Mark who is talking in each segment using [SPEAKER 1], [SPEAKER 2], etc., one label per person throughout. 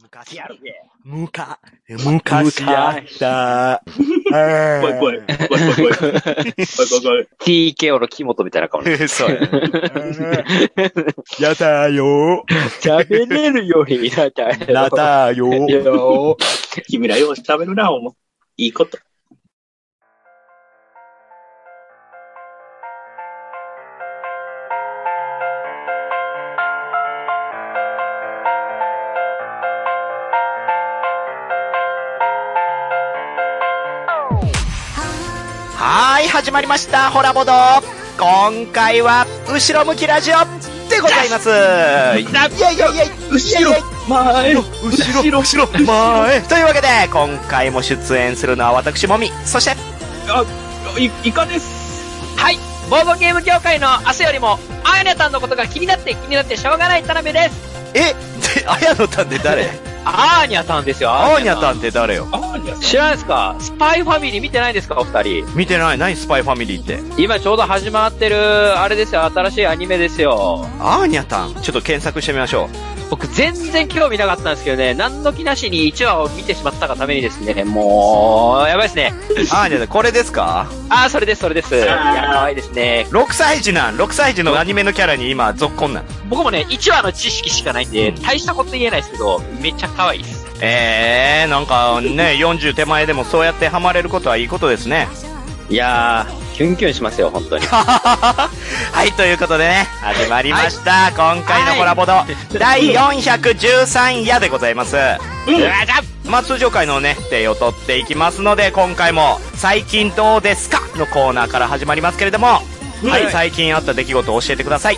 [SPEAKER 1] 昔やるべ。
[SPEAKER 2] むか。。
[SPEAKER 1] 昔やった
[SPEAKER 3] 怖い怖い。怖い怖い怖い。怖い怖い怖い。
[SPEAKER 4] TKO の木本みたいな顔。
[SPEAKER 1] そうやね。
[SPEAKER 2] やだよ。
[SPEAKER 4] 喋れるようになったよ。
[SPEAKER 2] なだよ。
[SPEAKER 4] よ
[SPEAKER 3] 君らよう喋るな、おも。いいこと。
[SPEAKER 1] はーい、始まりました、ホラボド。今回は、後ろ向きラジオでございます。いやいやいやいや、
[SPEAKER 3] 後ろ、前、後
[SPEAKER 1] 後ろ、後ろ、前。というわけで、今回も出演するのは私もみ、そして、
[SPEAKER 3] ろ、い、イカです。
[SPEAKER 5] はい。ボードゲーム業界の明日よりも、あやねさんのことが気になって気になってしょうがない田辺です。
[SPEAKER 1] え、 であやのたんって誰
[SPEAKER 4] アーニャさんですよ、
[SPEAKER 1] あーにゃ
[SPEAKER 4] ん。
[SPEAKER 1] たんって誰よ
[SPEAKER 3] ああ、いや、
[SPEAKER 4] 知らないですかスパイファミリー見てないですかお二人。
[SPEAKER 1] 見てない何スパイファミリーって。
[SPEAKER 4] 今ちょうど始まってる、あれですよ、新しいアニメですよ。
[SPEAKER 1] あーにゃたん。ちょっと検索してみましょ
[SPEAKER 4] 僕全然興味なかったんですけどね、何の気なしに1話を見てしまったがためにですね、もう、やばいですね。
[SPEAKER 1] う。あーにゃたん、これですか
[SPEAKER 4] あー、それです、それです。いや、可愛いですね。
[SPEAKER 1] ?6 歳児なん。6歳児のアニメのキャラに今、続婚なん。
[SPEAKER 4] 僕もね、1話の知識しかないんで、大したこと言えないですけど、めっちゃ可愛いです。
[SPEAKER 1] えー、なんかね、40手前でもそうやってハマれることはいいことですね。
[SPEAKER 4] いやー、キュンキュンしますよ、本当に。
[SPEAKER 1] はい、ということでね、始まりました。今回のコラボド、第413夜でございます。
[SPEAKER 3] うん。
[SPEAKER 1] まあ、通常回のね、手を取っていきますので、今回も、最近どうですかのコーナーから始まりますけれども、はい、最近あった出来事を教えてください。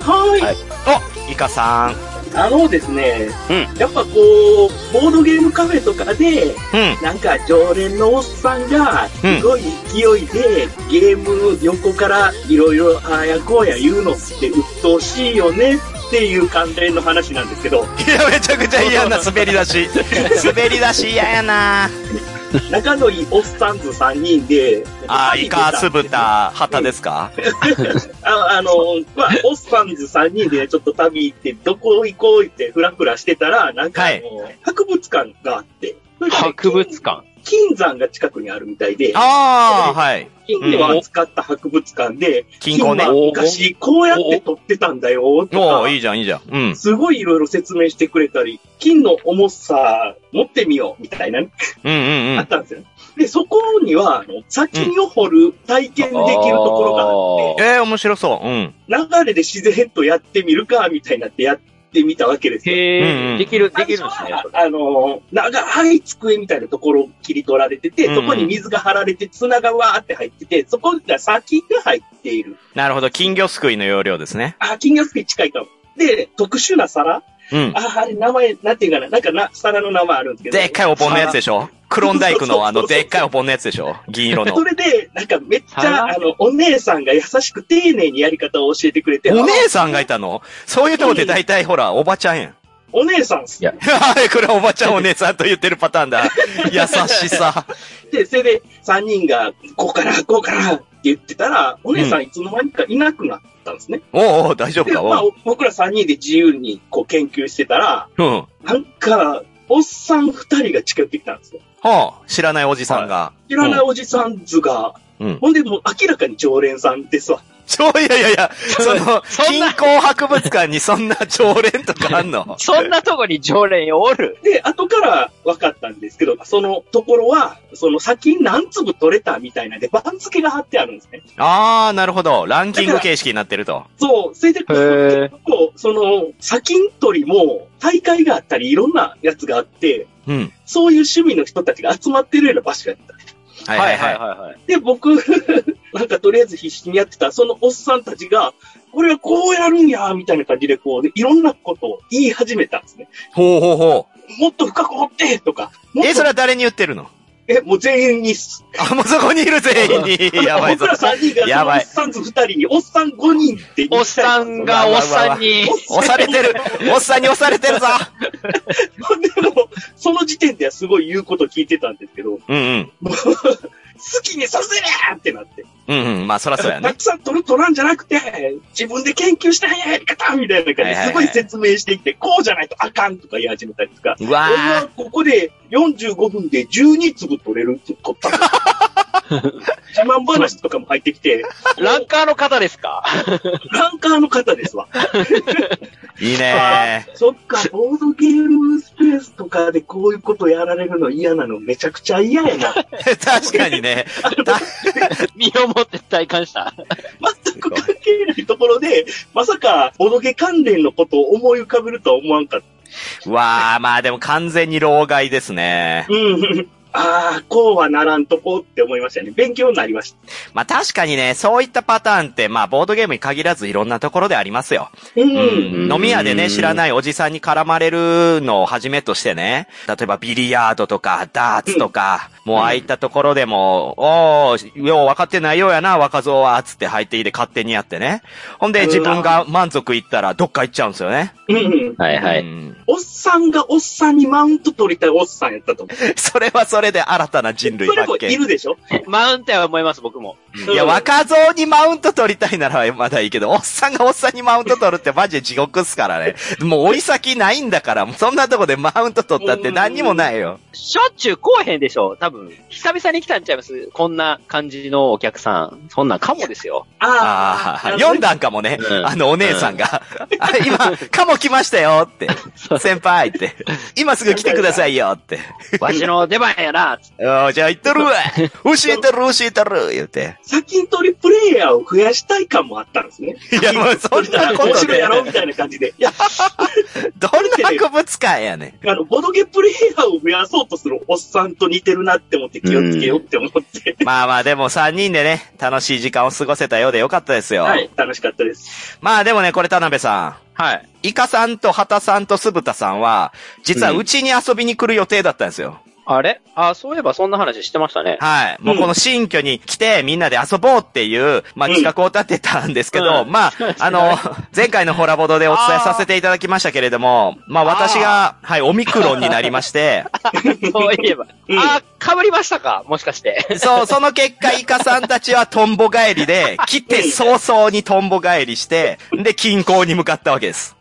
[SPEAKER 3] はい。
[SPEAKER 1] お、イカさん。
[SPEAKER 3] あのですね、
[SPEAKER 1] う
[SPEAKER 3] やっぱこう、ボードゲームカフェとかで、
[SPEAKER 1] うん。
[SPEAKER 3] なんか常連のおっさんが、すごい勢いで、ゲーム横からいろいろああやこうや言うのって鬱陶しいよねっていう関連の話なんですけ ど、
[SPEAKER 1] いや、めちゃくちゃ嫌な滑り出し。 滑り出し嫌やな
[SPEAKER 3] 仲のいいおっさんと3人で、
[SPEAKER 1] あー、イカ、酢豚、ハタですか
[SPEAKER 3] ああの、まあ、オスパンズ3人でちょっと旅行って、どこ行こうってフラフラしてたら、なんかあの、博物館があって、それで
[SPEAKER 4] 博物館。
[SPEAKER 3] 金山が近くにあるみたいで、
[SPEAKER 1] あー、はい。
[SPEAKER 3] 金山を使った博物館で、
[SPEAKER 1] 金庫ね
[SPEAKER 3] 金。は昔こうやって撮ってたんだよ、と
[SPEAKER 1] お
[SPEAKER 3] か
[SPEAKER 1] ー、いいじゃん、いいじゃん。うん。
[SPEAKER 3] すごいいろいろ説明してくれたり、金の重さ持ってみよう、みたいな、
[SPEAKER 1] うんうんう
[SPEAKER 3] あっ
[SPEAKER 1] ん。
[SPEAKER 3] たんですよ。で、そこには、あの先を掘る体験できるところがあって、
[SPEAKER 1] えー、面白そう。うん。
[SPEAKER 3] 流れで自然とやってみるか、みたいになってやってみたわけですよ。
[SPEAKER 4] へ
[SPEAKER 1] うんうん
[SPEAKER 4] ー、できる、できるんです
[SPEAKER 3] 最
[SPEAKER 4] ね。
[SPEAKER 3] 初はあの、長い机みたいなところを切り取られてて、
[SPEAKER 1] うんうん
[SPEAKER 3] そこに水が張られて、綱がわーって入ってて、そこが先が入っている。
[SPEAKER 1] なるほど、金魚すくいの要領ですね。
[SPEAKER 3] あ、金魚すくい近いかも。で、特殊な皿
[SPEAKER 1] うん。
[SPEAKER 3] あ、あれ、名前、なんていうかな。なんかな、皿の名前あるんですけど。
[SPEAKER 1] でっかいお盆のやつでしょクロンダイクのあの、
[SPEAKER 3] そうそうそう
[SPEAKER 1] でっかいお盆のやつでしょ銀色の
[SPEAKER 3] そ。れで、なんかめっちゃ、
[SPEAKER 4] 皿
[SPEAKER 3] あの、お姉さんが優しく丁寧にやり方を教えてくれて、
[SPEAKER 1] お
[SPEAKER 3] あ
[SPEAKER 1] 姉さんがいたのそういうとこで大体ほら、おばちゃんやん。
[SPEAKER 3] お姉さんっす
[SPEAKER 1] はい、これはおばちゃんお姉さんと言ってるパターンだ。優しさ。
[SPEAKER 3] で、それで3人が、こうかな、こうかなって言ってたら、お姉さんいつの間にかいなくなったんですね。
[SPEAKER 1] おうおう、大丈夫
[SPEAKER 3] で、
[SPEAKER 1] か
[SPEAKER 3] まあ
[SPEAKER 1] おう、
[SPEAKER 3] 僕ら3人で自由にこう研究してたら、
[SPEAKER 1] うん。は
[SPEAKER 3] なんか、おっさん2人が近寄ってきたんですよ。
[SPEAKER 1] あ、知らないおじさんが。
[SPEAKER 3] 知らないおじさん図が、
[SPEAKER 1] うん。
[SPEAKER 3] ほんでもう明らかに常連さんですわ。
[SPEAKER 1] そう、いやいやい や、その、
[SPEAKER 4] そん
[SPEAKER 1] 金
[SPEAKER 4] な
[SPEAKER 1] 庫博物館にそんな常連とかあん の
[SPEAKER 4] そんなとこに常連おる。
[SPEAKER 3] で、後から分かったんですけど、そのところは、その先に何粒取れたみたいなんで、番付が貼ってあるんですね。
[SPEAKER 1] ああ、なるほど。ランキング形式になってると。
[SPEAKER 3] そう、それで、
[SPEAKER 4] へ
[SPEAKER 3] 結構、その、砂金取りも、大会があったり、いろんなやつがあって、
[SPEAKER 1] うん。
[SPEAKER 3] そういう趣味の人たちが集まってるような場所やった。
[SPEAKER 1] はいはいはい。
[SPEAKER 4] はいはい。
[SPEAKER 3] で、僕、 なんかとりあえず必死にやってた、そのおっさんたちが、これはこうやるんや、みたいな感じで、こう、いろんなことを言い始めたんですね。
[SPEAKER 1] ほうほうほ
[SPEAKER 3] もっと深く掘ってとか、
[SPEAKER 1] う。
[SPEAKER 3] もっと
[SPEAKER 1] え、それは誰に言ってるの
[SPEAKER 3] えもう全員にっす、
[SPEAKER 1] あ、もうそこにいる全員に。や ばいぞ
[SPEAKER 3] 僕。ら3人が、
[SPEAKER 1] や
[SPEAKER 3] そのお
[SPEAKER 1] ば
[SPEAKER 3] っ
[SPEAKER 1] い
[SPEAKER 3] さんと2人に、おっさん5人って言いたい
[SPEAKER 4] おっさんがおっさんに、
[SPEAKER 1] 押されて る。おっさんに押されてる ぞ。
[SPEAKER 3] でも、その時点ではすごい言うこと聞いてたんですけど、
[SPEAKER 1] うんうん。
[SPEAKER 3] もう好きにさせりゃーってなって。
[SPEAKER 1] うんうん。まあ、そらそうや
[SPEAKER 3] た
[SPEAKER 1] ね。
[SPEAKER 3] くさん取る取らんじゃなくて、自分で研究したやり方みたいな感じ
[SPEAKER 1] はいはいはい
[SPEAKER 3] ですごい説明してきて、こうじゃないとあかんとか言い始めたりとか。
[SPEAKER 1] う
[SPEAKER 3] 俺
[SPEAKER 1] わ
[SPEAKER 3] はここで45分で12粒取れるって取ったんだよ 自慢話とかも入ってきて、
[SPEAKER 4] ランカーの方ですか
[SPEAKER 3] ランカーの方ですわ。
[SPEAKER 1] ー。いいね
[SPEAKER 3] そっか、ボードゲームスペースとかでこういうことやられるの嫌なのめちゃくちゃ嫌やな。
[SPEAKER 1] ー。 確かにね。
[SPEAKER 4] 身をもって体感した。
[SPEAKER 3] 全く関係ないところで、まさかボードゲ関連のことを思い浮かべるとは思わんかった。
[SPEAKER 1] うわー、まあでも完全に老害ですね。
[SPEAKER 3] うん。 ああ、こうはならんとこって思いましたね。勉強になりました。
[SPEAKER 1] まあ確かにね、そういったパターンって、まあボードゲームに限らずいろんなところでありますよ。
[SPEAKER 3] う。
[SPEAKER 1] うんん。飲み屋でね、知らないおじさんに絡まれるのをはじめとしてね、例えばビリヤードとか、ダーツとか、もうああいったところでも、おー、よう分かってないようやな、若造は、つって入っていいで勝手にやってね。ほんで自分が満足いったらどっか行っちゃうんですよね。
[SPEAKER 3] うん。
[SPEAKER 4] はい
[SPEAKER 1] うん
[SPEAKER 3] おっさんがおっさんにマウント取りたいおっさんやったと思う。
[SPEAKER 1] それはそれで新たな人類
[SPEAKER 3] それ
[SPEAKER 1] 発
[SPEAKER 3] もい
[SPEAKER 1] 見。
[SPEAKER 3] るでしょ
[SPEAKER 4] マウンテンは思います、僕も。
[SPEAKER 1] いや、若造にマウント取りたいならまだいいけど、おっさんがおっさんにマウント取るってマジで地獄っすからね。もう追い先ないんだから、もうそんなとこでマウント取ったって何にもないよ。
[SPEAKER 4] しょっちゅう来おへんでしょ、多分。久々に来たんちゃいますこんな感じのお客さん。そんなんかもで すよ。
[SPEAKER 3] あ
[SPEAKER 1] あ
[SPEAKER 3] あ
[SPEAKER 1] あ、、読ん
[SPEAKER 3] だ。
[SPEAKER 1] だんかもね
[SPEAKER 4] う。ん
[SPEAKER 1] あのお姉さんが。あ 今、カモ来ましたよって。先輩って。今すぐ来てくださいよって。
[SPEAKER 4] わしの出番やな、つって
[SPEAKER 1] おじゃあ行ってるわ。教えてる教えてる言うて。
[SPEAKER 3] 先取りプレイヤーを増やしたい感もあったんですね。
[SPEAKER 1] いや、もう そ
[SPEAKER 3] そ
[SPEAKER 1] ん
[SPEAKER 3] した
[SPEAKER 1] な
[SPEAKER 3] ら
[SPEAKER 1] こ
[SPEAKER 3] 面
[SPEAKER 1] と
[SPEAKER 3] 白い
[SPEAKER 1] で
[SPEAKER 3] や。ろみたいな感じで。いや、
[SPEAKER 1] どんな博物館やねん。
[SPEAKER 3] あの、ボドゲプレイヤーを増やそうとするおっさんと似てるなって思って気をつけようって思って。
[SPEAKER 1] まあまあでも3人でね、楽しい時間を過ごせたようでよかったですよ。
[SPEAKER 3] はい、楽しかったです。
[SPEAKER 1] まあでもね、これ田辺さ
[SPEAKER 4] はい。
[SPEAKER 1] ん。イカさんとハタさんと酢豚さんは、実はうちに遊びに来る予定だったんですよ。
[SPEAKER 4] あれあ、そういえばそんな話してまし たね。
[SPEAKER 1] はい。もうこの新居に来てみんなで遊ぼうっていう、まあ
[SPEAKER 3] うん
[SPEAKER 1] 企画を立てたんですけど、
[SPEAKER 4] うん
[SPEAKER 1] まあ、あの、前回のホラボドでお伝えさせていただきましたけれども、まあ私が、はい、オミクロンになりまして、
[SPEAKER 4] そういえば。
[SPEAKER 3] うん
[SPEAKER 4] あ、かぶりましたかもしかして。
[SPEAKER 1] そう、その結果、イカさんたちはトンボ帰りで、来て早々にトンボ帰りして、で、近郊に向かったわけです。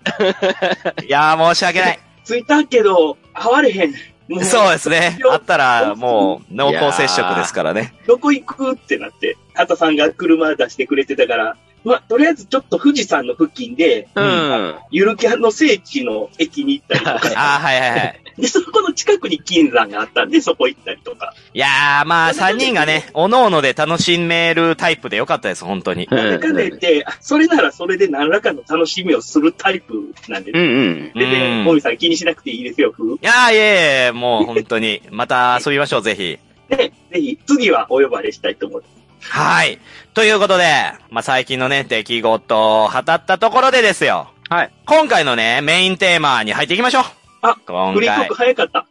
[SPEAKER 1] いやー、申し訳ない。
[SPEAKER 3] 着いたけど、会われへん。も
[SPEAKER 1] そうですね。あったら、もう、濃厚接触ですからね。
[SPEAKER 3] どこ行くってなって、ハタさんが車出してくれてたから、まあ、とりあえずちょっと富士山の付近で、
[SPEAKER 4] うん。
[SPEAKER 3] ゆるキャンの聖地の駅に行ったりとか、
[SPEAKER 1] あー、はいはいはい。
[SPEAKER 3] で、そこの近くに金山があったんで、そこ行ったりとか。
[SPEAKER 1] いやー、まあ、3人がね、おのおので楽しめるタイプでよかったです、本当に。
[SPEAKER 4] うん
[SPEAKER 3] で、彼って、あそれならそれで何らかの楽しみをするタイプなんで
[SPEAKER 4] う
[SPEAKER 3] す。
[SPEAKER 4] んうん。
[SPEAKER 1] う
[SPEAKER 3] でね、
[SPEAKER 1] ん
[SPEAKER 3] モミさん気にしなくていいですよ、ふう
[SPEAKER 1] いやー、いえいえ、もう本当に。また遊びましょう、ぜひ。
[SPEAKER 3] で、ぜひ、次はお呼ばれしたいと思います。
[SPEAKER 1] はい。ということで、まあ、最近のね、出来事を語ったところでですよ。
[SPEAKER 4] はい。
[SPEAKER 1] 今回のね、メインテーマに入っていきましょう。
[SPEAKER 3] あ、
[SPEAKER 1] 今
[SPEAKER 3] フリートー
[SPEAKER 1] 回
[SPEAKER 3] ク。早かった。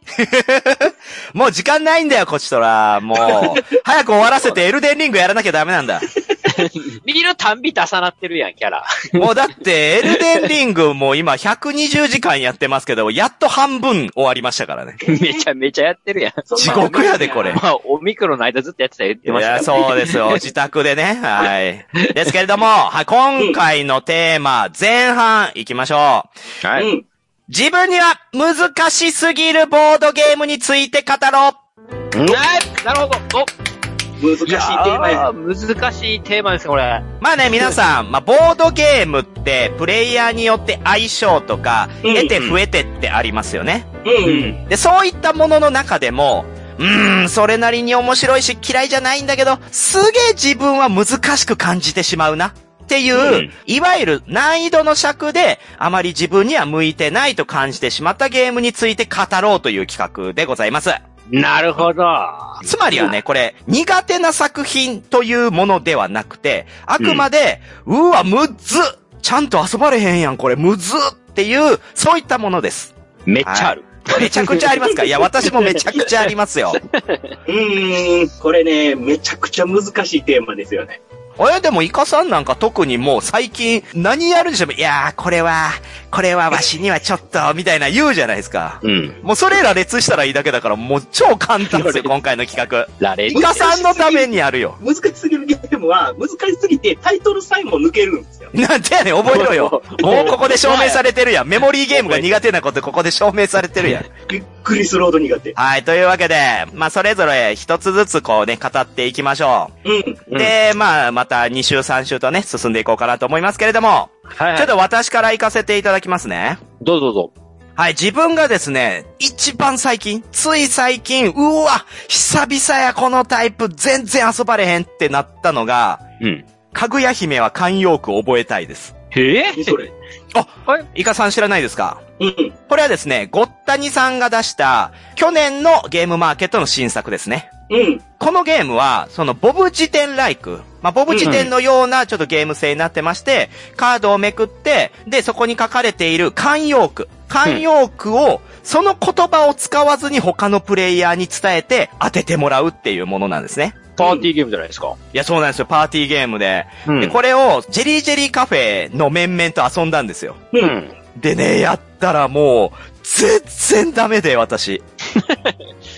[SPEAKER 1] もう時間ないんだよ、こっちとら。もう、早く終わらせてエルデンリングやらなきゃダメなんだ。
[SPEAKER 4] 見るたんび出さなってるやん、キ ャラ。
[SPEAKER 1] もうだって、エルデンリングもう今120時間やってますけど、やっと半分終わりましたからね。
[SPEAKER 4] めちゃめちゃやってるやん。
[SPEAKER 1] 地獄やで、これ。
[SPEAKER 4] まあ、オミクロンの間ずっとやってた言っ
[SPEAKER 1] い
[SPEAKER 4] てました
[SPEAKER 1] や、
[SPEAKER 4] よ
[SPEAKER 1] そうですよ。自宅でね。はい。ですけれども、はい、今回のテーマ、前半行きましょう。
[SPEAKER 4] は
[SPEAKER 3] う
[SPEAKER 4] い。
[SPEAKER 3] ん。
[SPEAKER 1] 自分には難しすぎるボードゲームについて語ろう。
[SPEAKER 4] はいなるほど。お
[SPEAKER 3] 難しいテーマや。
[SPEAKER 4] あー難しいテーマですね、これ。
[SPEAKER 1] まあね、皆さん、まあ、ボードゲームって、プレイヤーによって相性とか、
[SPEAKER 3] うん
[SPEAKER 1] 得て増えてってありますよね。
[SPEAKER 3] うん。
[SPEAKER 1] で、そういったものの中でも、うーん、それなりに面白いし嫌いじゃないんだけど、すげえ自分は難しく感じてしまうな。っていう、いわゆる難易度の尺で、あまり自分には向いてないと感じてしまったゲームについて語ろうという企画でございます。
[SPEAKER 4] なるほど。
[SPEAKER 1] つまりはね、これ、苦手な作品というものではなくて、あくまで、うわ、むずっちゃんと遊ばれへんやん、これ、むずっっていう、そういったものです。
[SPEAKER 4] めっちゃある。
[SPEAKER 1] めちゃくちゃありますかいや、私もめちゃくちゃありますよ。
[SPEAKER 3] うーん。これね、めちゃくちゃ難しいテーマですよね。
[SPEAKER 1] あれ、でも、イカさんなんか特にもう最近、何やるにしても、いやー、これは、これはわしにはちょっと、みたいな言うじゃないですか。
[SPEAKER 4] うん。
[SPEAKER 1] もうそれら列したらいいだけだから、もう超簡単ですよ、今回の企画。
[SPEAKER 4] ラレ
[SPEAKER 1] イカさんのためにあるよ。
[SPEAKER 3] 難しすぎるゲーゲームは難しすぎてタイトルさえも抜けるんですよ。
[SPEAKER 1] なんてやねん、覚えろよ。もうここで証明されてるやん。メモリーゲームが
[SPEAKER 4] 覚
[SPEAKER 1] 苦手なことここで証明されてるやん。
[SPEAKER 3] びっくりするほど苦手。
[SPEAKER 1] はい、というわけで、まあ、それぞれ一つずつこうね、語っていきましょ
[SPEAKER 3] うん。
[SPEAKER 1] う。で、まあ、また2週3週とね、進んでいこうかなと思いますけれども、
[SPEAKER 4] はい、
[SPEAKER 1] ちょっと私から行かせていただきますね。
[SPEAKER 4] どうぞどうぞ。
[SPEAKER 1] はい、自分がですね、一番最近、つい最近、うわ、久々やこのタイプ全然遊ばれへんってなったのが、
[SPEAKER 4] うん。
[SPEAKER 1] かぐや姫は慣用句覚えたいです。
[SPEAKER 4] へえ
[SPEAKER 3] 何それ。
[SPEAKER 1] イカさん知らないですか
[SPEAKER 3] うん。
[SPEAKER 1] これはですね、ゴッタニさんが出した、去年のゲームマーケットの新作ですね。
[SPEAKER 3] うん。
[SPEAKER 1] このゲームは、その、ボブ辞典ライク。まあ、ボブ辞典のようなちょっとゲーム性になってまして、カードをめくって、で、そこに書かれている慣用句。慣用句を、その言葉を使わずに他のプレイヤーに伝えて当ててもらうっていうものなんですね。
[SPEAKER 4] パーティーゲームじゃないですか。
[SPEAKER 1] いや、そうなんですよ。パーティーゲームで。
[SPEAKER 4] う
[SPEAKER 1] で、これを、ジェリージェリーカフェの面々と遊んだんですよ。
[SPEAKER 4] れ、
[SPEAKER 3] う。
[SPEAKER 4] うんん。
[SPEAKER 1] でね、やったらもう、全然ダメで、 私。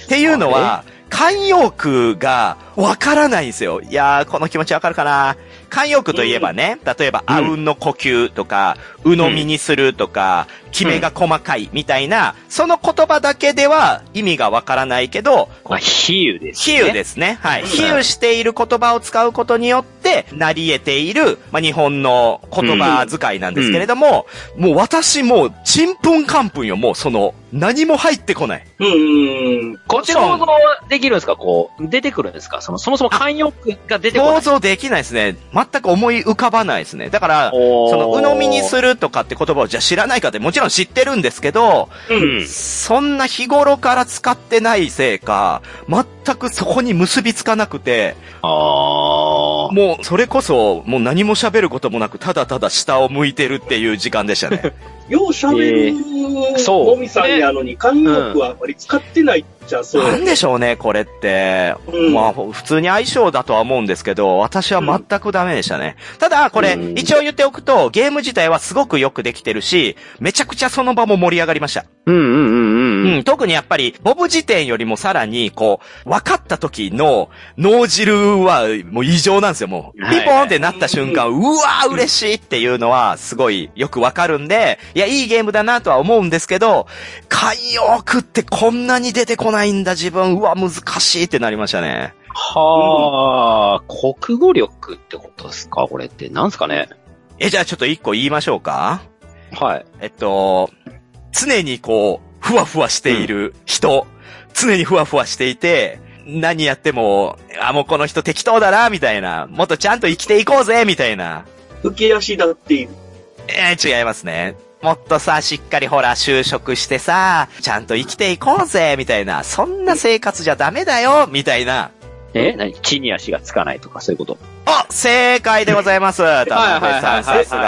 [SPEAKER 1] っていうのは、慣用句がわからないんですよ。いやー、この気持ちわかるかな慣用句といえばね、例えば、あうんの呼吸とか、うのみにするとか、決めが細かいみたいな、その言葉だけでは意味がわからないけど、
[SPEAKER 4] まあ、比喩です
[SPEAKER 1] 比
[SPEAKER 4] ね。
[SPEAKER 1] 喩ですね。はい。比喩している言葉を使うことによって、なり得ている、まあ、日本の言葉遣いなんですけれども、もう私もう、ちんぷんかんぷんよ、もうその、何も入ってこない。
[SPEAKER 3] うん。
[SPEAKER 4] こっち想像できるんですかこう、出てくるんですかその、そもそも慣用句が出てこな
[SPEAKER 1] 想
[SPEAKER 4] い。
[SPEAKER 1] 像できないですね。全く思い浮かばないですね。だから、
[SPEAKER 4] そ
[SPEAKER 1] その、鵜呑みにするとかって言葉をじゃあ知らないかって、もちろん知ってるんですけど、
[SPEAKER 3] うん。
[SPEAKER 1] そんな日頃から使ってないせいか、全くそこに結びつかなくて、
[SPEAKER 4] ああ。
[SPEAKER 1] もう、それこそ、もう何も喋ることもなく、ただただ下を向いてるっていう時間でしたね。
[SPEAKER 3] よう喋
[SPEAKER 4] え
[SPEAKER 3] る、
[SPEAKER 4] そう
[SPEAKER 3] もみさんやのに、慣用句はあまり使ってないじゃそう。
[SPEAKER 1] なんでしょうね、これって。
[SPEAKER 3] うん
[SPEAKER 1] まあ、普通に相性だとは思うんですけど、私は全くダメでしたね。ただ、これ
[SPEAKER 4] う、ん
[SPEAKER 1] 一応言っておくと、ゲーム自体はすごくよくできてるし、めちゃくちゃその場も盛り上がりました。
[SPEAKER 4] うんうんうんうん。
[SPEAKER 1] うん、特にやっぱり、ボブ時点よりもさらに、こう、分かった時の脳汁は、もう異常なんですよ、もう。
[SPEAKER 4] はい
[SPEAKER 1] ピポンってなった瞬間、うわー嬉しいっていうのは、すごいよくわかるんで、いや、いいゲームだなとは思うんですけど、慣用句ってこんなに出てこないんだ、自分。うわ、難しいってなりましたね。
[SPEAKER 4] はあ、国語力ってことですかこれって。なんですかね
[SPEAKER 1] え、じゃあちょっと一個言いましょうか
[SPEAKER 4] はい。
[SPEAKER 1] えっと、常にこう、ふわふわしている人、常にふわふわしていて、何やっても、あ、もうこの人適当だな、みたいな。もっとちゃんと生きていこうぜ、みたいな。
[SPEAKER 3] 受け足だっている。
[SPEAKER 1] えー、違いますね。もっとさ、しっかりほら、就職してさ、ちゃんと生きていこうぜ、みたいな。そんな生活じゃダメだよ、みたいな。
[SPEAKER 4] え何地に足がつかないとかそういう こと。
[SPEAKER 1] あ、正解でござい ます。田辺さん、さすが。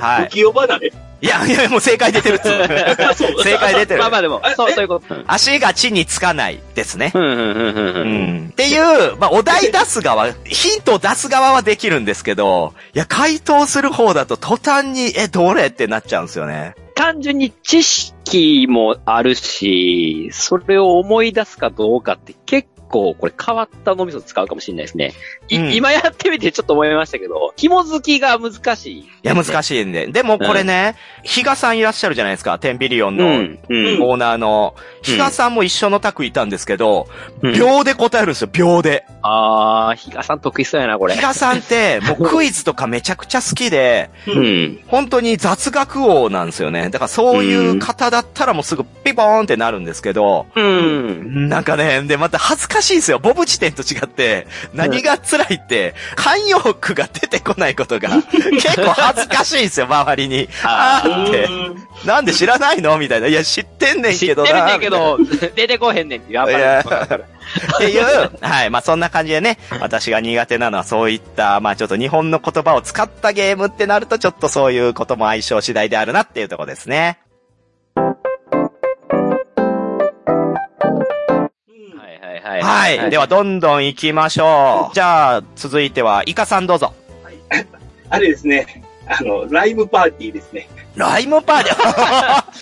[SPEAKER 1] は
[SPEAKER 3] 浮
[SPEAKER 1] い。
[SPEAKER 3] 世離れ。
[SPEAKER 1] いや、いや、もう正解出てるっつ 正解出てる
[SPEAKER 4] まあ。まあでも、そう、そういうこと。うん
[SPEAKER 1] 足が地につかないですね。
[SPEAKER 4] うんうんうんうんうん。
[SPEAKER 1] っていう、まあ、お題出す側、ヒントを出す側はできるんですけど、いや、回答する方だと途端に、え、どれってなっちゃうんですよね。
[SPEAKER 4] 単純に知識もあるし、それを思い出すかどうかって結構これ変わった脳みそ使うかもしれないですね。い
[SPEAKER 1] うん
[SPEAKER 4] 今やってみてちょっと思いましたけど、紐付きが難しい。い
[SPEAKER 1] いや、難しいんで。でもこれね、比嘉さんいらっしゃるじゃないですか、テンビリオン
[SPEAKER 4] う
[SPEAKER 1] の
[SPEAKER 4] ん。うん。
[SPEAKER 1] オーナーの。比嘉さんも一緒の卓いたんですけど、
[SPEAKER 4] うん
[SPEAKER 1] 秒で答えるんですよ、秒で。
[SPEAKER 4] あー、比嘉さん得意そうやな、これ
[SPEAKER 1] 比。嘉さんって、もうクイズとかめちゃくちゃ好きで、
[SPEAKER 4] うん。
[SPEAKER 1] 本当に雑学王なんですよね。だからそういう方だったらもうすぐピボーンってなるんですけど、
[SPEAKER 4] うん。
[SPEAKER 1] なんかね、で、また恥ずかしいんですよ。ボブ地点と違って、何が辛いって、慣用句が出てこないこと が、結構恥ずかしいんですよ、周りに。あ
[SPEAKER 4] あ
[SPEAKER 1] ーって、なんで知らないのみたいな。いや、知ってんねん
[SPEAKER 4] 知
[SPEAKER 1] け
[SPEAKER 4] って
[SPEAKER 1] ど
[SPEAKER 4] るん
[SPEAKER 1] な。
[SPEAKER 4] だ
[SPEAKER 1] みた
[SPEAKER 4] け
[SPEAKER 1] いな
[SPEAKER 4] ど、 出てこへんねんって。やっ
[SPEAKER 1] いや
[SPEAKER 4] ぱり。
[SPEAKER 1] っていう、はい。まあ、そんな感じでね、私が苦手なのはそういった、まあ、ちょっと日本の言葉を使ったゲームってなると、ちょっとそういうことも相性次第であるなっていうところですね。
[SPEAKER 3] うん
[SPEAKER 4] はいはいはい。
[SPEAKER 1] はい。では、、どんどん行きましょう。じゃあ、続いては、イカさんどうぞ。
[SPEAKER 3] あれですね。あの、ライブパーティーですね。
[SPEAKER 1] ライムパーテ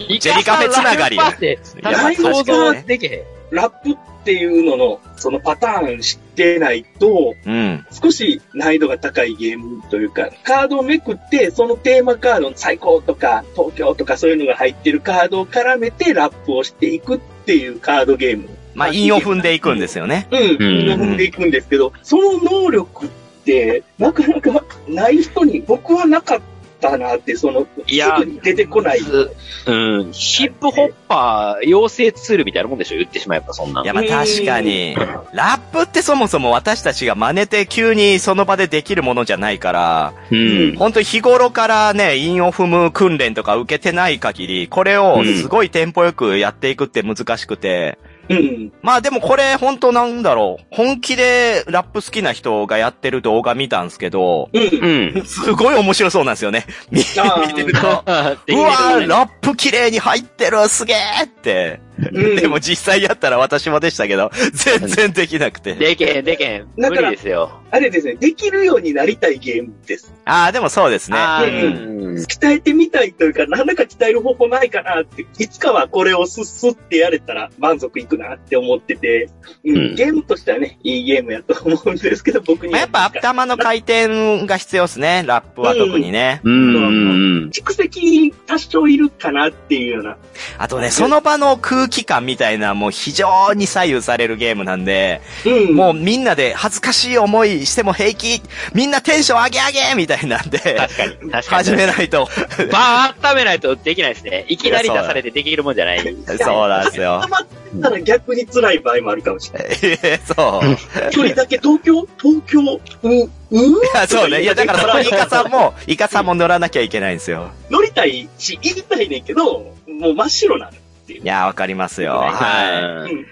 [SPEAKER 1] ィー。ジェリカフェつながり
[SPEAKER 4] 確かに
[SPEAKER 3] や
[SPEAKER 4] 想像できへん。
[SPEAKER 3] ラップっていうのの、そのパターン知っしてないと、
[SPEAKER 1] うん。
[SPEAKER 3] 少し難易度が高いゲームというか、カードをめくって、そのテーマカードの最高とか、東京とかそういうのが入ってるカードを絡めてラップをしていくっていうカードゲーム。
[SPEAKER 1] まあ、韻を踏んでいくんですよね。
[SPEAKER 3] うん、
[SPEAKER 4] うん
[SPEAKER 3] 踏んでいくんですけど、その能力って、なかなかない人に、僕はなかったなって、その、
[SPEAKER 4] いや
[SPEAKER 3] すぐに出てこない。
[SPEAKER 4] ずうん。ヒップホッパー養成ツールみたいなもんでしょ言ってしまえばそんない
[SPEAKER 1] や、。まあ確かに。ラップってそもそも私たちが真似て急にその場でできるものじゃないから、
[SPEAKER 4] うん。
[SPEAKER 1] 本当に日頃からね、韻を踏む訓練とか受けてない限り、これをすごいテンポよくやっていくって難しくて、
[SPEAKER 3] うん。
[SPEAKER 1] まあでもこれ本当なんだろう。本気でラップ好きな人がやってる動画見たんですけど、
[SPEAKER 3] うん。
[SPEAKER 4] うん。
[SPEAKER 1] すごい面白そうなんですよね。見
[SPEAKER 3] あ ー
[SPEAKER 1] 見てると。うわ
[SPEAKER 4] う
[SPEAKER 1] ー、ラップ綺麗に入ってるすげーって。
[SPEAKER 3] うん
[SPEAKER 1] でも実際やったら私もでしたけ ど、全然できなくて。
[SPEAKER 4] でけん、でけん。無
[SPEAKER 3] だから
[SPEAKER 4] 理ですよ。
[SPEAKER 3] あれですね、できるようになりたいゲームです。
[SPEAKER 1] ああ、でもそうですね。
[SPEAKER 4] あーうん
[SPEAKER 3] 鍛えてみたいというか、なんだか鍛える方法ないかなって、いつかはこれをスッスッってやれたら満足いくなって思ってて、うん
[SPEAKER 4] うん
[SPEAKER 3] ゲームとしてはね、いいゲームやと思うんですけど、僕に
[SPEAKER 1] まあ
[SPEAKER 3] は
[SPEAKER 1] やっぱ頭の回転が必要ですね。ラップは特にね。
[SPEAKER 4] うんうん。
[SPEAKER 3] 蓄積多少いるかなっていうような。
[SPEAKER 1] あとね、その場の空気感みたいなもう非常に左右されるゲームなんで、
[SPEAKER 3] うん。
[SPEAKER 1] もうみんなで恥ずかしい思いしても平気、みんなテンション上げ上げみたいなんで、
[SPEAKER 4] 確かに。確かに。
[SPEAKER 1] 始めないと。
[SPEAKER 4] バー温めないとできないですね。いきなり出されてできるもんじゃない。
[SPEAKER 1] そうなんですよ
[SPEAKER 3] た。まったら逆に辛い場合もあるかもしれない。
[SPEAKER 1] えそう。
[SPEAKER 3] 距離だけ東京東京う、う
[SPEAKER 1] いや、そうね。いや、だからそのイカさんも、イカさんも乗らなきゃいけないんですよ。
[SPEAKER 3] 乗りたいし、言いたいねんけど、もう真っ白なの。
[SPEAKER 1] いや、わかりますよ。はい。
[SPEAKER 4] い。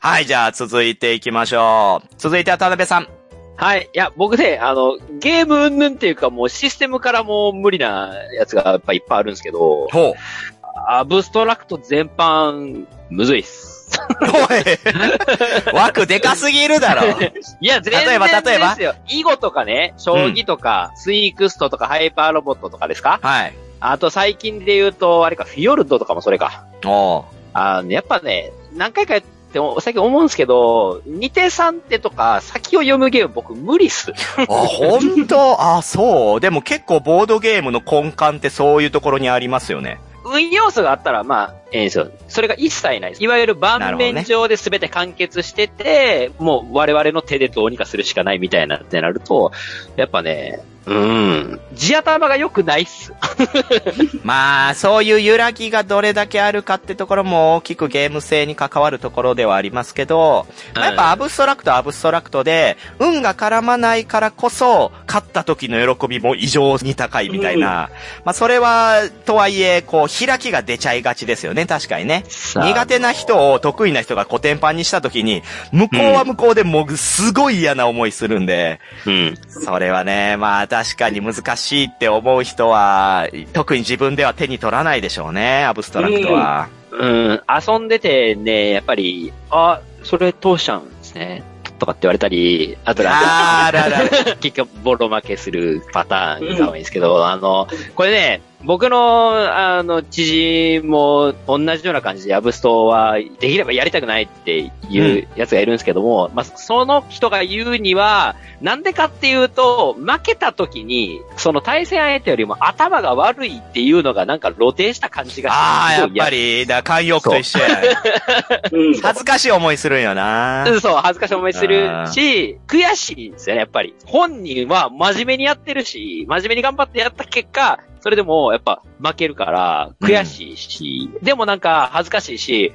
[SPEAKER 1] はい、じゃあ続いていきましょう。続いては田辺さん。
[SPEAKER 4] はい。いや、僕ね、あの、ゲームうんぬんっていうか、もうシステムからもう無理なやつがやっぱいっぱいあるんですけど、
[SPEAKER 1] ほう。
[SPEAKER 4] アブストラクト全般、むずいっす。
[SPEAKER 1] おい 枠でかすぎるだろ。
[SPEAKER 4] いや、全然
[SPEAKER 1] 例えば例えば
[SPEAKER 4] ですよ。囲碁とかね、将棋とか、スイークストとか、ハイパーロボットとかですか
[SPEAKER 1] はい。
[SPEAKER 4] あと最近で言うと、あれか、フィヨルドとかもそれか。
[SPEAKER 1] おう。
[SPEAKER 4] あの、やっぱね、何回かやっても、最近思うんですけど、2手3手とか、先を読むゲーム僕無理っす。
[SPEAKER 1] あ、ほんとあ、そう。でも結構ボードゲームの根幹ってそういうところにありますよね。
[SPEAKER 4] 運要素があったら、まあ、ええんですよ。それが一切ないです。いわゆる盤面上で全て完結してて、もう我々の手でどうにかするしかないみたいなってなると、やっぱね、うん。地頭が良くないっす。
[SPEAKER 1] まあ、そういう揺らぎがどれだけあるかってところも大きくゲーム性に関わるところではありますけど、まあやっぱアブストラクトはアブストラクトで、運が絡まないからこそ、勝った時の喜びも異常に高いみたいな。まあ、それは、とはいえ、こう、開きが出ちゃいがちですよね、確かにね。苦手な人を得意な人がコテンパンにした時に、向こうは向こうでもうすごい嫌な思いするんで、
[SPEAKER 4] うん。
[SPEAKER 1] それはね、まあ確かに難しいって思う人は、特に自分では手に取らないでしょうね、アブストラクトは。
[SPEAKER 4] うん、遊んでてね、やっぱり、あ、それ通しちゃうんですね。とかって言われたり、あとなん
[SPEAKER 1] あーあるあるある。
[SPEAKER 4] か、結局ボロ負けするパターンが多いんですけど、あの、これね、僕の、あの、知人も同じような感じで、アブストは、できればやりたくないっていうやつがいるんですけども、まあ、その人が言うには、なんでかっていうと、負けた時に、その対戦相手よりも頭が悪いっていうのがなんか露呈した感じが
[SPEAKER 1] ああ、
[SPEAKER 4] す
[SPEAKER 1] や
[SPEAKER 4] ご
[SPEAKER 1] っ
[SPEAKER 4] い嫌
[SPEAKER 1] ぱり、だ慣用句と一緒や。
[SPEAKER 3] うん。
[SPEAKER 1] 恥ずかしい思いするんよな。
[SPEAKER 4] うんそう、恥ずかしい思いするし、悔しいんですよね、やっぱり。本人は真面目にやってるし、真面目に頑張ってやった結果、それでも、やっぱ、負けるから、悔しいし、でもなんか、恥ずかしいし、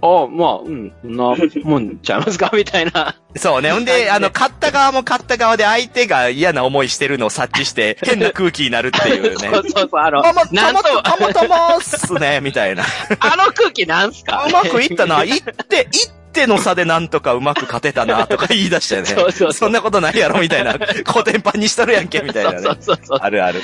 [SPEAKER 4] あまあ、うん、な、もんちゃいますか みたいな。
[SPEAKER 1] そうね。ほんで、あの、勝った側も勝った側で相手が嫌な思いしてるのを察知して、変な空気になるっていう
[SPEAKER 4] そ
[SPEAKER 1] ね。
[SPEAKER 4] うそうそう、あの、
[SPEAKER 1] あ、も、た
[SPEAKER 4] なんと
[SPEAKER 1] も、、たもともっすね、みたいな。
[SPEAKER 4] あの空気なんすか
[SPEAKER 1] うまくいったな。一手、一手の差でなんとかうまく勝てたな、とか言い出したよね。
[SPEAKER 4] そうそうそ
[SPEAKER 1] んなことないやろ、みたいな。コテンパンにしとるやんけ、みたいなね。
[SPEAKER 4] そうそうそう。
[SPEAKER 1] あるある。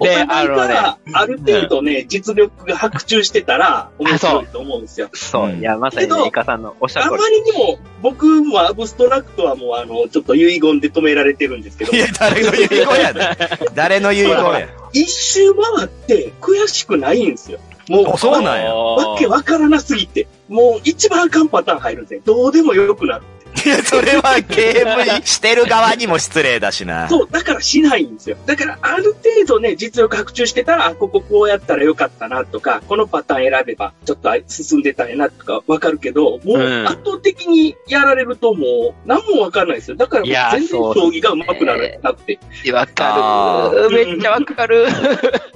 [SPEAKER 3] お
[SPEAKER 4] で、
[SPEAKER 3] 互
[SPEAKER 4] あ
[SPEAKER 3] い
[SPEAKER 4] のね、
[SPEAKER 3] がある程度ね、実力が白昼してたら面白いと思うんですよ。
[SPEAKER 4] そう、いや、まさに
[SPEAKER 3] け
[SPEAKER 4] ね、
[SPEAKER 3] ど
[SPEAKER 4] イカさんのおっしゃる
[SPEAKER 3] あ
[SPEAKER 4] 通
[SPEAKER 3] ま
[SPEAKER 4] り。
[SPEAKER 3] りにも、僕もアブストラクトはもうあの、ちょっと遺言で止められてるんですけど
[SPEAKER 1] い、や、誰の遺言やねん。誰の遺言や。
[SPEAKER 3] 一周回って悔しくないんですよ。もう、
[SPEAKER 1] あそうなんや
[SPEAKER 3] わけわからなすぎて。もう一番あかんパターン入るんですね。どうでもよくなる。
[SPEAKER 1] いや、それはゲームしてる側にも失礼だしな。
[SPEAKER 3] そう、だからしないんですよ。だからある程度ね、実力白昼してたら、あ、こここうやったらよかったなとか、このパターン選べば、ちょっと進んでたんやなとかわかるけど、もう
[SPEAKER 4] うん
[SPEAKER 3] 圧倒的にやられるともう、何もわかんないですよ。だからもう
[SPEAKER 4] いや
[SPEAKER 3] 全然
[SPEAKER 4] そ
[SPEAKER 3] 将
[SPEAKER 4] うですね
[SPEAKER 3] 棋が上手くなるなって。
[SPEAKER 4] わかる。めっちゃわかる。
[SPEAKER 3] 突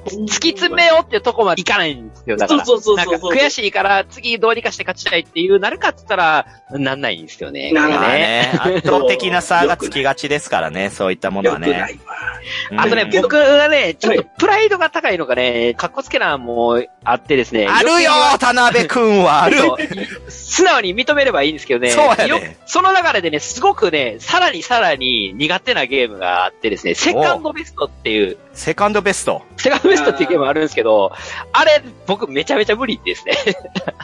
[SPEAKER 4] 突き詰めようっていうとこまでいかないんですよ、だから。
[SPEAKER 3] そうそうそう
[SPEAKER 4] なん
[SPEAKER 3] そ
[SPEAKER 4] か
[SPEAKER 3] うそう
[SPEAKER 4] 悔しいから次どうにかして勝ちたいっていうなるかって言ったら、なんないんですよね。
[SPEAKER 3] なら
[SPEAKER 1] まあ
[SPEAKER 3] ない
[SPEAKER 1] ね、圧倒的な差がつきがちですからね、そういったもの
[SPEAKER 3] よ
[SPEAKER 1] は
[SPEAKER 3] くな
[SPEAKER 1] ね。
[SPEAKER 3] いわ。
[SPEAKER 1] うん
[SPEAKER 4] あとね、
[SPEAKER 3] けど
[SPEAKER 4] 僕はね、ちょっと
[SPEAKER 3] は
[SPEAKER 4] プライドが高いのがね、かっこつけなもあってですね。
[SPEAKER 1] あるよ田辺くんはあ
[SPEAKER 4] あ
[SPEAKER 1] る
[SPEAKER 4] る素直に認めればいいんですけどね。
[SPEAKER 1] そうやね
[SPEAKER 4] よその流れでね、すごくね、さらにさらに苦手なゲームがあってですね、セカンドベストっていう、
[SPEAKER 1] セカンドベスト。
[SPEAKER 4] セカンドベストっていうゲームあるんですけど、あれ、僕めちゃめちゃ無理ですね。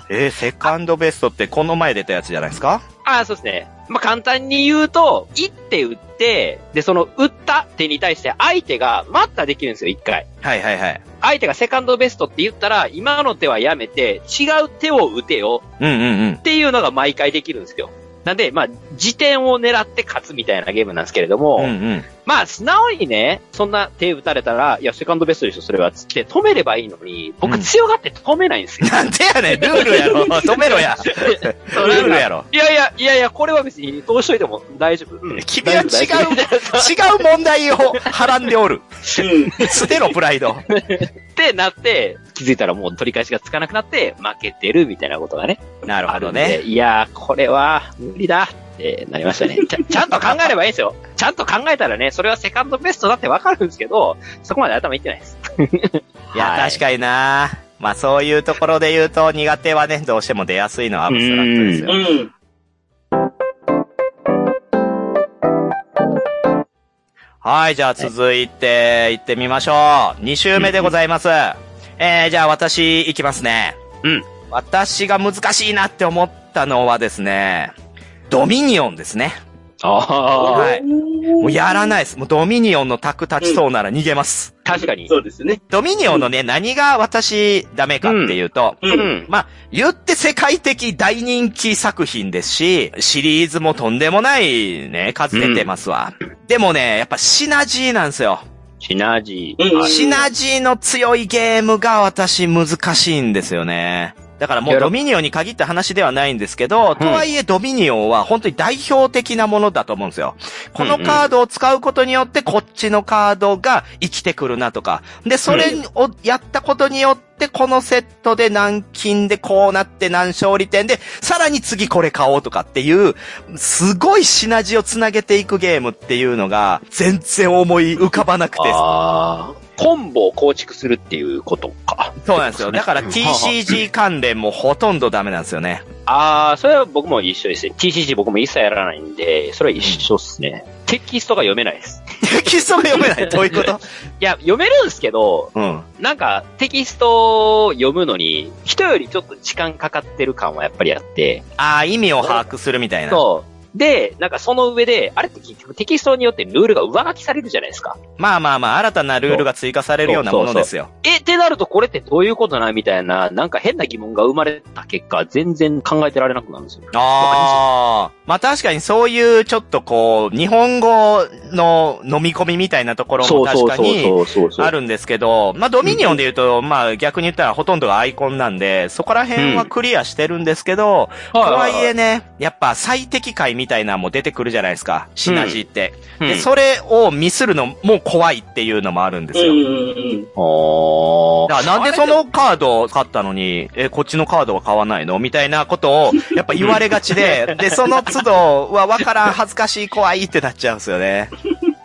[SPEAKER 1] えーセカンドベストってこの前出たやつじゃないですか
[SPEAKER 4] ああ、そうですね。まあ、簡単に言うと、一手打って、で、その打った手に対して相手が待ったできるんですよ、一回。
[SPEAKER 1] はいはいはい。
[SPEAKER 4] 相手がセカンドベストって言ったら、今の手はやめて、違う手を打てよ
[SPEAKER 1] うんうんうん
[SPEAKER 4] っ。ていうのが毎回できるんですよ。なんで、まあ、時点を狙って勝つみたいなゲームなんですけれども、
[SPEAKER 1] うんうん。
[SPEAKER 4] まあ、素直にね、そんな手打たれたら、いや、セカンドベストでしょ、それは、つって止めればいいのに、
[SPEAKER 1] う
[SPEAKER 4] 僕
[SPEAKER 1] ん
[SPEAKER 4] 強がって止めないんですよ。
[SPEAKER 1] なんでやねん、ルールや ろ。止めろや。ル
[SPEAKER 4] そうなん
[SPEAKER 1] ー
[SPEAKER 4] か
[SPEAKER 1] ルやろ。
[SPEAKER 4] いやいや、いやいや、これは別にどうしといても大丈夫。うん
[SPEAKER 1] 君は違う
[SPEAKER 4] 大丈夫大丈夫
[SPEAKER 1] 違う問題をはらんでおる。
[SPEAKER 3] うん。
[SPEAKER 1] 捨てろ、プライド。
[SPEAKER 4] ってなって、気づいたらもう取り返しがつかなくなって、負けてるみたいなことがね。
[SPEAKER 1] なる
[SPEAKER 4] あ
[SPEAKER 1] ほ
[SPEAKER 4] る
[SPEAKER 1] ど
[SPEAKER 4] んで
[SPEAKER 1] ね。
[SPEAKER 4] いやー、これは無理だってなりましたね。ちゃ ちゃんと考えればいいんですよ。ちゃんと考えたらね、それはセカンドベストだってわかるんですけど、そこまで頭いってないです。
[SPEAKER 1] いや、
[SPEAKER 4] はい
[SPEAKER 1] 確かになまあそういうところで言うと苦手はね、どうしても出やすいのはアブストラクトです
[SPEAKER 3] う
[SPEAKER 1] よ。
[SPEAKER 3] ん。
[SPEAKER 1] はい、じゃあ続いて行ってみましょう。2週目でございます。えー、じゃあ私行きますね。
[SPEAKER 4] うん。
[SPEAKER 1] 私が難しいなって思ったのはですね、ドミニオンですね。
[SPEAKER 4] ああ、
[SPEAKER 1] はい。も
[SPEAKER 3] も
[SPEAKER 1] うやらないです。もうドミニオンの卓立ちそうなら逃げます。
[SPEAKER 4] 確かに。
[SPEAKER 3] そうですね。
[SPEAKER 1] ドミニオンのね、何が私ダメかっていうと、
[SPEAKER 3] うん。
[SPEAKER 4] うん。
[SPEAKER 1] まあ、言って世界的大人気作品ですし、シリーズもとんでもないね、数出てますわ。でもね、やっぱシナジーなんですよ。
[SPEAKER 4] シナジ
[SPEAKER 3] う
[SPEAKER 4] ー。
[SPEAKER 3] ん
[SPEAKER 4] あ
[SPEAKER 1] シナジーの強いゲームが私難しいんですよね。だからも
[SPEAKER 4] や
[SPEAKER 1] う
[SPEAKER 4] ろ
[SPEAKER 1] ドミニオンに限った話ではないんですけど、とはいえドミニオンは本当に代表的なものだと思うんですよ。このカードを使うことによってこっちのカードが生きてくるなとか。で、それをやったことによってこのセットで何金でこうなって何勝利点で、さらに次これ買おうとかっていう、すごいシナジーをつなげていくゲームっていうのが全然思い浮かばなくて
[SPEAKER 4] あーコンボを構築するっていうことか。
[SPEAKER 1] そうなんですよ。だから TCG 関連もほとんどダメなんですよね。
[SPEAKER 4] ああ、それは僕も一緒ですね。TCG 僕も一切やらないんで、それは一緒っすね。テキストが読めないです。
[SPEAKER 1] テキストが読めない。どういうこと
[SPEAKER 4] いや、読めるんですけど、
[SPEAKER 1] うん。
[SPEAKER 4] なんかテキストを読むのに、人よりちょっと時間かかってる感はやっぱりあって、
[SPEAKER 1] ああ、意味を把握するみたいな。
[SPEAKER 4] そう。で、なんかその上で、あれって結局テキストによってルールが上書きされるじゃないですか。
[SPEAKER 1] まあまあまあ、新たなルールが追加されるようなものですよ。
[SPEAKER 4] え、ってなるとこれってどういうことなみたいな、なんか変な疑問が生まれた結果、全然考えてられなくなるんですよ。
[SPEAKER 1] ああ。まあ確かにそういうちょっとこう、日本語の飲み込みみたいなところも確かに
[SPEAKER 4] うそうそ
[SPEAKER 1] あるんですけど、まあドミニオンで言うと、まあ逆に言ったらほとんどがアイコンなんで、そこら辺はクリアしてるんですけど、
[SPEAKER 4] と
[SPEAKER 1] とはいえね、やっぱ最適解みたいなのも出てくるじゃないですか。シナジーって。で、それをミスるのも怖いっていうのもあるんですよ。
[SPEAKER 3] うん。
[SPEAKER 4] お
[SPEAKER 1] だからなんでそのカードを買ったのに、え、こっちのカードは買わないのみたいなこと を、やっぱ言われがちで、で、その都度はわからん、恥ずかしい、怖いってなっちゃうんですよね。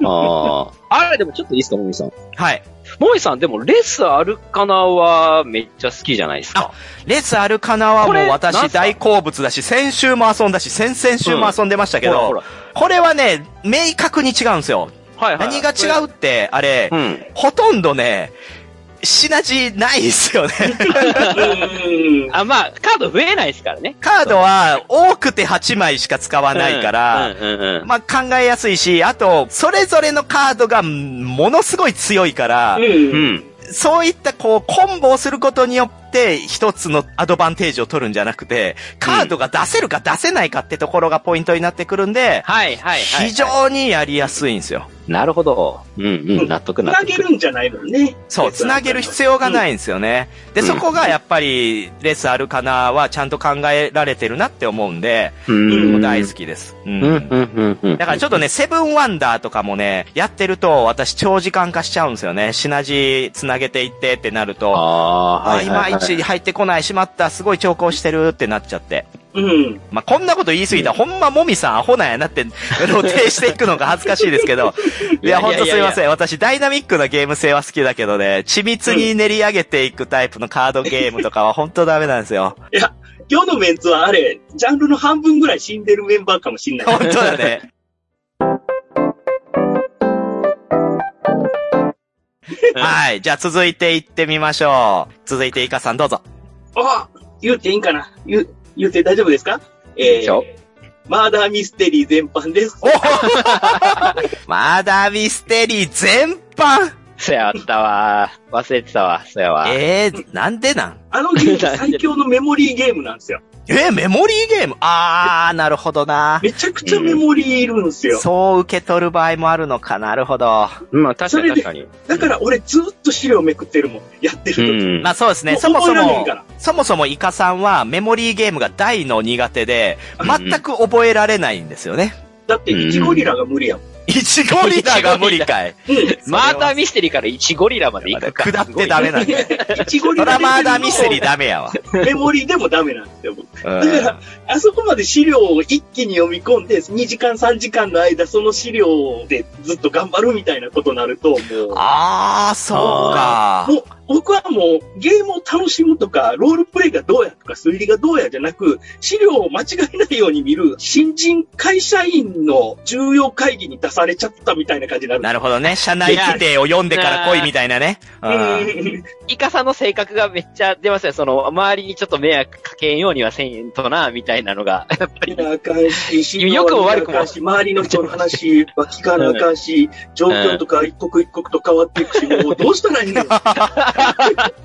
[SPEAKER 4] あーあれでもちょっといいですか、もみさん。
[SPEAKER 1] はい。
[SPEAKER 4] もみさん、でもレスあるかなはめっちゃ好きじゃないですか。
[SPEAKER 1] レスアルカナは
[SPEAKER 4] こ
[SPEAKER 1] も
[SPEAKER 4] れ
[SPEAKER 1] う
[SPEAKER 4] なん
[SPEAKER 1] 私
[SPEAKER 4] すか
[SPEAKER 1] 大好物だし、先週も遊んだし、先々週も遊んでましたけど、
[SPEAKER 4] ほら
[SPEAKER 1] これはね、明確に違うんですよ。
[SPEAKER 4] ほらはいは
[SPEAKER 1] 何
[SPEAKER 4] い。
[SPEAKER 1] が違うって、あれ、
[SPEAKER 4] うん。
[SPEAKER 1] ほとんどね、シナジーないっすよね。
[SPEAKER 3] うん。
[SPEAKER 4] あ、まあ、カード増えないですからね。
[SPEAKER 1] カードは多くて8枚しか使わないから、
[SPEAKER 4] うんうんうん。
[SPEAKER 1] まあ考えやすいし、あと、それぞれのカードがものすごい強いから、
[SPEAKER 3] うん
[SPEAKER 4] うん。
[SPEAKER 1] そういったこう、コンボをすることによって一つのアドバンテージを取るんじゃなくて、カードが出せるか出せないかってところがポイントになってくるんで、
[SPEAKER 4] はいはいはい。
[SPEAKER 1] 非常にやりやすいんですよ。
[SPEAKER 4] なるほど。うんうん、納得
[SPEAKER 3] つ
[SPEAKER 4] 納
[SPEAKER 3] な
[SPEAKER 4] 得。
[SPEAKER 3] げるんじゃないのね。
[SPEAKER 1] そう、つなげる必要がないんですよね。で、
[SPEAKER 4] うん
[SPEAKER 1] そこがやっぱり、レースあるかなはちゃんと考えられてるなって思うんで、
[SPEAKER 4] うん
[SPEAKER 1] もう大好きです。う
[SPEAKER 4] うん
[SPEAKER 1] ん。
[SPEAKER 4] うんうんうん。
[SPEAKER 1] だからちょっとね、セブンワンダーとかもね、やってると私長時間化しちゃうんですよね。シナジーつなげていってってなると、
[SPEAKER 4] ああー、
[SPEAKER 1] あ、
[SPEAKER 4] はい
[SPEAKER 1] い
[SPEAKER 4] はいは
[SPEAKER 1] ま
[SPEAKER 4] い。
[SPEAKER 1] いち入ってこない、しまった、すごい調校してるってなっちゃって。
[SPEAKER 3] うん。
[SPEAKER 1] まあ、こんなこと言い過ぎたら、ほんまもみさんアホなんやなって、露呈していくのが恥ずかしいですけど。い
[SPEAKER 4] いや
[SPEAKER 1] や、ほんと
[SPEAKER 4] い
[SPEAKER 1] す
[SPEAKER 4] や
[SPEAKER 1] い
[SPEAKER 4] いやいや
[SPEAKER 1] ません。私、ダイナミックなゲーム性は好きだけどね、緻密に練り上げていくタイプのカードゲームとかはほんとダメなんですよ。
[SPEAKER 3] 今日のメンツはあれ、ジャンルの半分ぐらい死んでるメンバーかも しんない。
[SPEAKER 1] ほんとだね。はい。じゃあ続いていってみましょう。続いてイカさんどうぞ。
[SPEAKER 3] あ言うていいんかな言う、言うて大丈夫ですか
[SPEAKER 4] いい
[SPEAKER 3] え
[SPEAKER 4] でしょ
[SPEAKER 3] ー、マーダーミステリー全般です。
[SPEAKER 1] まだミステリー全般
[SPEAKER 4] そやったわ。忘れてたわ。そやわ。
[SPEAKER 1] えー、なんでなん
[SPEAKER 3] あのゲーム最強のメモリーゲームなんですよ。
[SPEAKER 1] えー、メモリーゲームあー、なるほどな。
[SPEAKER 3] めちゃくちゃメモリーいるんですよ。
[SPEAKER 1] そう受け取る場合もあるのか、なるほど。
[SPEAKER 4] まあ確かに
[SPEAKER 3] それで
[SPEAKER 4] 確かに。
[SPEAKER 3] だから俺ずっと資料めくってるもん。やって
[SPEAKER 4] う
[SPEAKER 3] る時。
[SPEAKER 4] ん
[SPEAKER 1] ま。あそうですね、
[SPEAKER 3] もう
[SPEAKER 1] そもそ
[SPEAKER 3] 覚えられへん
[SPEAKER 1] も
[SPEAKER 3] から、
[SPEAKER 1] そもそもイカさんはメモリーゲームが大の苦手で、全く覚えられないんですよね。
[SPEAKER 3] だって1ゴリラが無理やもん。
[SPEAKER 1] イチゴリラが無理 かい。
[SPEAKER 4] マーダーミステリーから1ゴリラまで行くか。
[SPEAKER 1] 下ってダメなんだよ。
[SPEAKER 3] 1ゴリ
[SPEAKER 1] ト
[SPEAKER 3] ラ
[SPEAKER 1] ラマーダーミステリー
[SPEAKER 3] だ。
[SPEAKER 1] ダメやわ。
[SPEAKER 3] メモリーでもダメなんですよ。
[SPEAKER 1] うん
[SPEAKER 3] だから、あそこまで資料を一気に読み込んで、2時間3時間の間、その資料でずっと頑張るみたいなことになると、もう、
[SPEAKER 1] あー、そうか。
[SPEAKER 3] もう僕はもうゲームを楽しむとか、ロールプレイがどうやとか、推理がどうやじゃなく、資料を間違えないように見る、新人会社員の重要会議に出されちゃったみたいな感じになる。
[SPEAKER 1] なるほどね。社内規定を読んでから来いみたいなね。うん
[SPEAKER 3] うん
[SPEAKER 4] イカさんの性格がめっちゃ出ますね。その、周りにちょっと迷惑かけんようにはせんとな、みたいなのが。
[SPEAKER 3] 聞かなあかんし、
[SPEAKER 4] 良くも悪くも
[SPEAKER 3] 信用なあかんし周りの人の話は聞かなあかんし、状況とか一刻一刻と変わっていくし、もうどうしたらいいのよ。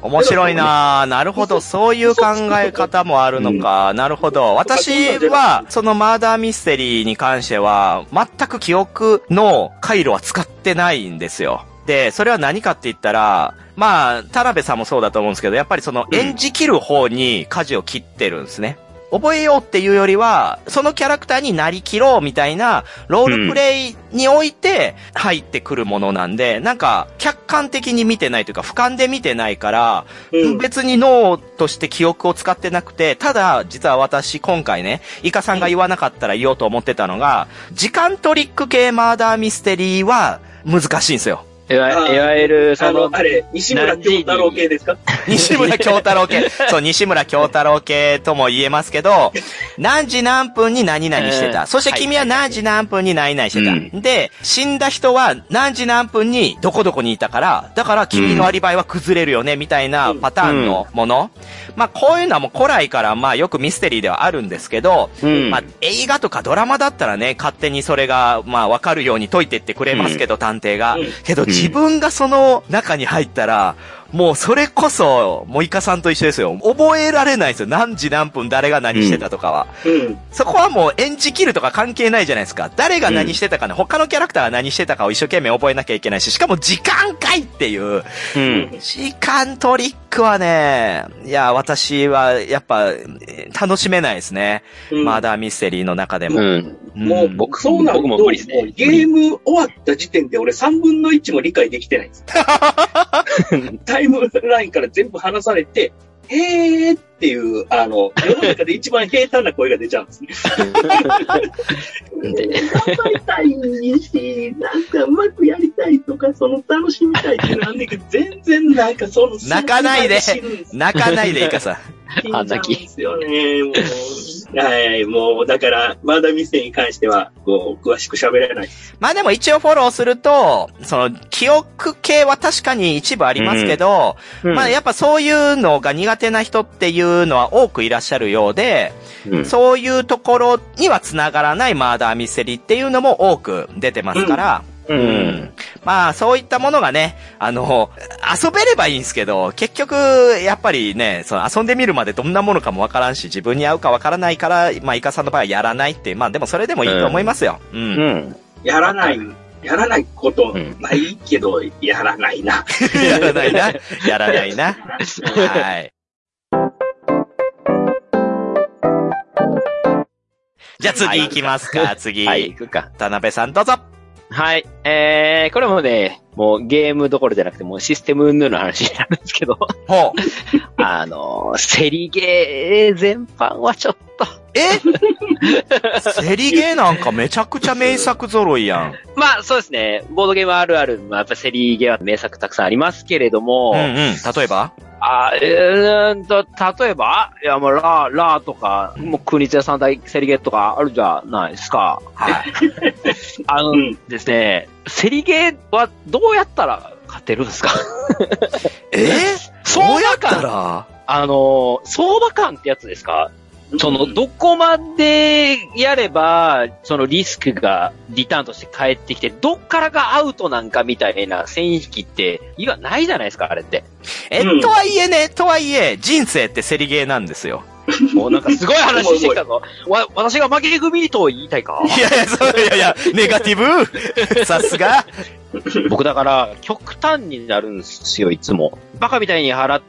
[SPEAKER 1] 面白いなぁ。なるほど。そういう考え方もあるのか。なるほど。私は、そのマーダーミステリーに関しては、全く記憶の回路は使ってないんですよ。で、それは何かって言ったら、まあ、田辺さんもそうだと思うんですけど、やっぱりその演じ切る方に舵を切ってるんですね。覚えようっていうよりは、そのキャラクターになりきろうみたいな、ロールプレイにおいて入ってくるものなんで、なんか、客観的に見てないというか、俯瞰で見てないから、
[SPEAKER 3] うん
[SPEAKER 1] 別に脳として記憶を使ってなくて、ただ、実は私、今回ね、イカさんが言わなかったら言おうと思ってたのが、時間トリック系マーダーミステリーは、難しいんですよ。
[SPEAKER 4] いわいわゆる、そ
[SPEAKER 3] あ
[SPEAKER 4] の
[SPEAKER 3] の、、あれ、西村京太郎系ですか
[SPEAKER 1] 西村京太郎 系。そう、西村京太郎系とも言えますけど、何時何分に何々して
[SPEAKER 4] う
[SPEAKER 1] た。
[SPEAKER 4] ん
[SPEAKER 1] そして君は何時何分に何々してた。で、死んだ人は何時何分にどこどこにいたから、だから君のアリバイは崩れるよね、みたいなパターンのもの。まあ、こういうのはもう古来から、まあ、よくミステリーではあるんですけど、
[SPEAKER 4] うん
[SPEAKER 1] まあ、映画とかドラマだったらね、勝手にそれが、まあ、わかるように解いてってくれますけど、探偵が
[SPEAKER 3] うん。
[SPEAKER 1] けど、
[SPEAKER 4] ん
[SPEAKER 1] 自分がその中に入ったら、もうそれこそ、もうイカさんと一緒ですよ。覚えられないですよ。何時何分誰が何してたとかは。
[SPEAKER 3] うん。
[SPEAKER 1] そこはもう演じ切るとか関係ないじゃないですか。誰が何してたかね、他のキャラクターが何してたかを一生懸命覚えなきゃいけないし、しかも時間かいっていう。
[SPEAKER 4] うん。
[SPEAKER 1] 時間トリックはね、いや、私はやっぱ、えー楽しめないですね。
[SPEAKER 3] うん
[SPEAKER 1] マーダーミステリーの中でも。
[SPEAKER 4] うん。
[SPEAKER 1] ん
[SPEAKER 3] もう、
[SPEAKER 4] 僕
[SPEAKER 3] そうなると、
[SPEAKER 4] 僕
[SPEAKER 3] も
[SPEAKER 4] も無
[SPEAKER 3] う
[SPEAKER 4] 理ですね
[SPEAKER 3] ゲーム終わった時点で俺3分の1も理解できてないん です。タイムラインから全部離されて、へーっていう、あの、世の中で一番平坦な声が出ちゃうん ですね。頑張りたいし、なんかうまくやりたいとか、その楽しみたいっていうのはあんだけど、全然なんかその、
[SPEAKER 1] 泣かないで
[SPEAKER 3] 死ぬんです
[SPEAKER 1] 泣かないで、イカさん。
[SPEAKER 4] あ泣き
[SPEAKER 3] 死んじゃうんですよね、もう。はい、もう、だから、まだ店に関しては、こう、詳しく喋れない。
[SPEAKER 1] まあでも一応フォローすると、その、記憶系は確かに一部ありますけど、まあやっぱそういうのが苦手な人っていうのは多くいらっしゃるようで、
[SPEAKER 4] うん
[SPEAKER 1] そういうところには繋がらないマーダーミステリーっていうのも多く出てますから、
[SPEAKER 4] うん。
[SPEAKER 1] まあ、そういったものがね、あの、遊べればいいんですけど、結局、やっぱりね、その遊んでみるまでどんなものかもわからんし、自分に合うかわからないから、まあ、イカさんの場合はやらないって、まあ、でもそれでもいいと思いますよ。うん。
[SPEAKER 4] うん。
[SPEAKER 3] やらない、やらないことないけど、やらないな。
[SPEAKER 1] やらないな。やらないな。はい。じゃあ次行きますか、次。
[SPEAKER 4] はい、行くか。
[SPEAKER 1] 田辺さんどうぞ。
[SPEAKER 4] はい。えー、これもね、もうゲームどころじゃなくて、もうシステム云々の話になるんですけど、
[SPEAKER 1] ほう。
[SPEAKER 4] あの、セリゲー全般はちょっと、
[SPEAKER 1] えセリゲーなんかめちゃくちゃ名作揃いやん。
[SPEAKER 4] まあそうですね、ボードゲームあるある、まあ、やっぱセリゲーは名作たくさんありますけれども、
[SPEAKER 1] うんうん。例えば
[SPEAKER 4] あーえーんと、例えば、いやもうラー、ラーとか、もう国津さん大セリゲーとかあるじゃないですか。
[SPEAKER 1] はい。
[SPEAKER 4] あの、
[SPEAKER 3] うん
[SPEAKER 4] ですね、セリゲーはどうやったら勝てるんで すか
[SPEAKER 1] え
[SPEAKER 4] 相
[SPEAKER 1] そうや
[SPEAKER 4] 場
[SPEAKER 1] った
[SPEAKER 4] 感
[SPEAKER 1] ら
[SPEAKER 4] あの、相場感ってやつですかその、どこまでやれば、そのリスクがリターンとして返ってきて、どっからがアウトなんかみたいな線引きって、今ないじゃないですか、あれって。
[SPEAKER 1] え、
[SPEAKER 3] うん
[SPEAKER 1] とはいえね、とはいえ、人生ってセリゲーなんですよ。
[SPEAKER 4] もうなんかすごい話してきた ぞ。わ、私が負け組と言いたいか
[SPEAKER 1] いやいや、そう、いやいや、ネガティブさすが
[SPEAKER 4] 僕だから、極端になるんですよ、いつも。バカみたいに払って、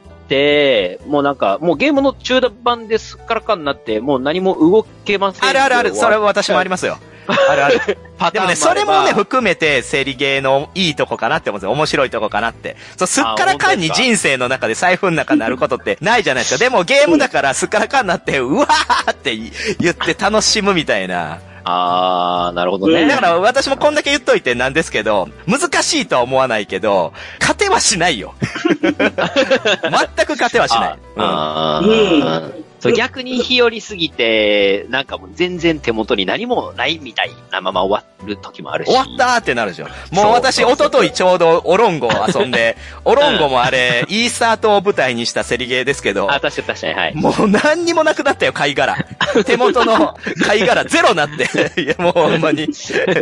[SPEAKER 4] もうなんか、もうゲームの中盤ですからかになって、もう何も動けません。
[SPEAKER 1] あるあるある、それは私もありますよ。あるある。
[SPEAKER 4] パタ
[SPEAKER 1] で
[SPEAKER 4] ーン
[SPEAKER 1] も
[SPEAKER 4] あ
[SPEAKER 1] ね、
[SPEAKER 4] れば
[SPEAKER 1] それもね、含めて、セリゲーのいいとこかなって思うんですよ。面白いとこかなって。そう、すっからかんに
[SPEAKER 4] あ本当ですか
[SPEAKER 1] 人生の中で財布の中になることってないじゃないで すか。でもゲームだから、すっからかんになって、うわーって言って楽しむみたいな。
[SPEAKER 4] あー、なるほど
[SPEAKER 3] う
[SPEAKER 4] ね。
[SPEAKER 3] ん
[SPEAKER 1] だから私もこんだけ言っといてなんですけど、難しいとは思わないけど、勝てはしない よ。全く勝てはしない。うん
[SPEAKER 4] ああーそう逆に日和すぎて、なんかもう全然手元に何もないみたいなまま終わる時もあるし。
[SPEAKER 1] 終わったーってなるでしょ。も
[SPEAKER 4] そうう
[SPEAKER 1] 私、
[SPEAKER 4] そう
[SPEAKER 1] 一
[SPEAKER 4] そう
[SPEAKER 1] 昨日ちょうどオロンゴを遊ん で、オロンゴもあれ、イースター島を舞台にしたセリゲーですけど、
[SPEAKER 4] あ、確かに確かに、はい。
[SPEAKER 1] もう何にもなくなったよ、貝 殻。手元の貝殻ゼロなって。いや、もうほんま に。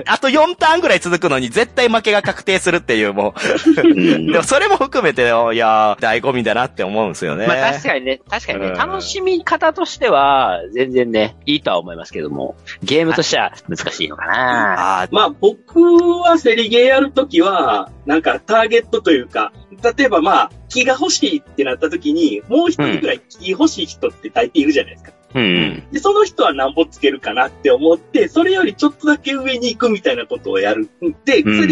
[SPEAKER 1] あと4ターンぐらい続くのに絶対負けが確定するっていう、もう。 でもそれも含めて、いやー、醍醐味だなって思うんですよね。
[SPEAKER 4] まあ確かにね、確かにね、
[SPEAKER 1] うん
[SPEAKER 4] 楽しみ方としては、全然ね、いいとは思いますけども、ゲームとしては難しいのかな
[SPEAKER 1] あー
[SPEAKER 3] まあ僕はセリゲーやるときは、なんかターゲットというか、例えばまあ、気が欲しいってなったときに、もう一人くらい気欲しい人って大抵いるじゃないですか。
[SPEAKER 4] うん。
[SPEAKER 3] で、その人は何ぼつけるかなって思って、それよりちょっとだけ上に行くみたいなことをやる。で、
[SPEAKER 4] うん。
[SPEAKER 3] セ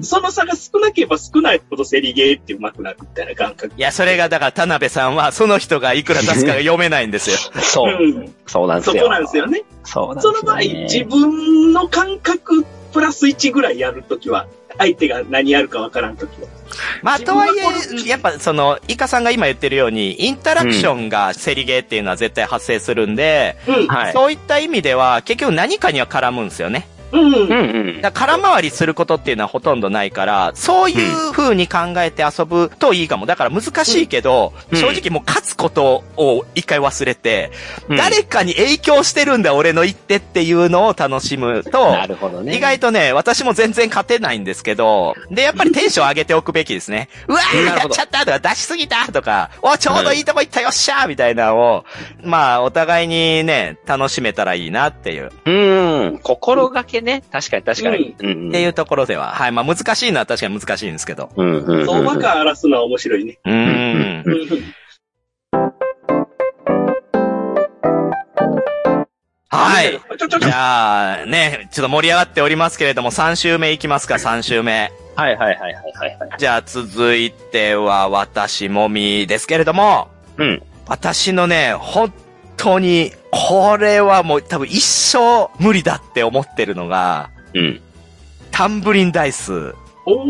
[SPEAKER 3] リその差が少なければ少ないほどセリゲーって上手くなるみたいな感覚。
[SPEAKER 1] いや、それがだから田辺さんは、その人がいくら出すかが読めないんですよ。
[SPEAKER 4] そうう。
[SPEAKER 3] ん。
[SPEAKER 4] そうなんです
[SPEAKER 3] そ
[SPEAKER 4] よ。
[SPEAKER 3] こなんですよね。
[SPEAKER 4] そうなんです
[SPEAKER 3] そ
[SPEAKER 4] よ
[SPEAKER 3] の
[SPEAKER 4] ね。
[SPEAKER 3] 場合、自分の感覚プラス1ぐらいやるときは、相手が何やるかわからんときは。
[SPEAKER 1] まあ、とはい
[SPEAKER 3] 自分が
[SPEAKER 1] え、やっぱその、イカさんが今言ってるように、インタラクションがセリゲーっていうのは絶対発生するんで、
[SPEAKER 3] うん。
[SPEAKER 4] はい。
[SPEAKER 1] そういった意味では、結局何かには絡むんですよね。
[SPEAKER 3] うん
[SPEAKER 4] うん。うん。
[SPEAKER 1] だから空回りすることっていうのはほとんどないから、そういう風に考えて遊ぶといいかも。だから難しいけど、
[SPEAKER 4] うん
[SPEAKER 1] 正直もう勝つことを一回忘れて、
[SPEAKER 4] うん
[SPEAKER 1] 誰かに影響してるんだ俺の一手っていうのを楽しむと、
[SPEAKER 4] なるほどね。
[SPEAKER 1] 意外とね、私も全然勝てないんですけど、で、やっぱりテンション上げておくべきですね。うわー
[SPEAKER 4] なる
[SPEAKER 1] やっ
[SPEAKER 4] ほど
[SPEAKER 1] ちゃったとか、出しすぎたとか、お、ちょうどいいとこ行ったよっしゃーみたいなのを、まあ、お互いにね、楽しめたらいいなっていう。
[SPEAKER 4] うん。心がけね。確かに確かに。うん。
[SPEAKER 1] っていうところでは、はい。まあ難しいのは確かに難しいんですけど。
[SPEAKER 4] うん。うん。うん。
[SPEAKER 3] 相場感荒らすのは面白いね。
[SPEAKER 1] うーん
[SPEAKER 4] う。ん
[SPEAKER 1] はい。
[SPEAKER 3] ちょちょ ち
[SPEAKER 1] じ
[SPEAKER 3] ょ。
[SPEAKER 1] ゃあ、ね、ちょっと盛り上がっておりますけれども、3週目いきますか、3週目。
[SPEAKER 4] はいはいはいはいはいはい。
[SPEAKER 1] じゃあ、続いては、私もみですけれども、
[SPEAKER 4] うん。
[SPEAKER 1] 私のね、本当に、これはもう多分一生無理だって思ってるのが、
[SPEAKER 4] うん。
[SPEAKER 1] タンブリンダイス。
[SPEAKER 3] お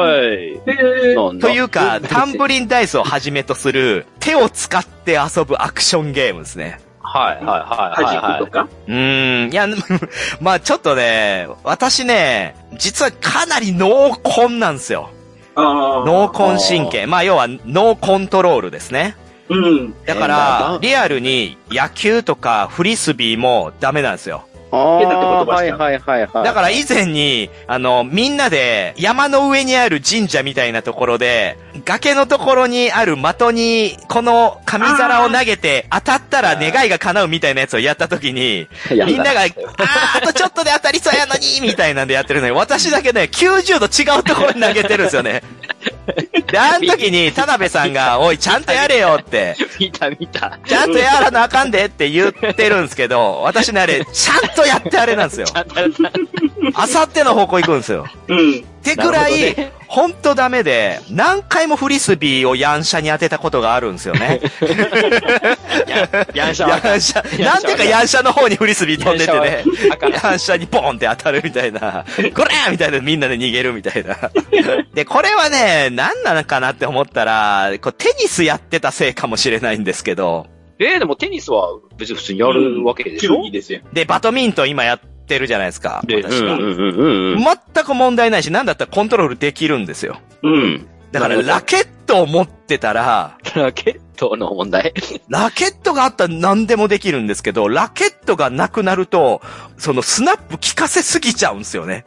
[SPEAKER 4] お
[SPEAKER 3] ー。
[SPEAKER 4] い。
[SPEAKER 3] えー
[SPEAKER 4] なんだ
[SPEAKER 1] というか、タンブリンダイスをはじめとする、手を使って遊ぶアクションゲームですね。
[SPEAKER 4] はいはいはいはい
[SPEAKER 3] は
[SPEAKER 4] は
[SPEAKER 3] じくと
[SPEAKER 4] い。
[SPEAKER 3] か
[SPEAKER 1] うーん、いや、 まあちょっとね、私ね、実はかなり濃紺なんですよ。
[SPEAKER 3] ああ。
[SPEAKER 1] 濃紺神経。まあ要は脳コントロールですね。
[SPEAKER 3] うん。
[SPEAKER 1] だか
[SPEAKER 4] えーまあま
[SPEAKER 1] ら
[SPEAKER 4] あ、
[SPEAKER 1] リアルに野球とかフリスビーもダメなんですよ。
[SPEAKER 4] あ
[SPEAKER 3] 変なとこ飛
[SPEAKER 4] あ、
[SPEAKER 3] ば
[SPEAKER 4] は
[SPEAKER 3] し
[SPEAKER 4] い
[SPEAKER 3] た
[SPEAKER 4] はいはいはい。
[SPEAKER 1] だから以前に、あの、みんなで山の上にある神社みたいなところで、崖のところにある的に、この紙皿を投げて当たったら願いが叶うみたいなやつをやった時に、
[SPEAKER 4] やだ
[SPEAKER 1] みんなが、あー、あとちょっとで当たりそうやのに、みたいなんでやってるのに、私だけね、90度違うところに投げてるんですよ ね。で、あの時に田辺さんが、おい、ちゃんとやれよって、
[SPEAKER 4] 見た見た。
[SPEAKER 1] ちゃんとやらなあかんでって言ってるんですけど、私ね、あれ、ちゃんとやってあれなんですよ。
[SPEAKER 4] あだだ
[SPEAKER 1] あさっての方向行くんですよ。
[SPEAKER 3] うん。
[SPEAKER 1] ってくら
[SPEAKER 4] なる
[SPEAKER 1] い、
[SPEAKER 4] ほど
[SPEAKER 1] ほんとダメで、何回もフリスビーをヤンシャに当てたことがあるんですよ ね。
[SPEAKER 4] ヤンシャはあかん
[SPEAKER 1] ヤンシャ。
[SPEAKER 4] ヤンシャは
[SPEAKER 1] なんでかヤンシャの方にフリスビー飛んでてね
[SPEAKER 4] ヤンシャはあかん。
[SPEAKER 1] ヤンシャにポンって当たるみたいな。これみたいな、みんなで逃げるみたいな。で、これはね、何なのかなって思ったら、こうテニスやってたせいかもしれないんですけど、
[SPEAKER 4] えー、でもテニスは別に普通にやるわけでしょ
[SPEAKER 3] 競技ですよ。
[SPEAKER 1] で、バドミントン今やってるじゃないですか。
[SPEAKER 4] で
[SPEAKER 1] 私
[SPEAKER 4] うんうんうんうん。
[SPEAKER 1] 全く問題ないし、なんだったらコントロールできるんですよ。
[SPEAKER 4] うん。
[SPEAKER 1] だから、
[SPEAKER 4] なるほど
[SPEAKER 1] ラケットを持ってたら、
[SPEAKER 4] ラケットの問題。
[SPEAKER 1] ラケットがあったら何でもできるんですけど、ラケットがなくなると、そのスナップ効かせすぎちゃうんですよね。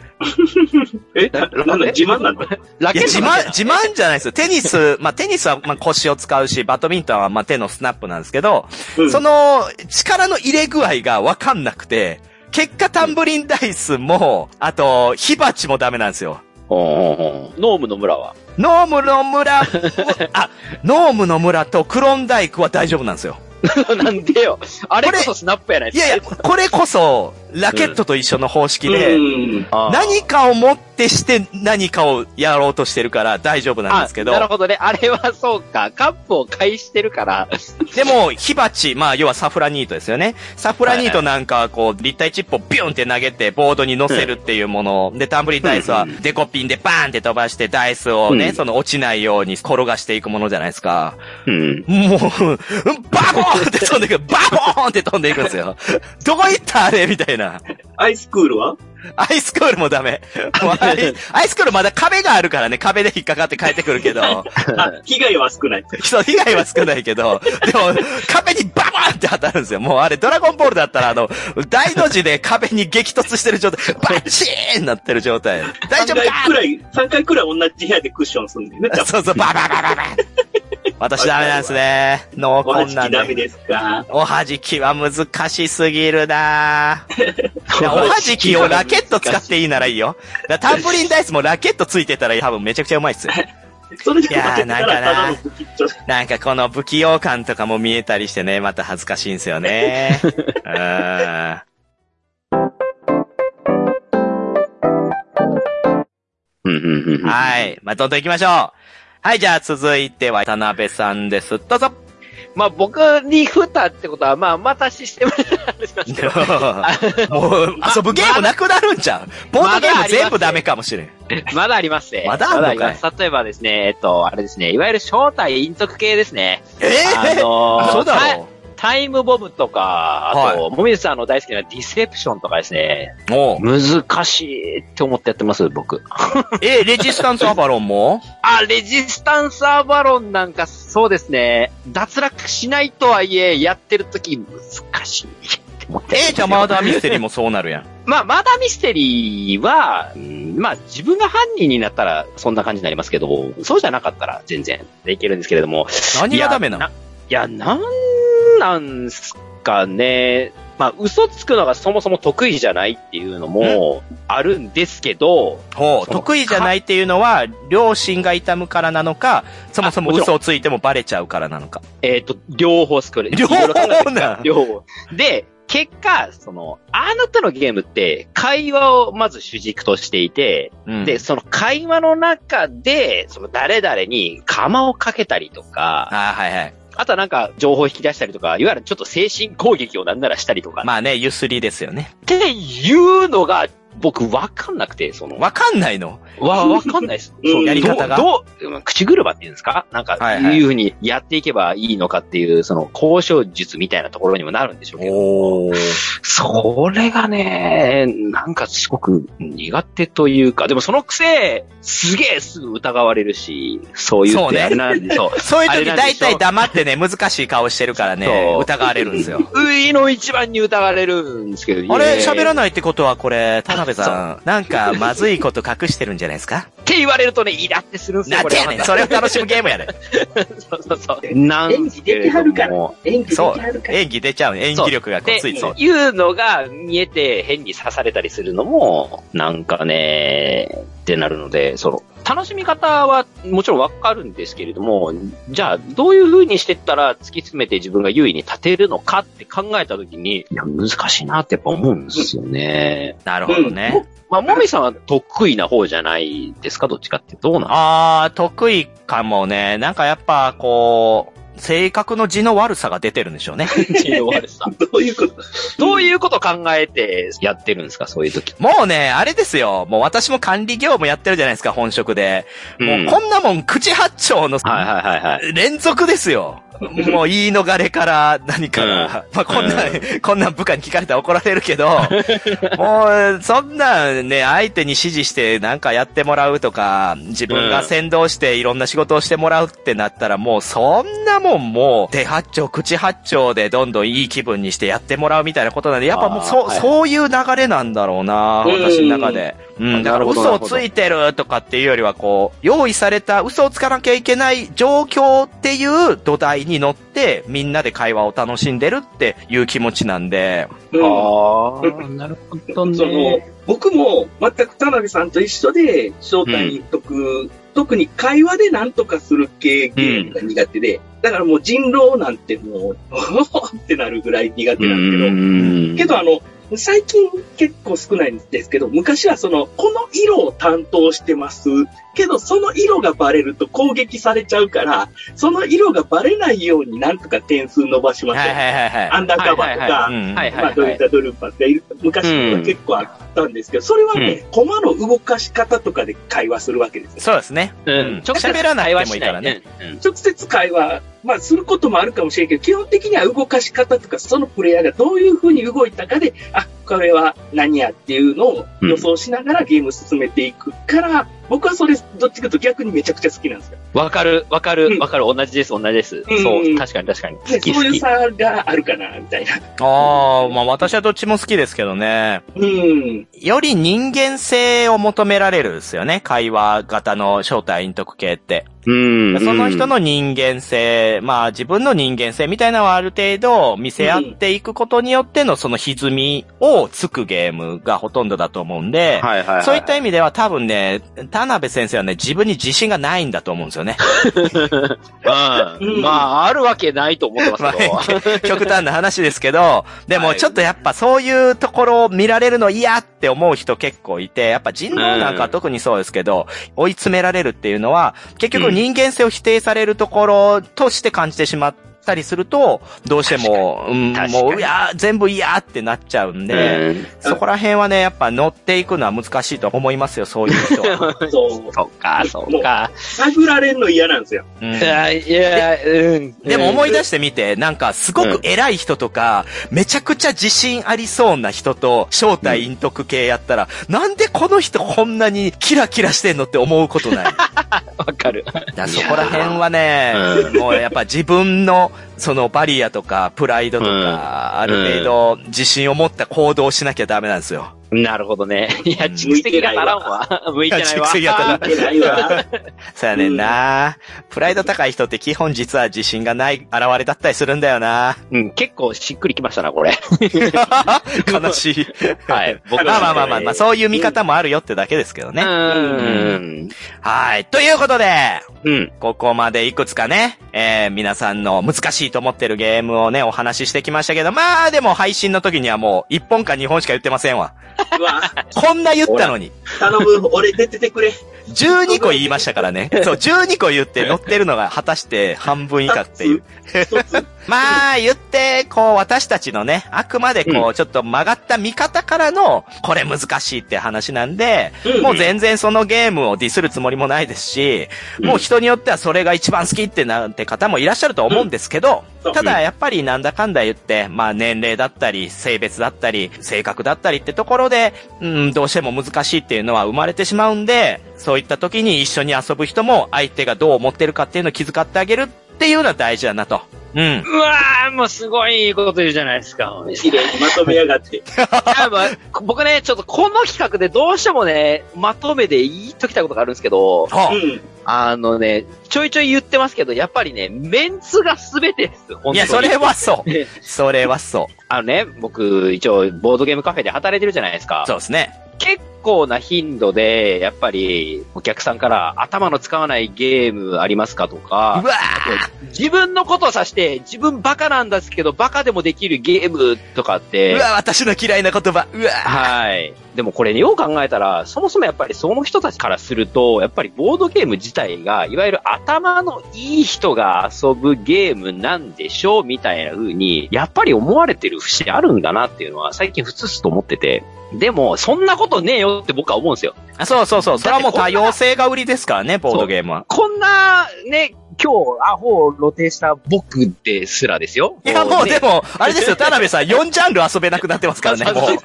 [SPEAKER 3] え、ななんだ、自慢なの
[SPEAKER 4] ラ
[SPEAKER 1] い
[SPEAKER 4] ケ
[SPEAKER 1] や、
[SPEAKER 4] ット
[SPEAKER 1] 自
[SPEAKER 4] の話
[SPEAKER 1] 慢、自慢じゃないですよ。テニス、 まあ、テニスはまあ腰を使うし、バドミントンはまあ手のスナップなんですけど、
[SPEAKER 3] うん
[SPEAKER 1] その力の入れ具合がわかんなくて、結果タンブリンダイスも、あと、火鉢もダメなんですよ。
[SPEAKER 4] ほうほうほうノームの村は。
[SPEAKER 1] ノームの村、あ、ノームの村とクロンダイクは大丈夫なんですよ。
[SPEAKER 4] なんでよ。あれこそスナップやない
[SPEAKER 1] いやいや、これこそ、ラケットと一緒の方式で、
[SPEAKER 3] うん。
[SPEAKER 1] 何かを持ってして何かをやろうとしてるから大丈夫なん
[SPEAKER 4] あ
[SPEAKER 1] ですけど
[SPEAKER 4] な、るほどね。あれはそうか。カップを返してるから。
[SPEAKER 1] でも、火鉢、まあ、要はサフラニートですよね。サフラニートなんかはこう、立体チップをビュンって投げて、ボードに乗せるっていうもの。で、タンブリンダイスは、デコピンでバーンって飛ばして、ダイスを
[SPEAKER 4] う
[SPEAKER 1] ね、
[SPEAKER 4] ん
[SPEAKER 1] その落ちないように転がしていくものじゃないですか。
[SPEAKER 4] うん。
[SPEAKER 1] もう、バボーンって飛んでいく、バボーンって飛んでいくんですよ。どこ行ったあれみたいな。
[SPEAKER 3] アイスクール は
[SPEAKER 1] アイスクールもダメ。もうアイアイスクールまだ壁があるからね、壁で引っかかって帰ってくるけど。
[SPEAKER 3] あ、被害は少ない。
[SPEAKER 1] 人被害は少ないけど、でも、壁にババーンって当たるんですよ。もうあれ、ドラゴンボールだったら、あの、大の字で壁に激突してる状態、バシーンなってる状態。大丈夫
[SPEAKER 3] 3回く
[SPEAKER 1] から
[SPEAKER 3] い、三回くらい同じ部屋でクッションする んだよね。多分
[SPEAKER 1] そうそう、バババババ私ダメなんですね。濃
[SPEAKER 3] おは
[SPEAKER 1] 厚
[SPEAKER 3] じ
[SPEAKER 1] な
[SPEAKER 3] き
[SPEAKER 1] ん
[SPEAKER 3] ダメ
[SPEAKER 1] で。
[SPEAKER 3] ですか
[SPEAKER 1] おはじきは難しすぎるなぁ。いやおはじきをラケット使っていいならいいよ。だからタンブリンダイスもラケットついてたら多分めちゃくちゃうまいっすよ。
[SPEAKER 3] それで負けてた
[SPEAKER 1] いやーなんからな
[SPEAKER 3] ただの不吉祥
[SPEAKER 1] なんかこの不器用感とかも見えたりしてね、また恥ずかしいんですよ ね。うーん。
[SPEAKER 4] うんうんうん。
[SPEAKER 1] はい。まあ、どんどん行きましょう。はい、じゃあ続いては田辺さんです。どう ぞ
[SPEAKER 4] まあ僕に振ったってことは、まあまたシステムの 話なんですけど。
[SPEAKER 1] もう、遊ぶゲームなくなるんちゃうボードゲーム全部ダメかもしれん。
[SPEAKER 4] まだありますね。
[SPEAKER 1] まだあるのかい
[SPEAKER 4] まだります例えばですね、えっと、あれですね、いわゆる正体隠匿系ですね。
[SPEAKER 1] え
[SPEAKER 4] あ
[SPEAKER 1] え
[SPEAKER 4] のー
[SPEAKER 1] そうだ
[SPEAKER 4] タイ
[SPEAKER 1] ろ
[SPEAKER 4] タイムボムとか、あと、もみじさんの大好きなディセプションとかですね、
[SPEAKER 1] うおう
[SPEAKER 4] 難しいって思ってやってます、僕。
[SPEAKER 1] え、レジスタンスアバロンも
[SPEAKER 4] あ、レジスタンスアバロンなんか、そうですね、脱落しないとはいえ、やってるとき難しいって思ってやってますよ。
[SPEAKER 1] え、じゃあマーダーミステリーもそうなるやん。
[SPEAKER 4] まあ、まだミステリーは、うんまあ、自分が犯人になったら、そんな感じになりますけど、そうじゃなかったら、全然、いけるんですけれども。
[SPEAKER 1] 何がダメないの
[SPEAKER 4] やいや、なんなんすかね。まあ、嘘つくのがそもそも得意じゃないっていうのも、あるんですけど、
[SPEAKER 1] ほ。
[SPEAKER 4] そうの
[SPEAKER 1] 得意じゃないっていうのは、両親が痛むからなのか、そもそも
[SPEAKER 4] あもちろ
[SPEAKER 1] 嘘をついてもバレちゃうからなのか。
[SPEAKER 4] えっ、と、両方作る。
[SPEAKER 1] 両
[SPEAKER 4] いろいろ考えて
[SPEAKER 1] 方な
[SPEAKER 4] 両方。で、結果、その、あなたのゲームって、会話をまず主軸としていて、
[SPEAKER 1] うん
[SPEAKER 4] で、その会話の中で、その誰々に釜をかけたりとか、
[SPEAKER 1] ああ、はいはい。
[SPEAKER 4] あとはなんか情報を引き出したりとか、いわゆるちょっと精神攻撃をなんならしたりとか、
[SPEAKER 1] まあね、ゆすりですよね。
[SPEAKER 4] っていうのが僕わかんなくて、その、わ、
[SPEAKER 1] わかんないの
[SPEAKER 4] わかんな いです。
[SPEAKER 3] うん
[SPEAKER 4] そう
[SPEAKER 1] やり方が
[SPEAKER 4] どう、どう、口車っていうんですかなんか、
[SPEAKER 1] はい
[SPEAKER 4] い
[SPEAKER 1] はいう
[SPEAKER 4] ふうにやっていけばいいのかっていう、その、交渉術みたいなところにもなるんでしょうけど、
[SPEAKER 1] おー。
[SPEAKER 4] それがね、なんかすごく苦手というか、でもそのくせ、すげえすぐ疑われるし、そういう
[SPEAKER 1] そう
[SPEAKER 4] って
[SPEAKER 1] ね
[SPEAKER 4] あれなんで、そう。
[SPEAKER 1] そういう
[SPEAKER 4] あ
[SPEAKER 1] 時
[SPEAKER 4] れなんで
[SPEAKER 1] 大
[SPEAKER 4] しょ
[SPEAKER 1] 体黙ってね、難しい顔してるからね
[SPEAKER 4] そ、う
[SPEAKER 1] 疑われるんですよ。
[SPEAKER 4] う いの一番に疑われるんですけど。
[SPEAKER 1] あれ、喋ら
[SPEAKER 4] な
[SPEAKER 1] ないってことはこれ、田辺さん、なんかまずいこと隠してるんじゃないですか
[SPEAKER 4] って言われるとね、イラってするんですよ、
[SPEAKER 1] なん
[SPEAKER 4] こ
[SPEAKER 1] て
[SPEAKER 4] れ
[SPEAKER 1] や
[SPEAKER 4] は
[SPEAKER 1] ねん、それを楽しむゲームやで。
[SPEAKER 4] そうそうそう。なんですけれ
[SPEAKER 3] 演技でき
[SPEAKER 4] ども
[SPEAKER 3] はるから演技でき
[SPEAKER 1] そう
[SPEAKER 3] はる。から。
[SPEAKER 1] 演技出ちゃうね。演技力がこうついて
[SPEAKER 4] で、いうのが見えて変に刺されたりするのも、なんかね、ってなるので、その、楽しみ方はもちろんわかるんですけれども、じゃあどういう風にしてったら突き詰めて自分が優位に立てるのかって考えた時に、いや、難しいなってやっぱ思うんですよね。
[SPEAKER 1] なるほどね。
[SPEAKER 4] まあ、もみさんは得意な方じゃないですかどっちかってどう なの
[SPEAKER 1] あー、得意かもね。なんかやっぱ、こう、性格の字の悪さが出てるんでしょうね。
[SPEAKER 4] 知の悪さ。
[SPEAKER 3] どういうこと
[SPEAKER 4] どういうこと考えてやってるんですかそういう時。
[SPEAKER 1] もうね、あれですよ。もう私も管理業務やってるじゃないですか、本職で。もう
[SPEAKER 4] うん
[SPEAKER 1] こんなもん、口八丁の、
[SPEAKER 4] はいはいはいはい。
[SPEAKER 1] 連続ですよ。もう言い逃れから何から。まあ、こんな、こんなん部下に聞かれたら怒られるけど、もう、そんなんね、相手に指示してなんかやってもらうとか、自分が先導していろんな仕事をしてもらうってなったら、もうそんなもんもう、手八丁、口八丁でどんどんいい気分にしてやってもらうみたいなことなんで、やっぱもうそ
[SPEAKER 4] あー
[SPEAKER 1] う、
[SPEAKER 4] はい
[SPEAKER 1] そういう流れなんだろうな、私の中で。うん、だから嘘
[SPEAKER 4] な
[SPEAKER 1] を
[SPEAKER 4] るほど
[SPEAKER 1] ついてるとかっていうよりはこう、用意された嘘をつかなきゃいけない状況っていう土台に乗って、みんなで会話を楽しんでるっていう気持ちなんで、
[SPEAKER 3] うん
[SPEAKER 4] ああ、なるほど
[SPEAKER 3] その
[SPEAKER 4] ね。
[SPEAKER 3] 僕も全く田辺さんと一緒で、正体に特、特に会話で何とかする系ゲームが苦手で、だからもう人狼なんてもう、 ってなるぐらい苦手なんですけど、
[SPEAKER 4] ん
[SPEAKER 3] けどあの、最近結構少ないんですけど、昔はその、この色を担当してます。けど、その色がバレると攻撃されちゃうから、その色がバレないようになんとか点数伸ばしま
[SPEAKER 1] はい
[SPEAKER 3] しょう。
[SPEAKER 1] はいはい
[SPEAKER 3] ア
[SPEAKER 1] は
[SPEAKER 3] ンダーカバーと
[SPEAKER 4] は
[SPEAKER 1] い
[SPEAKER 4] いは
[SPEAKER 1] う
[SPEAKER 3] か、
[SPEAKER 1] ん。
[SPEAKER 4] はい
[SPEAKER 3] ま
[SPEAKER 4] は
[SPEAKER 3] あ、
[SPEAKER 4] い
[SPEAKER 3] ド
[SPEAKER 4] は
[SPEAKER 3] リ
[SPEAKER 4] い
[SPEAKER 3] ル。タドルーパーがいる、昔は結構あったんですけど、それはね、コマの動かし方とかで会話するわけですよ。
[SPEAKER 1] そうですね。
[SPEAKER 4] うん
[SPEAKER 1] 喋らなくてもいいからね。
[SPEAKER 4] うん
[SPEAKER 3] 直接会話、まあ、することもあるかもしれんけど、基本的には動かし方とか、そのプレイヤーがどういう風に動いたかで、あ、これは何やっていうのを予想しながらゲーム進めていくから、僕はそれ、どっちかというと逆にめちゃくちゃ好きなんですよ。
[SPEAKER 4] わかる、わか
[SPEAKER 3] う
[SPEAKER 4] る、
[SPEAKER 3] ん
[SPEAKER 4] わかる。同じです、同じです。
[SPEAKER 3] うん
[SPEAKER 4] そう、確かに確かに。好
[SPEAKER 3] で
[SPEAKER 4] き
[SPEAKER 3] そう
[SPEAKER 4] 好
[SPEAKER 3] いう
[SPEAKER 4] き。
[SPEAKER 3] 差があるかな、みたいな。
[SPEAKER 1] ああ、まあ私はどっちも好きですけどね。
[SPEAKER 3] うん。
[SPEAKER 1] より人間性を求められるですよね。会話型の招待陰徳系って。
[SPEAKER 4] うん
[SPEAKER 1] その人、の人間性、まあ自分の人間性みたいなのはある程度見せ合っていくことによってのその歪みをつくゲームがほとんどだと思うんで、
[SPEAKER 4] はいは
[SPEAKER 1] そういった意味では多分ね、田辺先生はね、自分に自信がないんだと思うんですよね。
[SPEAKER 4] うんまあ、あるわけないと思ってます けど。
[SPEAKER 1] 極端な話ですけど、でも
[SPEAKER 4] はい
[SPEAKER 1] ちょっとやっぱそういうところを見られるの嫌って思う人結構いて、やっぱ人狼なんかは特にそうですけど、追い詰められるっていうのは、結局人間性を否定されるところとして感じてしまったりすると、どうしても、うん
[SPEAKER 4] 確かに
[SPEAKER 1] もう、いや、全部嫌ってなっちゃうんで、
[SPEAKER 4] うん
[SPEAKER 1] そこら辺はね、やっぱ乗っていくのは難しいと思いますよ、そういう人 は。
[SPEAKER 3] そう。
[SPEAKER 4] そっか、そっか。
[SPEAKER 3] 探られんの嫌なんですよ。
[SPEAKER 1] うん
[SPEAKER 4] いや、いや、うん。
[SPEAKER 1] でも思い出してみて、なんかすごく偉い人とか、めちゃくちゃ自信ありそうな人と、正体陰徳系やったら、なんでこの人こんなにキラキラしてんのって思うこと ない。だか
[SPEAKER 4] わかる。
[SPEAKER 1] らそこら辺はね
[SPEAKER 4] う、
[SPEAKER 1] もうやっぱ自分の、そのバリアとか、プライドと
[SPEAKER 4] うん
[SPEAKER 1] か、ある程度自信を持った行動をしなきゃダメなんですよ。
[SPEAKER 4] なるほどね。いや、蓄積が足らんわ。向いてないわ。
[SPEAKER 1] 蓄積が足らん
[SPEAKER 3] いけないわ。
[SPEAKER 1] そうやねんな。プライド高い人って基本実は自信がない現れだったりするんだよ な。
[SPEAKER 4] うん、結構しっくりきましたな、 これ。
[SPEAKER 1] 悲しい。
[SPEAKER 4] はい。僕
[SPEAKER 1] まあまあまあまあ、まあ、そういう見方もあるよってだけですけどね。
[SPEAKER 4] うん。
[SPEAKER 1] はい。ということで、
[SPEAKER 4] うん。
[SPEAKER 1] ここまでいくつかね、えー、皆さんの難しいと思ってるゲームをね、お話ししてきましたけど、まあでも配信の時にはもう1本か2本しか言ってません わ。
[SPEAKER 3] うわ、
[SPEAKER 1] こんな言ったのに、
[SPEAKER 3] 頼む、俺出ててくれ。
[SPEAKER 1] 12個言いましたからね。そう、12個言って乗ってるのが果たして半分以下っていう。
[SPEAKER 3] 一つ、
[SPEAKER 1] まあ、言って、こう、私たちのね、あくまでこう、ちょっと曲がった見方からの、これ難しいって話なんで、
[SPEAKER 3] う ん
[SPEAKER 1] もう全然そのゲームをディスるつもりもないですし、もう人によってはそれが一番好きってなんて方もいらっしゃると思うんですけど
[SPEAKER 3] うん、
[SPEAKER 1] ただやっぱりなんだかんだ言って、まあ年齢だったり、性別だったり、性格だったりってところで、うん、どうしても難しいっていうのは生まれてしまうんで、そういった時に一緒に遊ぶ人も相手がどう思ってるかっていうのを気遣ってあげるっていうのは大事だなと。うん。
[SPEAKER 4] うわー、もうすごいいいこと言うじゃないですか。お店
[SPEAKER 3] 綺麗にまとめやがって。
[SPEAKER 4] あまあ僕ね、ちょっとこの企画でどうしてもね、まとめで言っときたいことがあるんですけど、
[SPEAKER 1] は
[SPEAKER 3] う
[SPEAKER 4] あのね、ちょいちょい言ってますけど、やっぱりね、メンツが全てです。本当
[SPEAKER 1] あ、い
[SPEAKER 4] に
[SPEAKER 1] や、それはそう。それはそ
[SPEAKER 4] あのね、僕、一応、ボードゲームカフェで働いてるじゃないですか
[SPEAKER 1] う。。そうですね。
[SPEAKER 4] 結構な頻度で、やっぱり、お客さんから、頭の使わないゲームありますかと
[SPEAKER 1] う
[SPEAKER 4] か、
[SPEAKER 1] わ
[SPEAKER 4] 自分のことを指して、自分バカなんですけど、バカでもできるゲームとかっ
[SPEAKER 1] ーう
[SPEAKER 4] て、
[SPEAKER 1] わ私の嫌いな言葉。うわ
[SPEAKER 4] はい。でもこれね、よう考えたら、そもそもやっぱりその人たちからすると、やっぱりボードゲーム自体が、いわゆる頭のいい人が遊ぶゲームなんでしょうみたいな風に、やっぱり思われてる節あるんだなっていうのは、最近ふつふつと思ってて。でも、そんなことねえよって僕は思うんですよ。
[SPEAKER 1] あそうそうそう。それはもう多様性が売りですからね、ボードゲームは。
[SPEAKER 4] こんな、ね、今日、アホを露呈した僕ですらですよ。
[SPEAKER 1] いや、もうで
[SPEAKER 4] ね
[SPEAKER 1] も、あれです よ、田辺さん、4ジャンル遊べなくなってますからね、もう。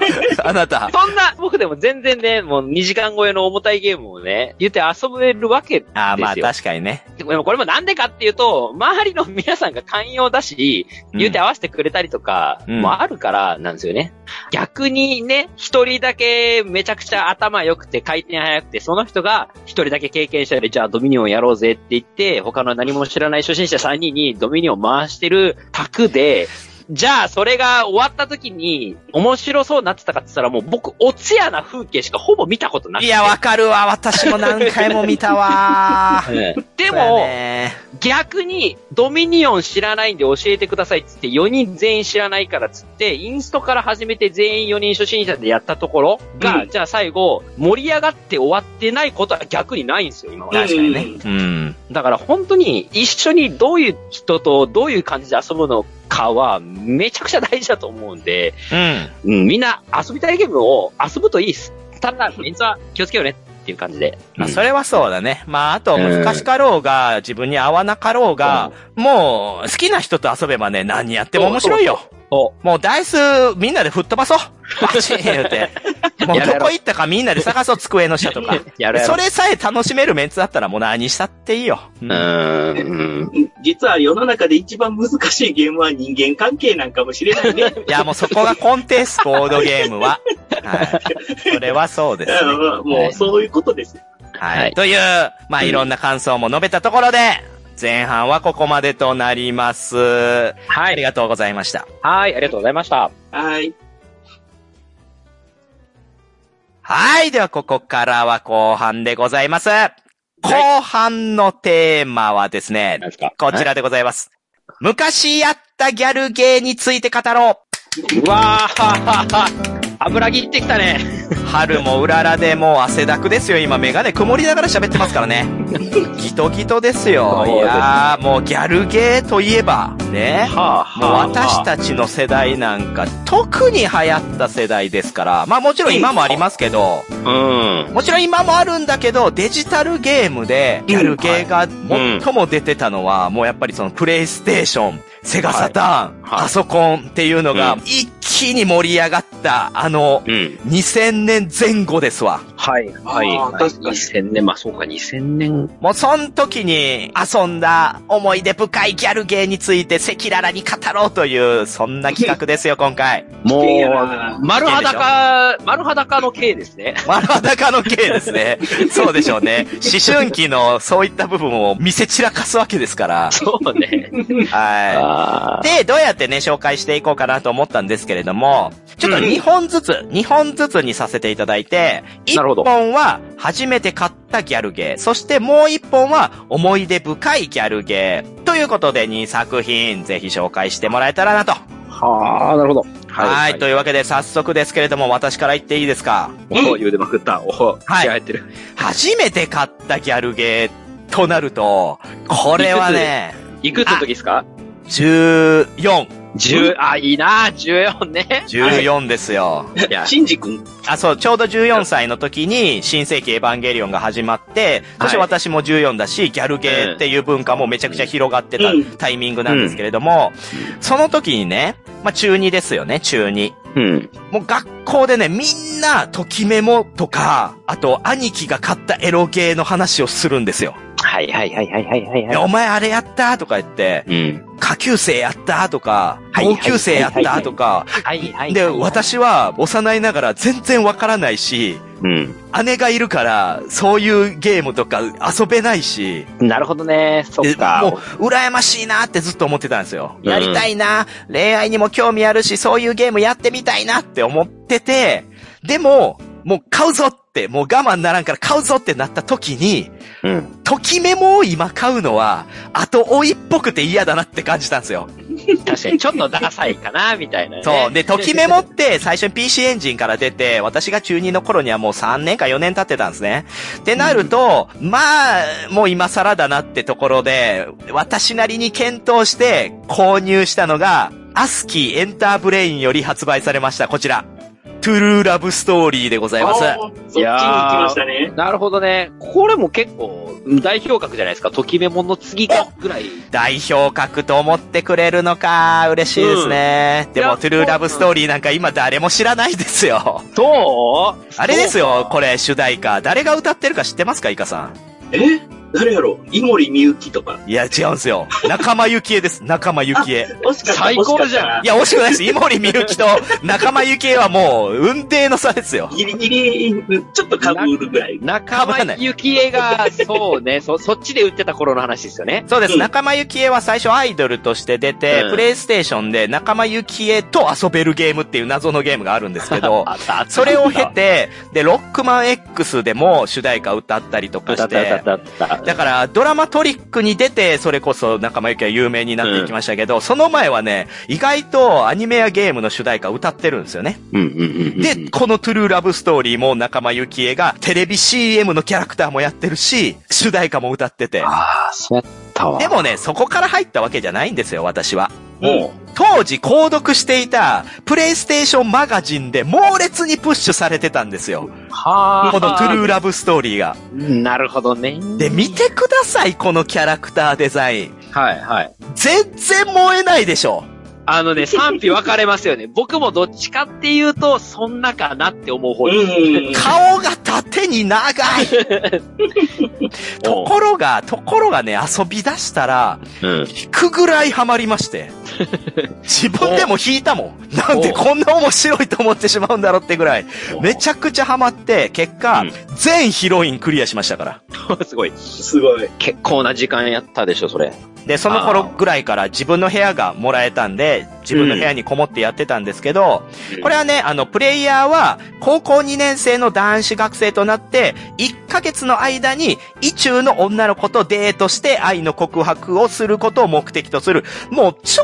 [SPEAKER 1] あなた。
[SPEAKER 4] そんな、僕でも全然ね、もう2時間超えの重たいゲームをね、言って遊べるわけですよ。
[SPEAKER 1] ああ、まあ確かにね。
[SPEAKER 4] でもこれもなんでかっていうと、周りの皆さんが寛容だし、
[SPEAKER 1] うん
[SPEAKER 4] 言うて合わせてくれたりとか、
[SPEAKER 1] うん
[SPEAKER 4] もあるからなんですよね。逆にね、一人だけめちゃくちゃ頭良くて回転早くて、その人が一人だけ経験者で、じゃあドミニオンやろうぜって言って、他の何も知らない初心者3人にドミニオン回してる卓で、じゃあ、それが終わった時に、面白そうになってたかって言ったら、もう僕、おつやな風景しかほぼ見たことなく
[SPEAKER 1] い
[SPEAKER 4] て。
[SPEAKER 1] や、わかるわ。私も何回も見た わ。
[SPEAKER 4] うんで
[SPEAKER 1] そうや
[SPEAKER 4] も、
[SPEAKER 1] ね
[SPEAKER 4] 逆に、ドミニオン知らないんで教えてくださいっつって、4人全員知らないからっつって、インストから始めて全員4人初心者でやったところが、
[SPEAKER 3] うん
[SPEAKER 4] じゃあ最後、盛り上がって終わってないことは逆にないんですよ、今は。
[SPEAKER 3] ん。
[SPEAKER 1] 確かにね。うん。
[SPEAKER 4] だから本当に、一緒にどういう人とどういう感じで遊ぶのかは、めちゃくちゃ大事だと思うんで、
[SPEAKER 1] うん。
[SPEAKER 4] うん、みんな遊びたいゲームを遊ぶといいっす。ただ、メンツは気をつけようねっていう感じで。
[SPEAKER 1] まあ、
[SPEAKER 4] うん
[SPEAKER 1] それはそうだね。まあ、あと、難しかろうが、自分に合わなかろうが、もう、好きな人と遊べばね、何やっても面白いよ。
[SPEAKER 4] そ
[SPEAKER 1] もう、ダイス、みんなで吹っ飛ば そう。バチーン言うて。 もう、
[SPEAKER 4] や
[SPEAKER 1] ど
[SPEAKER 4] ろう
[SPEAKER 1] こ行ったかみんなで探そう、机の下とか。
[SPEAKER 4] やるやろ
[SPEAKER 1] それさえ楽しめるメンツだったら、もう何したっていいよ。うん
[SPEAKER 4] うーん。
[SPEAKER 3] 実は世の中で一番難しいゲームは人間関係なんかもしれないね。うん
[SPEAKER 1] いや、もう そこが根底です、ボードゲーム は。はい。それはそうですね。
[SPEAKER 3] もうそういうことです。
[SPEAKER 1] はい。という、まあ、いろんな感想も述べたところで、前半はここまでとなります。はい。ありがとうございました。
[SPEAKER 4] はい、ありがとうございました。
[SPEAKER 3] はい。
[SPEAKER 1] はい。では、ここからは後半でございます。後半のテーマはですね、
[SPEAKER 4] 何ですか
[SPEAKER 1] こちらでございます。昔やったギャルゲーについて語ろう。
[SPEAKER 4] うわー、 油切ってきたね。
[SPEAKER 1] 春もうららでもう汗だくですよ。今メガネ曇りながら喋ってますからね。 ギトギトですよ。いやー、もうギャルゲーといえば、ね。
[SPEAKER 4] はあ、
[SPEAKER 1] もう私たちの世代なんか特に流行った世代ですから、まあもちろん今もありますけど、
[SPEAKER 4] うん。
[SPEAKER 1] もちろん今もあるんだけど、デジタルゲームでギャルゲーが最も出てたのは、もうやっぱりそのプレイステーション、セガサターン、
[SPEAKER 4] はい
[SPEAKER 1] パソコンっていうのが
[SPEAKER 4] うん
[SPEAKER 1] 一気に盛り上がった、あの、
[SPEAKER 4] うん。
[SPEAKER 1] 2000年前後ですわ。
[SPEAKER 4] はい、はい。
[SPEAKER 3] あー
[SPEAKER 4] はい
[SPEAKER 3] 確かに
[SPEAKER 4] 2000年、まあそうか、2000年。
[SPEAKER 1] もうそん時に遊んだ思い出深いギャルゲーについて赤裸々に語ろうという、そんな企画ですよ、今回。
[SPEAKER 4] も
[SPEAKER 3] 危険やな
[SPEAKER 4] う、丸裸、丸裸の刑ですね。
[SPEAKER 1] 丸裸の系ですね。そうでしょうね。思春期のそういった部分を見せ散らかすわけですから。
[SPEAKER 4] そう ね。
[SPEAKER 1] は
[SPEAKER 4] あ
[SPEAKER 1] い。 で、どうやってね、紹介していこうかなと思ったんですけれども、ちょっと2本ずつ、2本ずつにさせていただいて、
[SPEAKER 4] なるほ
[SPEAKER 1] 1
[SPEAKER 4] ど
[SPEAKER 1] 本は初めて買ったギャルゲー、そしてもう1本は思い出深いギャルゲー、ということで2作品、ぜひ紹介してもらえたらなと。
[SPEAKER 4] ーはあ、なるほど。
[SPEAKER 1] はいと
[SPEAKER 4] い
[SPEAKER 1] いうわけで早速ですけれども、私から言っていいですか
[SPEAKER 4] う。おお、言うてまくった。おお、
[SPEAKER 1] はい
[SPEAKER 4] 気合入ってる。
[SPEAKER 1] 初めて買ったギャルゲーとなると、これはね、
[SPEAKER 4] いくつの時ですか
[SPEAKER 1] 14。
[SPEAKER 4] 10、あ、いいな14ね。
[SPEAKER 1] 14ですよ。
[SPEAKER 4] いや、
[SPEAKER 3] シンジ君。
[SPEAKER 1] あ、そう、ちょうど14歳の時に、新世紀エヴァンゲリオンが始まって、そして
[SPEAKER 4] はい
[SPEAKER 1] 私も14だし、ギャルゲーっていう文化もめちゃくちゃ広がってた
[SPEAKER 3] うん
[SPEAKER 1] タイミングなんですけれども、その時にね、まあ中2ですよね、中2。
[SPEAKER 4] うん。
[SPEAKER 1] もう学校でね、みんな、ときメモとか、あと、兄貴が買ったエロゲーの話をするんですよ。
[SPEAKER 4] はいはいはいはいはいはい
[SPEAKER 1] いや
[SPEAKER 4] は
[SPEAKER 1] お前あれやったとか言って、
[SPEAKER 4] い。うん。
[SPEAKER 1] 下級生やったとか、
[SPEAKER 4] はい
[SPEAKER 1] 同級生やったとか、
[SPEAKER 4] はいはいはい。
[SPEAKER 1] で、、私は幼いながら全然わからないし、
[SPEAKER 4] うん。
[SPEAKER 1] 姉がいるから、そういうゲームとか遊べないし、
[SPEAKER 4] なるほどね。そっ
[SPEAKER 1] で
[SPEAKER 4] か。
[SPEAKER 1] もう、羨ましいなってずっと思ってたんですよ。
[SPEAKER 4] うん
[SPEAKER 1] やりたいな、恋愛にも興味あるし、そういうゲームやってみたいなって思ってて、でも、もう買うぞって、もう我慢ならんから買うぞってなった時に、
[SPEAKER 4] うん。
[SPEAKER 1] ときメモを今買うのは、後追いっぽくて嫌だなって感じたんですよ。
[SPEAKER 4] 確かに、ちょっとダサいかな、みたいな、ね。
[SPEAKER 1] そう。で、ときメモって最初に PC エンジンから出て、私が中2の頃にはもう3年か4年経ってたんですね。ってなると、まあ、もう今更だなってところで、私なりに検討して購入したのが、アスキーエンターブレインより発売されました。こちら。トゥルーラブストーリーでございます。
[SPEAKER 3] あーそっちに行きましたね。
[SPEAKER 4] なるほどね。これも結構、代表格じゃないですか。ときめもの次かぐらい。
[SPEAKER 1] 代表格と思ってくれるのか、嬉しいですね。で
[SPEAKER 4] い
[SPEAKER 1] も、
[SPEAKER 4] や
[SPEAKER 1] トゥルーラブストーリーなんか今誰も知らないですよ。
[SPEAKER 4] どう
[SPEAKER 1] あれですよ、これ主題歌。誰が歌ってるか知ってますかイカさ
[SPEAKER 3] え誰やろう井森美幸とか。
[SPEAKER 1] ん。いや、違うんですよ。仲間由紀恵です。仲間由紀恵。
[SPEAKER 3] 惜しかった。
[SPEAKER 4] 最高じゃ
[SPEAKER 1] いや、惜しくないです。井森美幸と仲間由紀恵はもう、運転の差ですよ。
[SPEAKER 3] ギリギリ、ちょっとかぶるぐらい。
[SPEAKER 4] 仲間由紀恵が、そ うね、そ、そっちで売ってた頃の話ですよね。
[SPEAKER 1] そうで
[SPEAKER 3] う
[SPEAKER 1] す。
[SPEAKER 3] ん
[SPEAKER 1] 仲間由紀恵は最初アイドルとして出て、
[SPEAKER 4] うん
[SPEAKER 1] プレイステーションで仲間由紀恵と遊べるゲームっていう謎のゲームがあるんですけど、
[SPEAKER 4] った、あっ
[SPEAKER 1] それを経、て、で、ロックマン X でも主題歌歌ったりと
[SPEAKER 4] あ
[SPEAKER 1] か
[SPEAKER 4] った
[SPEAKER 1] し
[SPEAKER 4] あったあ
[SPEAKER 1] て
[SPEAKER 4] っ、たあった。
[SPEAKER 1] だから、ドラマトリックに出て、それこそ仲間由紀は有名になっていきましたけど、その前はね、意外とアニメやゲームの主題歌歌ってるんですよね。
[SPEAKER 4] うんうんうんうん。
[SPEAKER 1] で、このトゥルーラブストーリーも仲間由紀恵がテレビ CM のキャラクターもやってるし、主題歌も歌ってて。
[SPEAKER 4] ああ、そうやったわ。
[SPEAKER 1] で、もね、そこから入ったわけじゃないんですよ、私は。
[SPEAKER 4] も
[SPEAKER 1] 当時、購読していた、プレイステーションマガジンで猛烈にプッシュされてたんですよ。
[SPEAKER 4] う、はあ。
[SPEAKER 1] このトゥルーラブストーリーが。
[SPEAKER 4] なるほどね。
[SPEAKER 1] で、見てください、このキャラクターデザイン。
[SPEAKER 4] はいはい。
[SPEAKER 1] 全然燃えないでしょ。
[SPEAKER 4] あのね、賛否分かれますよね。僕もどっちかっていうと、そんなかなって思う方
[SPEAKER 3] う
[SPEAKER 4] です。
[SPEAKER 3] ん。
[SPEAKER 1] 顔が縦に長 い。ところが、ところがね、遊び出したら、
[SPEAKER 4] うん。
[SPEAKER 1] 引くぐらいハマりま して。自分でも引いたもん。なんでこんな面白いと思ってしまうんだろうってぐらい、めちゃくちゃハマって、結果、
[SPEAKER 4] うん
[SPEAKER 1] 全ヒロインクリアしましたから。
[SPEAKER 4] ゃ、すごい。
[SPEAKER 3] すごい。
[SPEAKER 4] 結構な時間やったでしょ、それ。
[SPEAKER 1] で、その頃ぐらいから自分の部屋がもらえたんで、自分の部屋にこもってやってたんですけど、
[SPEAKER 4] うん
[SPEAKER 1] これはね、あの、プレイヤーは、高校2年生の男子学生となって、1ヶ月の間に、意中の女の子とデートして愛の告白をすることを目的とする、もう超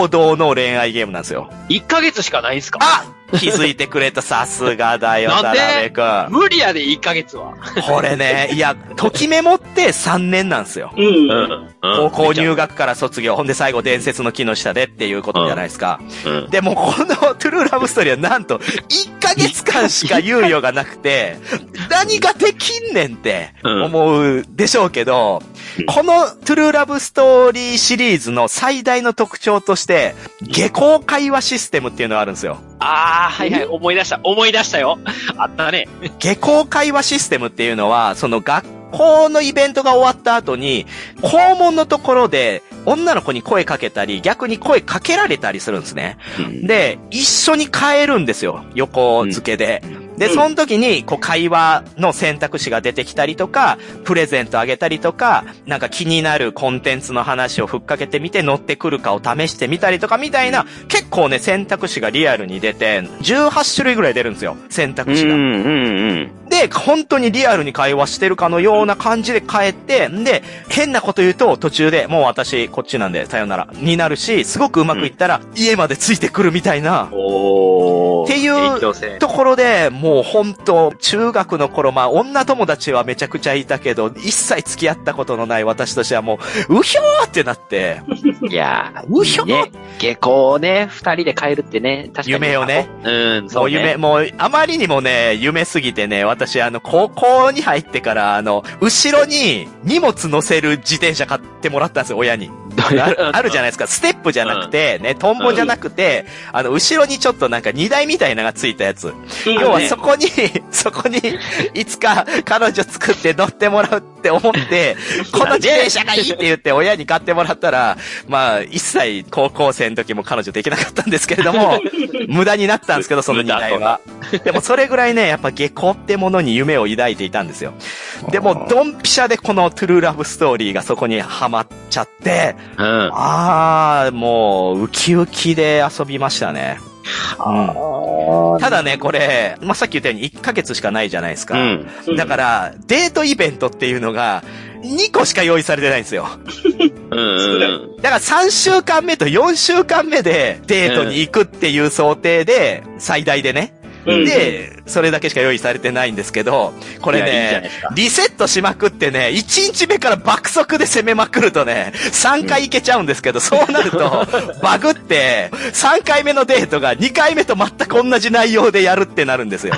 [SPEAKER 1] 王道の恋愛ゲームなんですよ。
[SPEAKER 4] 1ヶ月しかないんすか
[SPEAKER 1] あ気づいてくれた、さすがだよ、
[SPEAKER 4] な
[SPEAKER 1] 田
[SPEAKER 4] んで
[SPEAKER 1] 辺く
[SPEAKER 4] 無理やで、1ヶ月は。
[SPEAKER 1] ん。これね、いや、ときメモって3年なんですよ。
[SPEAKER 3] うん。
[SPEAKER 1] 高校入学から卒業、ほんで最後伝説の木の下でっていうことじゃないですか。
[SPEAKER 4] うん。
[SPEAKER 1] でもこのトゥルーラブストーリーはなんと1ヶ月間しか猶予がなくて、何ができんねんって思うでしょうけど
[SPEAKER 4] うん、
[SPEAKER 1] このトゥルーラブストーリーシリーズの最大の特徴として、下校会話システムっていうのがあるんですよ。
[SPEAKER 4] ああ、はいはい、思い出した、思い出したよ。あったね。
[SPEAKER 1] 下校会話システムっていうのは、その学校のイベントが終わった後に、校門のところで女の子に声かけたり、逆に声かけられたりするんですね。で、一緒に帰るんですよ。横付けで。で、
[SPEAKER 3] うん
[SPEAKER 1] その時に、こう、会話の選択肢が出てきたりとか、プレゼントあげたりとか、なんか気になるコンテンツの話をふっかけてみて乗ってくるかを試してみたりとかみたいな、結構ね、選択肢がリアルに出て、18種類ぐらい出るんですよ。選択肢が。
[SPEAKER 4] うん。
[SPEAKER 1] で、本当にリアルに会話してるかのような感じで帰って、んで、変なこと言うと途中でもう私こっちなんでさよならになるし、すごくうまくいったら家までついてくるみたいな、
[SPEAKER 4] おおー
[SPEAKER 1] っていう
[SPEAKER 4] 延長戦
[SPEAKER 1] ところで、もう本当、中学の頃、まあ女友達はめちゃくちゃいたけど、一切付き合ったことのない私としてはもう、うひょーってなって、
[SPEAKER 4] いや
[SPEAKER 1] うひ
[SPEAKER 4] ー、
[SPEAKER 1] ょ
[SPEAKER 4] いいね。下校をね、二人で帰るってね、確かに。
[SPEAKER 1] 夢をね。
[SPEAKER 4] うん、
[SPEAKER 1] も
[SPEAKER 4] そうう、ね。
[SPEAKER 1] 夢、もう、あまりにもね、夢すぎてね、私、あの、高校に入ってから、あの、後ろに荷物乗せる自転車買ってもらったんですよ、親に。あ るあるじゃないですか。ステップじゃなくて、ね、トンボじゃなくて、あの、後ろにちょっとなんか荷台みたいなのがついたやつ。
[SPEAKER 3] うん
[SPEAKER 1] 要は
[SPEAKER 3] ね
[SPEAKER 1] そこに、 そこに、いつか彼女作って乗ってもらうって思 って、この自転車がいいって言って親に買ってもらったら、まあ、一切高校生の時も彼女できなかったんですけれど も、無駄になったんですけど、その荷台は。でもそれぐらいね、やっぱ下校ってものに夢を抱いていたんですよ。でも、ドンピシャでこのトゥルーラブストーリーがそこにハマっちゃ って、
[SPEAKER 4] うん。
[SPEAKER 1] ああ、もう、ウキウキで遊びましたね。うんただね、これ、まあ、さっき言ったように1ヶ月しかないじゃないです
[SPEAKER 4] う
[SPEAKER 1] か。
[SPEAKER 4] ん。
[SPEAKER 1] だから、デートイベントっていうのが、2個しか用意されてないんですよ。
[SPEAKER 4] うんうん。
[SPEAKER 1] だから3週間目と4週間目でデートに行くっていう想定で、最大でね。
[SPEAKER 3] うん
[SPEAKER 1] で、それだけしか用意されてないんですけど、これ
[SPEAKER 4] いやいいじゃない
[SPEAKER 1] ね
[SPEAKER 4] ですか、
[SPEAKER 1] リセットしまくってね、1日目から爆速で攻めまくるとね、3回いけちゃうんですけど、そうなると、 バグって、3回目のデートが2回目と全く同じ内容でやるってなるんですよ。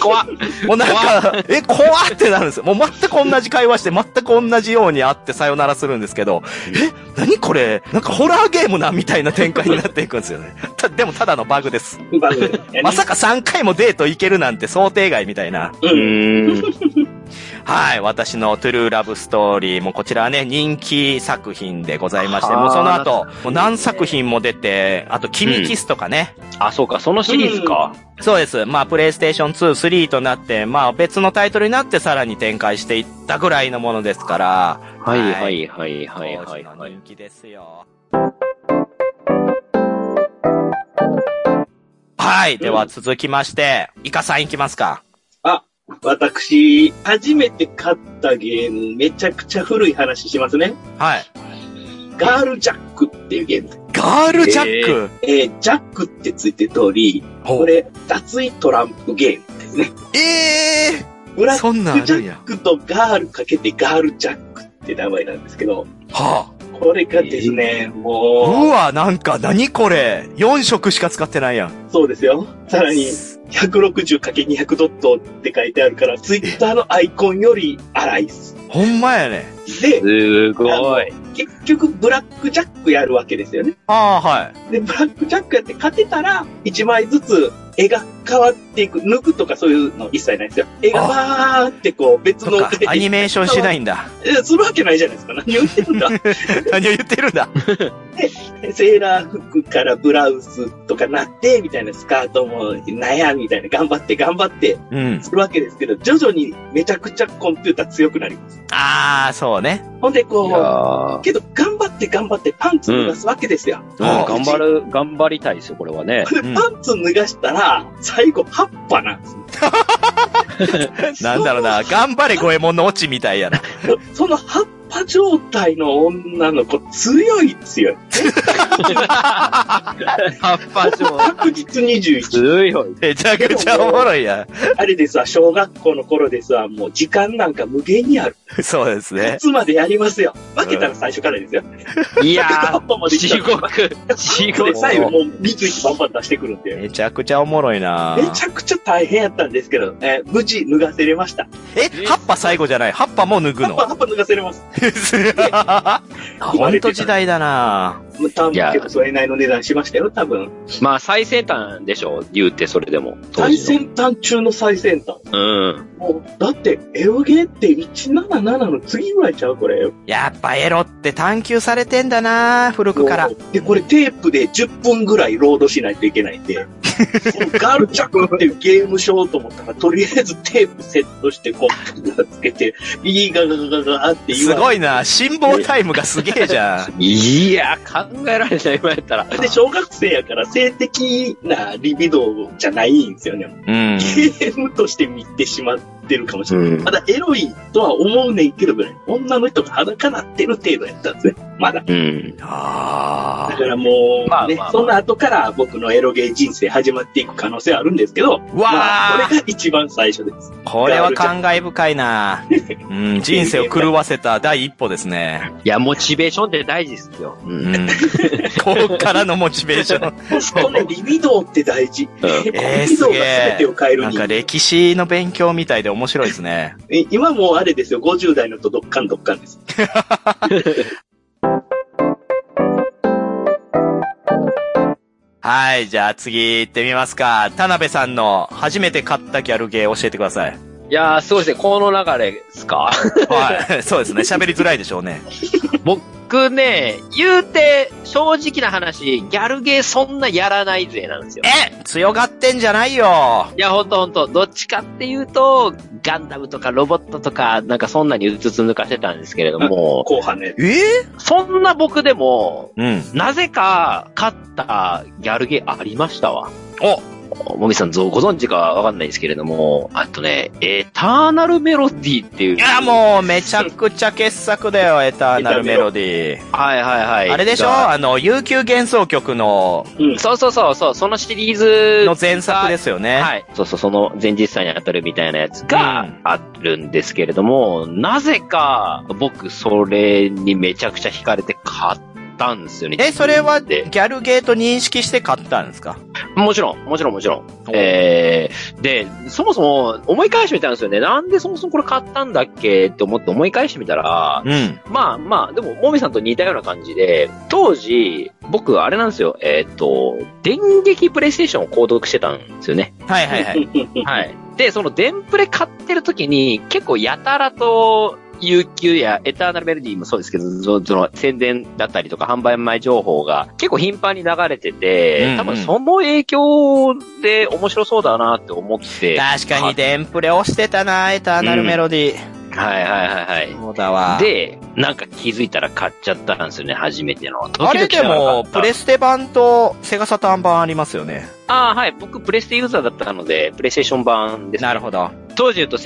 [SPEAKER 4] 怖っ。
[SPEAKER 1] もうなんか、え、怖ってなるんですよ。もう全く同じ会話して、全く同じように会ってさよならするんですけど、え、何これなんかホラーゲームなみたいな展開になっていくんですよね。た、でもただのバグです。
[SPEAKER 3] バグですね
[SPEAKER 1] まさか3回もデート行けるなんて想定外みたいな。
[SPEAKER 3] う。
[SPEAKER 4] うんん。
[SPEAKER 1] はい。私のトゥルーラブストーリーもこちらはね、人気作品でございまして、
[SPEAKER 4] あー
[SPEAKER 1] もうその後、もう何作品も出て、あと、君キスとかね、
[SPEAKER 4] あ、そうか、そのシリーズか。
[SPEAKER 1] そうです。まあ、プレイステーション2、3となって、まあ、別のタイトルになってさらに展開していったぐらいのものですから。
[SPEAKER 4] はいはいは
[SPEAKER 1] は
[SPEAKER 4] いはいい
[SPEAKER 1] は
[SPEAKER 4] はいい
[SPEAKER 1] は。
[SPEAKER 4] はいい。
[SPEAKER 1] 人気ですよ。はい。では続きまして、イカさんいきますか。
[SPEAKER 3] 私、初めて買ったゲーム、めちゃくちゃ古い話しますね。
[SPEAKER 1] はい。
[SPEAKER 3] ガールジャックっていうゲームです。
[SPEAKER 1] ガールジャック。
[SPEAKER 3] えージャックってついてる通り、
[SPEAKER 1] ほ
[SPEAKER 3] こ
[SPEAKER 1] う
[SPEAKER 3] れ、脱衣トランプゲームですね。
[SPEAKER 1] え
[SPEAKER 3] ブ
[SPEAKER 1] えー、
[SPEAKER 3] ラッ
[SPEAKER 1] そんなんあ
[SPEAKER 3] クジ
[SPEAKER 1] るん
[SPEAKER 3] ャ
[SPEAKER 1] や
[SPEAKER 3] ッ。クとガールかけてガールジャックって名前なんですけど、
[SPEAKER 1] は
[SPEAKER 3] これがですね、
[SPEAKER 1] あ、う
[SPEAKER 3] も
[SPEAKER 1] わ、なんか、何これ。4色しか使ってないやん。
[SPEAKER 3] う、そうですよ。さらに、160×200 ドットって書いてあるから、ツイッターのアイコンより荒いっす。
[SPEAKER 1] ほんまやね。
[SPEAKER 3] で、
[SPEAKER 4] すごい。
[SPEAKER 3] 結局、ブラックジャックやるわけですよね。
[SPEAKER 1] ああ、はい。
[SPEAKER 3] で、ブラックジャックやって勝てたら、1枚ずつ絵が変わっていく。抜くとかそういうの一切ないんですよ。絵がバーってこう、別
[SPEAKER 1] そ
[SPEAKER 3] の
[SPEAKER 1] っか、アニ
[SPEAKER 3] メ
[SPEAKER 1] メーションしないんだ。
[SPEAKER 3] するわけないじゃないですか。何を言ってるん だ。
[SPEAKER 1] 何を言ってるんだ。
[SPEAKER 3] セーラー服からブラウスとかなって、みたいなスカートも、なんや、みたいな、頑張って頑張って
[SPEAKER 1] うん。
[SPEAKER 3] するわけですけど、徐々にめちゃくちゃコンピューター強くなります。
[SPEAKER 1] ああ、そうね。
[SPEAKER 3] ほんで、
[SPEAKER 4] い
[SPEAKER 3] こ
[SPEAKER 4] や
[SPEAKER 3] う、けど頑張って頑張ってパンツ脱がすわけですよ。
[SPEAKER 1] うん
[SPEAKER 4] 頑張る、頑張りたいですよ、これはね。
[SPEAKER 3] で、
[SPEAKER 1] うん
[SPEAKER 3] パンツ脱がしたら、最後、葉っぱなんで す
[SPEAKER 1] なんだろうな、頑張れ五右衛門のオチみたいやな。
[SPEAKER 3] その葉っぱ状態の女の子、強い強い。
[SPEAKER 4] 葉っぱ状。
[SPEAKER 3] 確実21。
[SPEAKER 4] 強いよ。
[SPEAKER 1] めちゃくちゃおもろいや
[SPEAKER 3] あれですわ、小学校の頃ですわ、もう時間なんか無限にある。
[SPEAKER 1] ん。そうですね
[SPEAKER 3] い。つまでやりますよ。負けたら最初からですよ。
[SPEAKER 4] いや
[SPEAKER 3] 葉
[SPEAKER 4] ー
[SPEAKER 3] っぱまで来
[SPEAKER 4] 地
[SPEAKER 3] たら
[SPEAKER 4] 獄。
[SPEAKER 3] そ
[SPEAKER 4] 地獄
[SPEAKER 3] れさえもう三つバンバン出してくるんで。
[SPEAKER 1] めちゃくちゃおもろいな
[SPEAKER 3] めちゃくちゃ大変やったんですけど、えー無事脱がせれました。
[SPEAKER 1] え、葉っぱ最後じゃない。葉っぱもう脱ぐ
[SPEAKER 3] 葉っ
[SPEAKER 1] の
[SPEAKER 3] ぱ、。葉っぱ脱がせれます。
[SPEAKER 1] ほんと時代だな
[SPEAKER 3] もう多分
[SPEAKER 4] いや
[SPEAKER 3] 結構それなりの値段しましたよ、多分。
[SPEAKER 4] まあ、最先端でしょ、言うて、それでも。当
[SPEAKER 3] 最
[SPEAKER 4] 時
[SPEAKER 3] 先端中の最先端。
[SPEAKER 4] の。うん。
[SPEAKER 3] もう、だって、エロゲーって177の次ぐらいちゃうこれ。
[SPEAKER 1] やっぱエロって探求されてんだな古くから。
[SPEAKER 3] で、これテープで10分ぐらいロードしないといけないんで、このガルチャクっていうゲームしようと思ったら、とりあえずテープセットして、こう、つけて、いいガガガガガって言
[SPEAKER 1] す
[SPEAKER 3] わ
[SPEAKER 1] ご
[SPEAKER 3] い。
[SPEAKER 1] いな辛抱タイムがすげえじゃん。
[SPEAKER 4] いやー、考えられない、今やったら。
[SPEAKER 3] で、小学生やから性的なリビドーじゃないんですよね。
[SPEAKER 1] うん。
[SPEAKER 3] ゲームとして見てしまっってるかもしれない。
[SPEAKER 4] うん
[SPEAKER 3] ま。だエロいとは思うねんけどぐらい。女の人が裸なってる程度やったんですね。まだ。
[SPEAKER 4] うん。
[SPEAKER 1] あ
[SPEAKER 3] だからもう、
[SPEAKER 4] まあ
[SPEAKER 3] ね、
[SPEAKER 4] まあ
[SPEAKER 3] その後から僕のエロゲー人生始まっていく可能性はあるんですけ
[SPEAKER 1] ー。
[SPEAKER 3] ど、
[SPEAKER 1] わ
[SPEAKER 3] まあ、
[SPEAKER 1] あ
[SPEAKER 3] これが一番最初です。
[SPEAKER 1] これは感慨深いなうん、人生を狂わせた第一歩ですね。
[SPEAKER 4] いや、モチベーションって大事ですよ。う。
[SPEAKER 1] うん ん。こっからのモチベーション。
[SPEAKER 3] このリビドーって大事。 リ
[SPEAKER 1] えー
[SPEAKER 3] ビドーが全てを変える
[SPEAKER 1] なん
[SPEAKER 3] に
[SPEAKER 1] か。歴史の勉強みたいで面白いですね。
[SPEAKER 3] え今もうあれですよ、50代のとどっかんどっかんです。
[SPEAKER 1] はい、じゃあ次行ってみますか。田辺さんの初めて買ったギャルゲー教えてください。
[SPEAKER 4] いやー、そうですね。この流れですか
[SPEAKER 1] はい、そうですね。喋りづらいでしょうね。
[SPEAKER 4] 僕ね、言うて、正直な話、ギャルゲーそんなやらないぜなんですよ。
[SPEAKER 1] え強がってんじゃないよ
[SPEAKER 4] いや、ほんとほんと、どっちかっていうと、ガンダムとかロボットとか、なんかそんなにうつつ抜かしてたんですけれども、
[SPEAKER 3] 後半ね。
[SPEAKER 1] ええ
[SPEAKER 4] そんな僕でも、
[SPEAKER 1] うん。
[SPEAKER 4] なぜか、勝ったギャルゲーありましたわ。
[SPEAKER 1] お
[SPEAKER 4] もみさん、ぞご存知かわかんないですけれども、あとね、エターナルメロディーっていう。
[SPEAKER 1] いや、もうめちゃくちゃ傑作だよ、エターナルメロディー。
[SPEAKER 4] はいはいはい。
[SPEAKER 1] あれでしょ
[SPEAKER 4] が
[SPEAKER 1] あの、悠久幻想曲の、
[SPEAKER 3] うん。
[SPEAKER 4] そうそうそう、そうそのシリーズ
[SPEAKER 1] の前作ですよね。
[SPEAKER 4] はい。そうそう、その前日祭に当たるみたいなやつが
[SPEAKER 1] うん
[SPEAKER 4] あるんですけれども、なぜか僕それにめちゃくちゃ惹かれて買ったんですよね。
[SPEAKER 1] え、それは、ギ
[SPEAKER 4] で
[SPEAKER 1] ャルゲーと認識して買ったんですか
[SPEAKER 4] もちろん、もちろん、もちろん。
[SPEAKER 1] お
[SPEAKER 4] えー、で、そもそも思い返してみたんですよね。なんでそもそもこれ買ったんだっけって思って思い返してみたら、
[SPEAKER 1] うん。
[SPEAKER 4] まあまあ、でも、もみさんと似たような感じで、当時、僕、あれなんですよ、えーっ、と、電撃プレイステーションを購読してたんですよね。
[SPEAKER 1] はいはい はい。
[SPEAKER 4] はい。で、その電プレ買ってる時に、結構やたらと、有給やエターナルメロディーもそうですけど、そその宣伝だったりとか販売前情報が結構頻繁に流れてて、
[SPEAKER 1] うんうん
[SPEAKER 4] 多分その影響で面白そうだなって思って、は
[SPEAKER 1] 確かに、デンプレ押してたな、エターナルメロディー。
[SPEAKER 4] いはいはい
[SPEAKER 1] そうだわ
[SPEAKER 4] はい。。で、なんか気づいたら買っちゃったんですよね、初めての。
[SPEAKER 1] あれでも、プレ
[SPEAKER 4] ス。
[SPEAKER 1] ステ版とセガサターン版ありますよね。
[SPEAKER 4] ああ、はい。僕、プレステユーザーだったので、プレイステーション版ですね
[SPEAKER 1] なるほど。
[SPEAKER 4] 当時言うと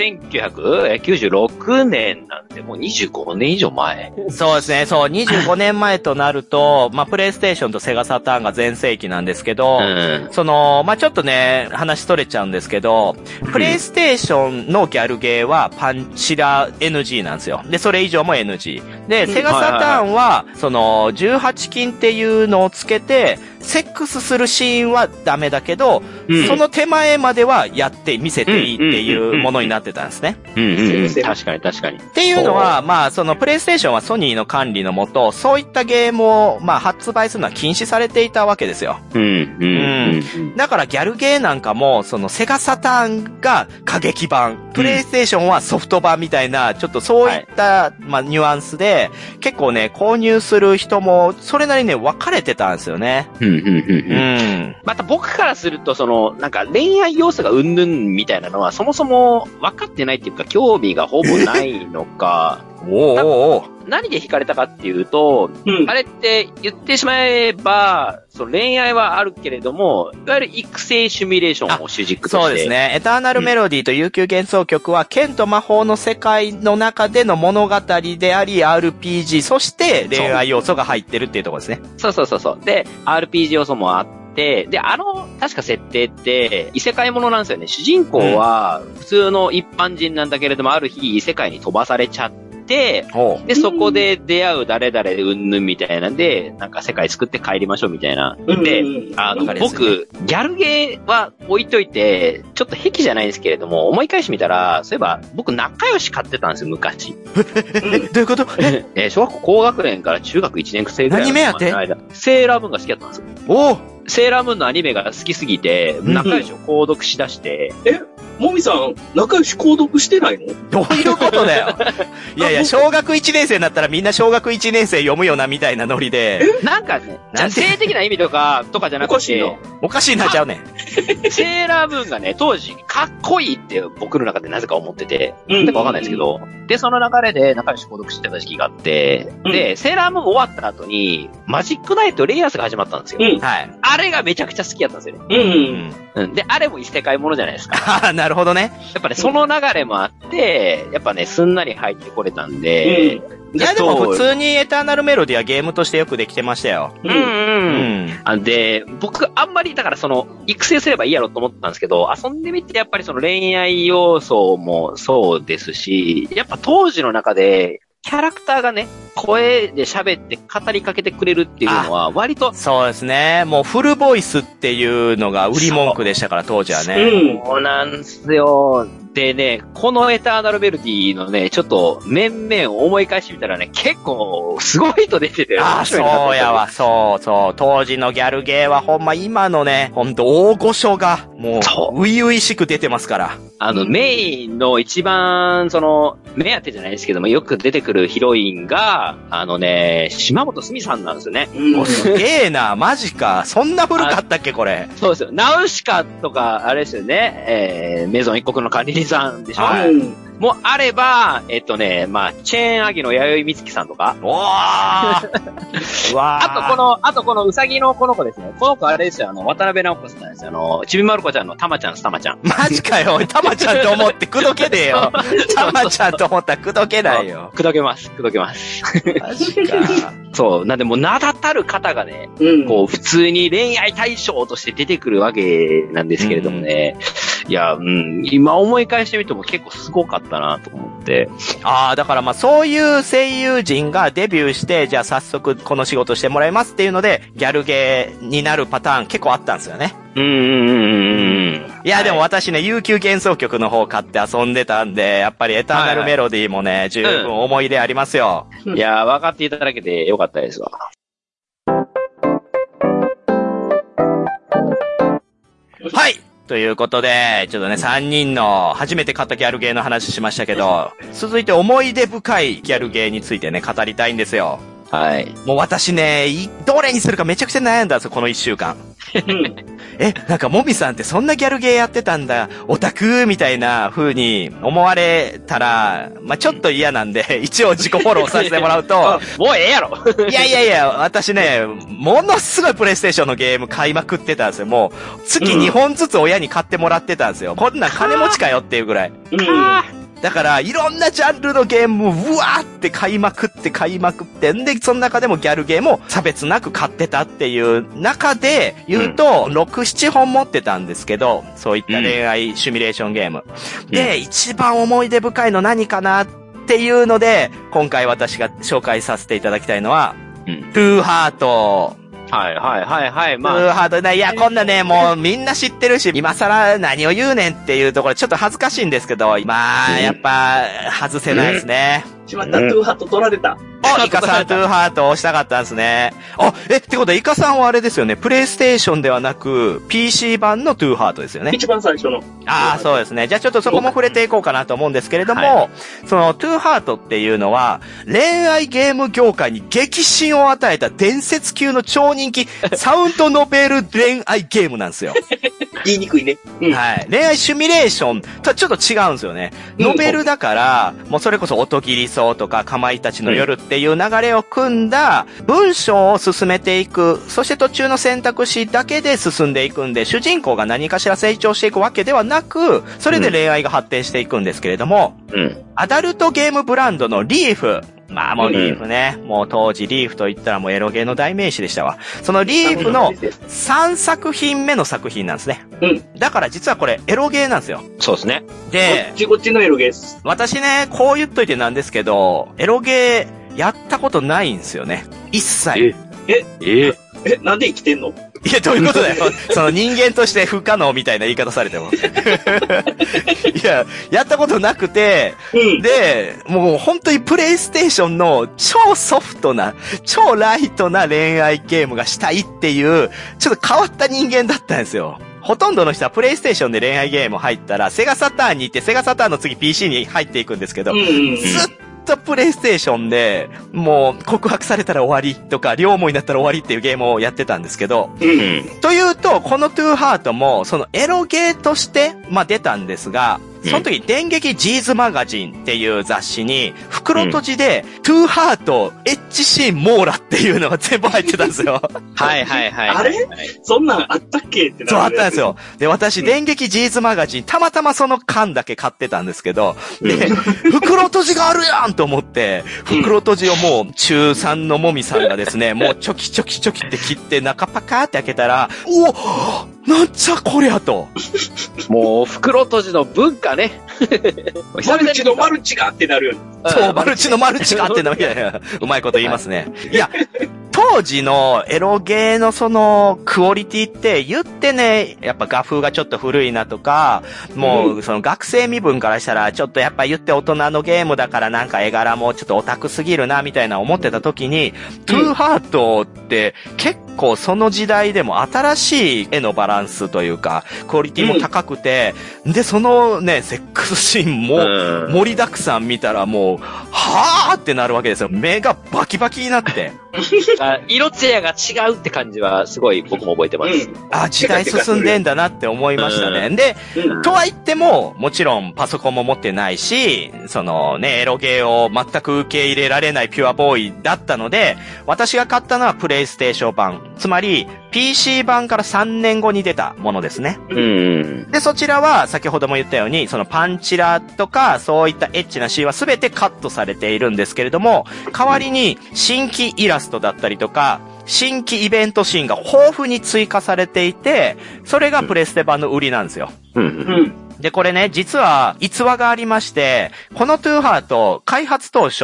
[SPEAKER 4] 1996年なんで、もう25年以上前。
[SPEAKER 1] そうですね、そう、25年前となると、まあ、プレイステーションとセガサターンが全盛期なんですけど、
[SPEAKER 4] うん。
[SPEAKER 1] その、まあ、ちょっとね、話取れちゃうんですけど、プレイステーションのギャルゲーはパンチラ NG なんですよ。で、それ以上も NG。で、セガサターンは、その、18禁っていうのをつけて、セックスするシーンはダメだけど、
[SPEAKER 4] うん
[SPEAKER 1] その手前まではやって見せていいっていうものになってたんですね。
[SPEAKER 4] うんうんう
[SPEAKER 3] 先
[SPEAKER 4] ん。
[SPEAKER 3] 生
[SPEAKER 4] 確かに確かに。
[SPEAKER 1] っていうのは、まあ、その、プレイステーションはソニーの管理のもと、そういったゲームを、まあ、発売するのは禁止されていたわけですよ。
[SPEAKER 4] うんうんうん。
[SPEAKER 1] だから、ギャルゲーなんかも、その、セガサターンが過激版、プレイステーションはソフト版みたいな、ちょっとそういった、まあ、ニュアンスで、結構ね、購入する人も、それなりにね、分かれてたんですよね。
[SPEAKER 4] うんうんうん
[SPEAKER 1] う
[SPEAKER 4] うん。
[SPEAKER 1] ん。
[SPEAKER 4] また僕からすると、その、なんか恋愛要素がうんぬんみたいなのは、そもそも分かってないっていうか、興味がほぼない のか、
[SPEAKER 1] おーおーおー
[SPEAKER 4] 何で惹かれたかっていうと、
[SPEAKER 3] うん
[SPEAKER 4] あ。れって言ってしまえば、その恋愛はあるけれども、いわゆる育成シミュレーションを主軸として。
[SPEAKER 1] そうです。ね。エターナルメロディーと悠久幻想曲は、剣と魔法の世界の中での物語であり、RPG、そして恋愛要素が入ってるっていうところですね。
[SPEAKER 4] そうそうそうそう。で、RPG 要素もあって、で、あの、確か設定って、異世界ものなんですよね。主人公は、普通の一般人なんだけれども、ある日、異世界に飛ばされちゃって、
[SPEAKER 1] ほう。
[SPEAKER 4] で、そこで出会う誰々うんぬんみたいなんで、なんか世界救って帰りましょうみたいな。で、あの
[SPEAKER 1] わか、りやすいね
[SPEAKER 4] 僕、ギャルゲーは置いといて、ちょっと癖じゃないんですけれども、思い返してみたら、そういえば、僕、仲良し買ってたんですよ、昔。
[SPEAKER 1] え、どういうことえ、
[SPEAKER 4] えー小学校高学年から中学1年生ぐらい
[SPEAKER 1] 何目当て
[SPEAKER 4] の間セーラームーンが好きだったんですよ。
[SPEAKER 1] おう
[SPEAKER 4] セーラームーンのアニメが好きすぎて、
[SPEAKER 1] ん
[SPEAKER 4] 仲良しを購読しだして、
[SPEAKER 3] もみさん、仲良し購読してないの
[SPEAKER 1] どういうことだよ。 いやいや、小学1年生になったらみんな小学1年生読むよな、みたいなノリで。
[SPEAKER 4] なんかね、じ
[SPEAKER 1] な
[SPEAKER 4] ゃ
[SPEAKER 1] ん
[SPEAKER 4] あ
[SPEAKER 1] て
[SPEAKER 4] 性的な意味とか、とかじゃな
[SPEAKER 3] おか
[SPEAKER 4] く
[SPEAKER 3] しい
[SPEAKER 4] て、
[SPEAKER 1] おかしいなっちゃうね。
[SPEAKER 4] セーラームーンがね、当時、かっこいいって僕の中でなぜか思ってて、
[SPEAKER 3] うん
[SPEAKER 4] なんかわかんないですけど、で、その流れで仲良し購読してた時期があって、
[SPEAKER 3] うん
[SPEAKER 4] で、セーラームーン終わった後に、マジックナイトレイヤースが始まったんですよ。
[SPEAKER 3] うん。
[SPEAKER 1] はい。
[SPEAKER 4] あれがめちゃくちゃ好きやったんですよね。
[SPEAKER 3] う。
[SPEAKER 1] うんん。
[SPEAKER 4] うん。で、あれも異世界ものじゃないですか。
[SPEAKER 1] ああ、なるほどね。
[SPEAKER 4] やっぱね、その流れもあって、やっぱね、すんなり入ってこれたんで、
[SPEAKER 1] いや、でも普通にエターナルメロディはゲームとしてよくできてましたよ。
[SPEAKER 4] う
[SPEAKER 3] うんん。
[SPEAKER 1] う
[SPEAKER 4] うん。
[SPEAKER 1] ん。
[SPEAKER 4] あで、僕、あんまり、だからその、育成すればいいやろと思ったんですけど、遊んでみて、やっぱりその恋愛要素もそうですし、やっぱ当時の中で、キャラクターがね、声で喋って語りかけてくれるっていうのは、割と、
[SPEAKER 1] そうですね。もうフルボイスっていうのが売り文句でしたから、当時は
[SPEAKER 3] う
[SPEAKER 1] ね。
[SPEAKER 3] ん。
[SPEAKER 4] そうなんすよ。でね、このエターナルベルディのね、ちょっと、面々思い返してみたらね、結構、すごい人出てて、
[SPEAKER 1] ああ、
[SPEAKER 4] 面
[SPEAKER 1] そ
[SPEAKER 4] 白いなと思っ
[SPEAKER 1] う
[SPEAKER 4] て
[SPEAKER 1] やわ、そうそう。当時のギャルゲーはほんま今のね、ほんと大御所が、も、
[SPEAKER 4] そう
[SPEAKER 1] 初々しく出てます から。
[SPEAKER 4] あの、メインの一番、その、目当てじゃないですけども、よく出てくるヒロインが、あのね、島本すみさんなんですよね。
[SPEAKER 3] うん
[SPEAKER 1] もうすげえな、マジか。そんな古かったっけ、これ。
[SPEAKER 4] そうですよ。ナウシカとか、あれですよね、えー、メゾン一国の管理人さんでしょ、
[SPEAKER 1] は
[SPEAKER 3] うん
[SPEAKER 4] もうあれば、えっとね、まあ、チェーンアギの弥生美月さんとか、
[SPEAKER 1] おーうわー
[SPEAKER 4] あとこの、あとこのうさぎのこの子ですね。この子あれですよ、あの、渡辺直子さんですよ。あの、ちびまる子ちゃんのたまちゃんす、たまちゃん。
[SPEAKER 1] マジかよ、おいたまちゃんと思ってくどけねえ よ。たまちゃんと思ったらくどけないよ。
[SPEAKER 4] くどけます、くどけます。
[SPEAKER 1] マジか。
[SPEAKER 4] そう、なんでもう名だたる方がね、
[SPEAKER 3] うん。
[SPEAKER 4] こう、普通に恋愛対象として出てくるわけなんですけれどもね。いや、うん、今思い返してみても結構すごかったなと思って。
[SPEAKER 1] ああ、だからまあそういう声優陣がデビューして、じゃあ早速この仕事してもらいますっていうので、ギャルゲーになるパターン結構あったんですよね。
[SPEAKER 4] うん、うん、うん、うん。
[SPEAKER 1] いや、でも私ね、悠久幻想曲の方買って遊んでたんで、やっぱりエターナルメロディーもね、十分思い出ありますよ。
[SPEAKER 4] いや、分かっていただけてよかったですわ。
[SPEAKER 1] はいということで、ちょっとね、3人の初めて買ったギャルゲーの話しましたけど、続いて思い出深いギャルゲーについてね、語りたいんですよ。
[SPEAKER 4] はい。
[SPEAKER 1] もう私ね、いどれにするかめちゃくちゃ悩んだんですよ、この1週間。
[SPEAKER 3] うん。
[SPEAKER 1] え、なんかもみさんってそんなギャルゲーやってたんだ、オタクみたいな風に思われたら、まあ、ちょっと嫌なんで、一応自己フォローさせてもらう と、
[SPEAKER 4] もうええやろ
[SPEAKER 1] いやいやいや、私ね、ものすごいプレイステーションのゲーム買いまくってたんですよ。もう、月2本ずつ親に買ってもらってたんですよ。こんなん金持ちかよっていうぐらい。だから、いろんなジャンルのゲームをうわーって買いまくって買いまくって、んで、その中でもギャルゲーも差別なく買ってたっていう中で、言うと、6、7本持ってたんですけど、そういった恋愛シミュレーションゲーム。で、一番思い出深いの何かなっていうので、今回私が紹介させていただきたいのは、
[SPEAKER 4] うん
[SPEAKER 1] トゥーハート。
[SPEAKER 4] はい、はい、はい、はい。
[SPEAKER 1] トゥ
[SPEAKER 4] まあ、
[SPEAKER 1] ーハートね。いや、こんなね、もうみんな知ってるし、今更何を言うねんっていうところ、ちょっと恥ずかしいんですけど、まあ、やっぱ、外せないですね。
[SPEAKER 3] しまった、トゥーハット取られた。
[SPEAKER 1] お、イカさんトゥーハート押したかったんですね。あ、え、ってことはイカさんはあれですよね、プレイステーションではなく、PC 版のトゥーハートですよね。
[SPEAKER 3] 一番最初の。
[SPEAKER 1] ああ、そうですね。じゃあちょっとそこも触れていこうかなと思うんですけれども、
[SPEAKER 4] は
[SPEAKER 1] その、トゥーハートっていうのは、恋愛ゲーム業界に激震を与えた伝説級の超人気、サウンドノベル恋愛ゲームなんですよ。
[SPEAKER 3] 言いにくいね。うん
[SPEAKER 1] はい。恋愛シミュレーションとはちょっと違うんですよね。
[SPEAKER 3] うん
[SPEAKER 1] ノベルだから、もうそれこそ音切りそうとか、かまいたちの夜っていう流れを組んだ、文章を進めていく、そして途中の選択肢だけで進んでいくんで、主人公が何かしら成長していくわけではなく、それで恋愛が発展していくんですけれども、
[SPEAKER 4] うん。
[SPEAKER 1] アダルトゲームブランドのリーフ。まあもうリーフね。もう当時リーフと言ったらもうエロゲーの代名詞でしたわ。そのリーフの3作品目の作品なんですね。
[SPEAKER 3] うん
[SPEAKER 1] だから実はこれエロゲーなんですよ。
[SPEAKER 4] そうですね。
[SPEAKER 1] で
[SPEAKER 3] こっ、ちこっちのエロゲース。
[SPEAKER 1] 私ね、こう言っといてなんですけど、エロゲーやったことないんですよね。一切。
[SPEAKER 4] ええ。
[SPEAKER 3] え、なんで生きてんの
[SPEAKER 1] いや、どういうことだよ。その人間として不可能みたいな言い方されて も。いや、やったことなくて、
[SPEAKER 3] うん。
[SPEAKER 1] で、もう本当にプレイステーションの超ソフトな、超ライトな恋愛ゲームがしたいっていう、ちょっと変わった人間だったんですよ。ほとんどの人はプレイステーションで恋愛ゲーム入ったら、セガサターンに行って、セガサターンの次 PC に入っていくんですけど
[SPEAKER 3] う、んうん。
[SPEAKER 1] ずっとプレイステーションで、もう告白されたら終わりとか、両思いになったら終わりっていうゲームをやってたんですけど、
[SPEAKER 3] うん。
[SPEAKER 1] というと、このトゥーハートも、そのエロゲーとして、まあ出たんですが、その時、電撃ジーズマガジンっていう雑誌に、袋閉じで、トゥーハート、エッチシーン、モーラっていうのが全部入ってたんです よ。
[SPEAKER 4] はいはいはい。
[SPEAKER 3] あれそんなんあったっけってなる
[SPEAKER 1] そう、あったんです
[SPEAKER 3] よ。
[SPEAKER 1] よ。で、私、電撃ジーズマガジン、たまたまその缶だけ買ってたんですけど、で、袋閉じがあるやんと思って、袋閉じをもう、中3のもみさんがです ね、もうちょきちょきちょきって切って、中パカーって開けたら、おなんじゃこりゃと。
[SPEAKER 4] もう、袋閉じの文化 ね。
[SPEAKER 3] マルチのマルチがってなるよ。
[SPEAKER 1] そう、マルチのマルチがあってな、みたい な。うまいこと言いますね。いや、当時のエロゲーのその、クオリティって言ってね、やっぱ画風がちょっと古いなとか、もうその学生身分からしたら、ちょっとやっぱ言って大人のゲームだからなんか絵柄もちょっとオタクすぎるな、みたいな思ってた時に、トゥーハートって結構その時代でも新しい絵のバランスというか、クオリティも高くて、で、そのね、セックスシーンも、
[SPEAKER 4] うん
[SPEAKER 1] 盛りだくさん見たらもう、はぁーってなるわけですよ。目がバキバキになって。
[SPEAKER 4] あ色艶が違うって感じは、すごい僕も覚えて
[SPEAKER 3] う
[SPEAKER 4] ます。
[SPEAKER 3] ん。
[SPEAKER 1] あ、時代進んでんだなって思いましたね。で、
[SPEAKER 3] うん。
[SPEAKER 1] とは言っても、もちろんパソコンも持ってないし、そのね、エロゲーを全く受け入れられないピュアボーイだったので、私が買ったのはプレイステーション版。つまり、PC 版から3年後に出たものですね。
[SPEAKER 4] うん。
[SPEAKER 1] で、そちらは、先ほども言ったように、そのパンチラとか、そういったエッチなシーンは全てカットされているんですけれども、代わりに、新規イラストだったりとか、新規イベントシーンが豊富に追加されていて、それがプレステ版の売りなんですよ。
[SPEAKER 4] う。
[SPEAKER 3] うんん。
[SPEAKER 1] で、これね、実は、逸話がありまして、このトゥーハート、開発当初、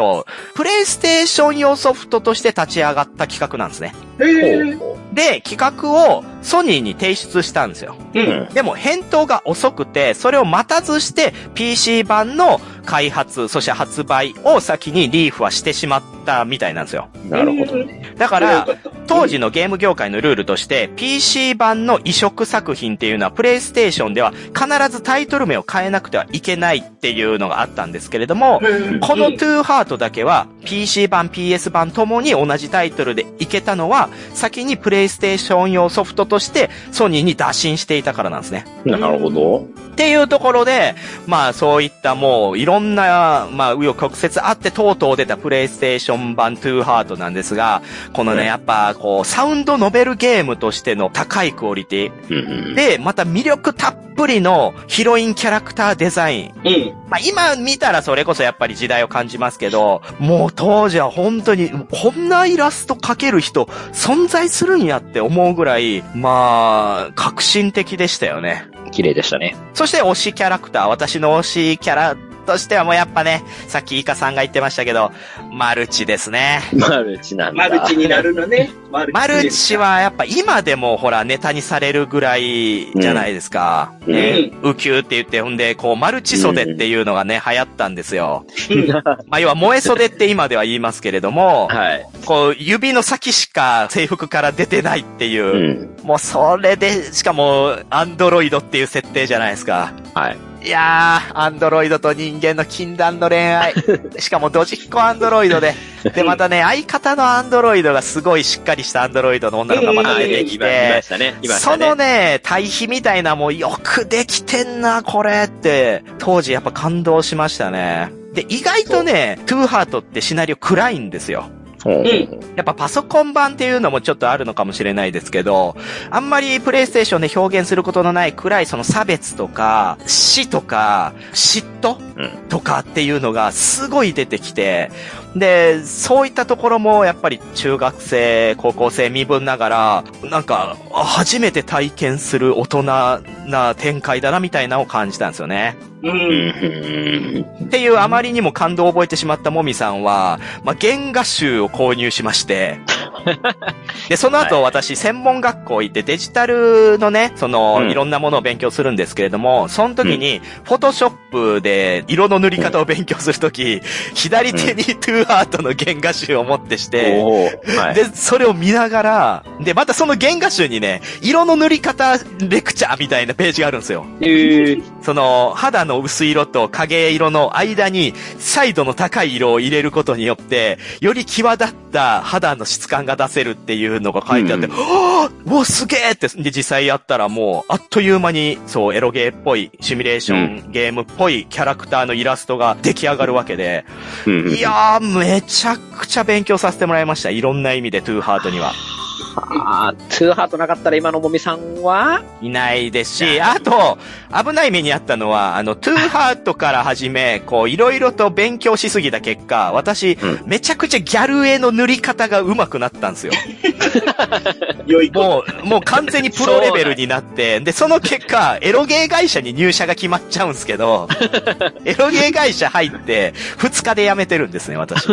[SPEAKER 1] プレイステーション用ソフトとして立ち上がった企画なんですね。
[SPEAKER 3] へえ。
[SPEAKER 1] で、企画をソニーに提出したんですよ。
[SPEAKER 3] うん。
[SPEAKER 1] でも返答が遅くて、それを待たずして PC 版の開発、そして発売を先にリーフはしてしまったみたいなんですよ。
[SPEAKER 4] なるほどね。
[SPEAKER 1] だか
[SPEAKER 3] よ
[SPEAKER 1] ら
[SPEAKER 3] か、った
[SPEAKER 1] 当時のゲーム業界のルールとして、PC 版の移植作品っていうのは、プレイステーションでは必ずタイトル名を変えなくてはいけないっていうのがあったんですけれども、このトゥーハートだけは PC 版、PS 版ともに同じタイトルでいけたのは、先にプレイステーション用ソフトとしてソニーに打診していたからなんですね。
[SPEAKER 4] なるほど。
[SPEAKER 1] っていうところで、まあそういったもういろんな、まあ紆余曲折あってとうとう出たプレイステーション版トゥーハートなんですが、このね、やっぱこうサウンドノベルゲームとしての高いクオリティ。
[SPEAKER 4] うん。
[SPEAKER 1] で、また魅力たっぷりのヒロインキャラクターデザイン。
[SPEAKER 3] うん。
[SPEAKER 1] まあ今見たらそれこそやっぱり時代を感じますけど、もう当時は本当に、こんなイラスト描ける人存在するんやって思うぐらい、まあ、革新的でしたよね。
[SPEAKER 4] 綺麗でしたね。
[SPEAKER 1] そして推しキャラクター、私の推しキャラとしてはもうやっぱね、さっきイカさんが言ってましたけど、マルチですね。
[SPEAKER 4] マルチなん
[SPEAKER 3] マ
[SPEAKER 4] だ。
[SPEAKER 3] ルチになるのね。マルチ。
[SPEAKER 1] マルチ。はやっぱ今でもほらネタにされるぐらいじゃないですか。
[SPEAKER 4] うん
[SPEAKER 1] ね、ウキューって言って、ほんで、こう、マルチ袖っていうのがね、流行ったんですよ。 まあ、要は萌え袖って今では言いますけれども、
[SPEAKER 4] はい。
[SPEAKER 1] こう、指の先しか制服から出てないっていうう、
[SPEAKER 4] ん。
[SPEAKER 1] もうそれで、しかも、アンドロイドっていう設定じゃないですか。
[SPEAKER 4] はい。
[SPEAKER 1] いやー、アンドロイドと人間の禁断の恋 愛。しかもドジっ子アンドロイドで。で、またね、相方のアンドロイドがすごいしっかりしたアンドロイドの女の子がまた
[SPEAKER 4] は
[SPEAKER 1] 出
[SPEAKER 4] い。
[SPEAKER 1] て
[SPEAKER 4] い
[SPEAKER 1] き
[SPEAKER 4] まいま
[SPEAKER 1] て、
[SPEAKER 4] したね。いまし
[SPEAKER 1] そ
[SPEAKER 4] たね。
[SPEAKER 1] のね、対比みたいなもうよくできてんな、これって、当時やっぱ感動しましたね。で、意外とね、トゥーハートってシナリオ暗いんですよ。
[SPEAKER 4] うん。
[SPEAKER 1] やっぱパソコン版っていうのもちょっとあるのかもしれないですけど、あんまりプレイステーションで表現することのないくらいその差別とか、死とか、嫉妬
[SPEAKER 4] うん
[SPEAKER 1] とかっていうのがすごい出てきて、で、そういったところもやっぱり中学生、高校生身分ながら、なんか初めて体験する大人な展開だなみたいなのを感じたんですよね。
[SPEAKER 3] う。
[SPEAKER 4] うんん。
[SPEAKER 1] っていうあまりにも感動を覚えてしまったもみさんは、まあ、原画集を購入しま して、で、その後私、専門学校行ってデジタルのね、その、
[SPEAKER 4] うん
[SPEAKER 1] いろんなものを勉強するんですけれども、その時に、フォトショップで色の塗り方を勉強するとき、左手にトゥーハートの原画集を持ってして、
[SPEAKER 4] おーはい。
[SPEAKER 1] で、それを見ながら、で、またその原画集にね、色の塗り方レクチャーみたいなページがあるんですよ。
[SPEAKER 4] えー
[SPEAKER 1] その、肌の薄い色と影色の間に、彩度の高い色を入れることによって、より際立っった肌の質感が出せるっていうのが書いてあって、
[SPEAKER 4] うん
[SPEAKER 1] はぁうわ、すげえって、で、実際やったらもう、あっという間に、そう、エロゲーっぽい、シミュレーション、ゲームっぽいキャラクターのイラストが出来上がるわけで、
[SPEAKER 4] うん
[SPEAKER 1] いやー、めちゃくちゃ勉強させてもらいました。いろんな意味で、トゥーハートには。
[SPEAKER 4] あーツーハートなかったら今のもみさんはい
[SPEAKER 1] ないですし、あと、危ない目にあったのは、あの、トゥーハートから始 め、こう、いろいろと勉強しすぎた結果、私、
[SPEAKER 4] うん
[SPEAKER 1] めちゃくちゃギャル絵の塗り方が上手くなったん ですよ。
[SPEAKER 3] 良い子。
[SPEAKER 1] もう、もう完全にプロレベルになって、で、その結果、エロゲー会社に入社が決まっちゃうんですけ ど、エロゲー会社入って、2日で辞めてるんですね、 私。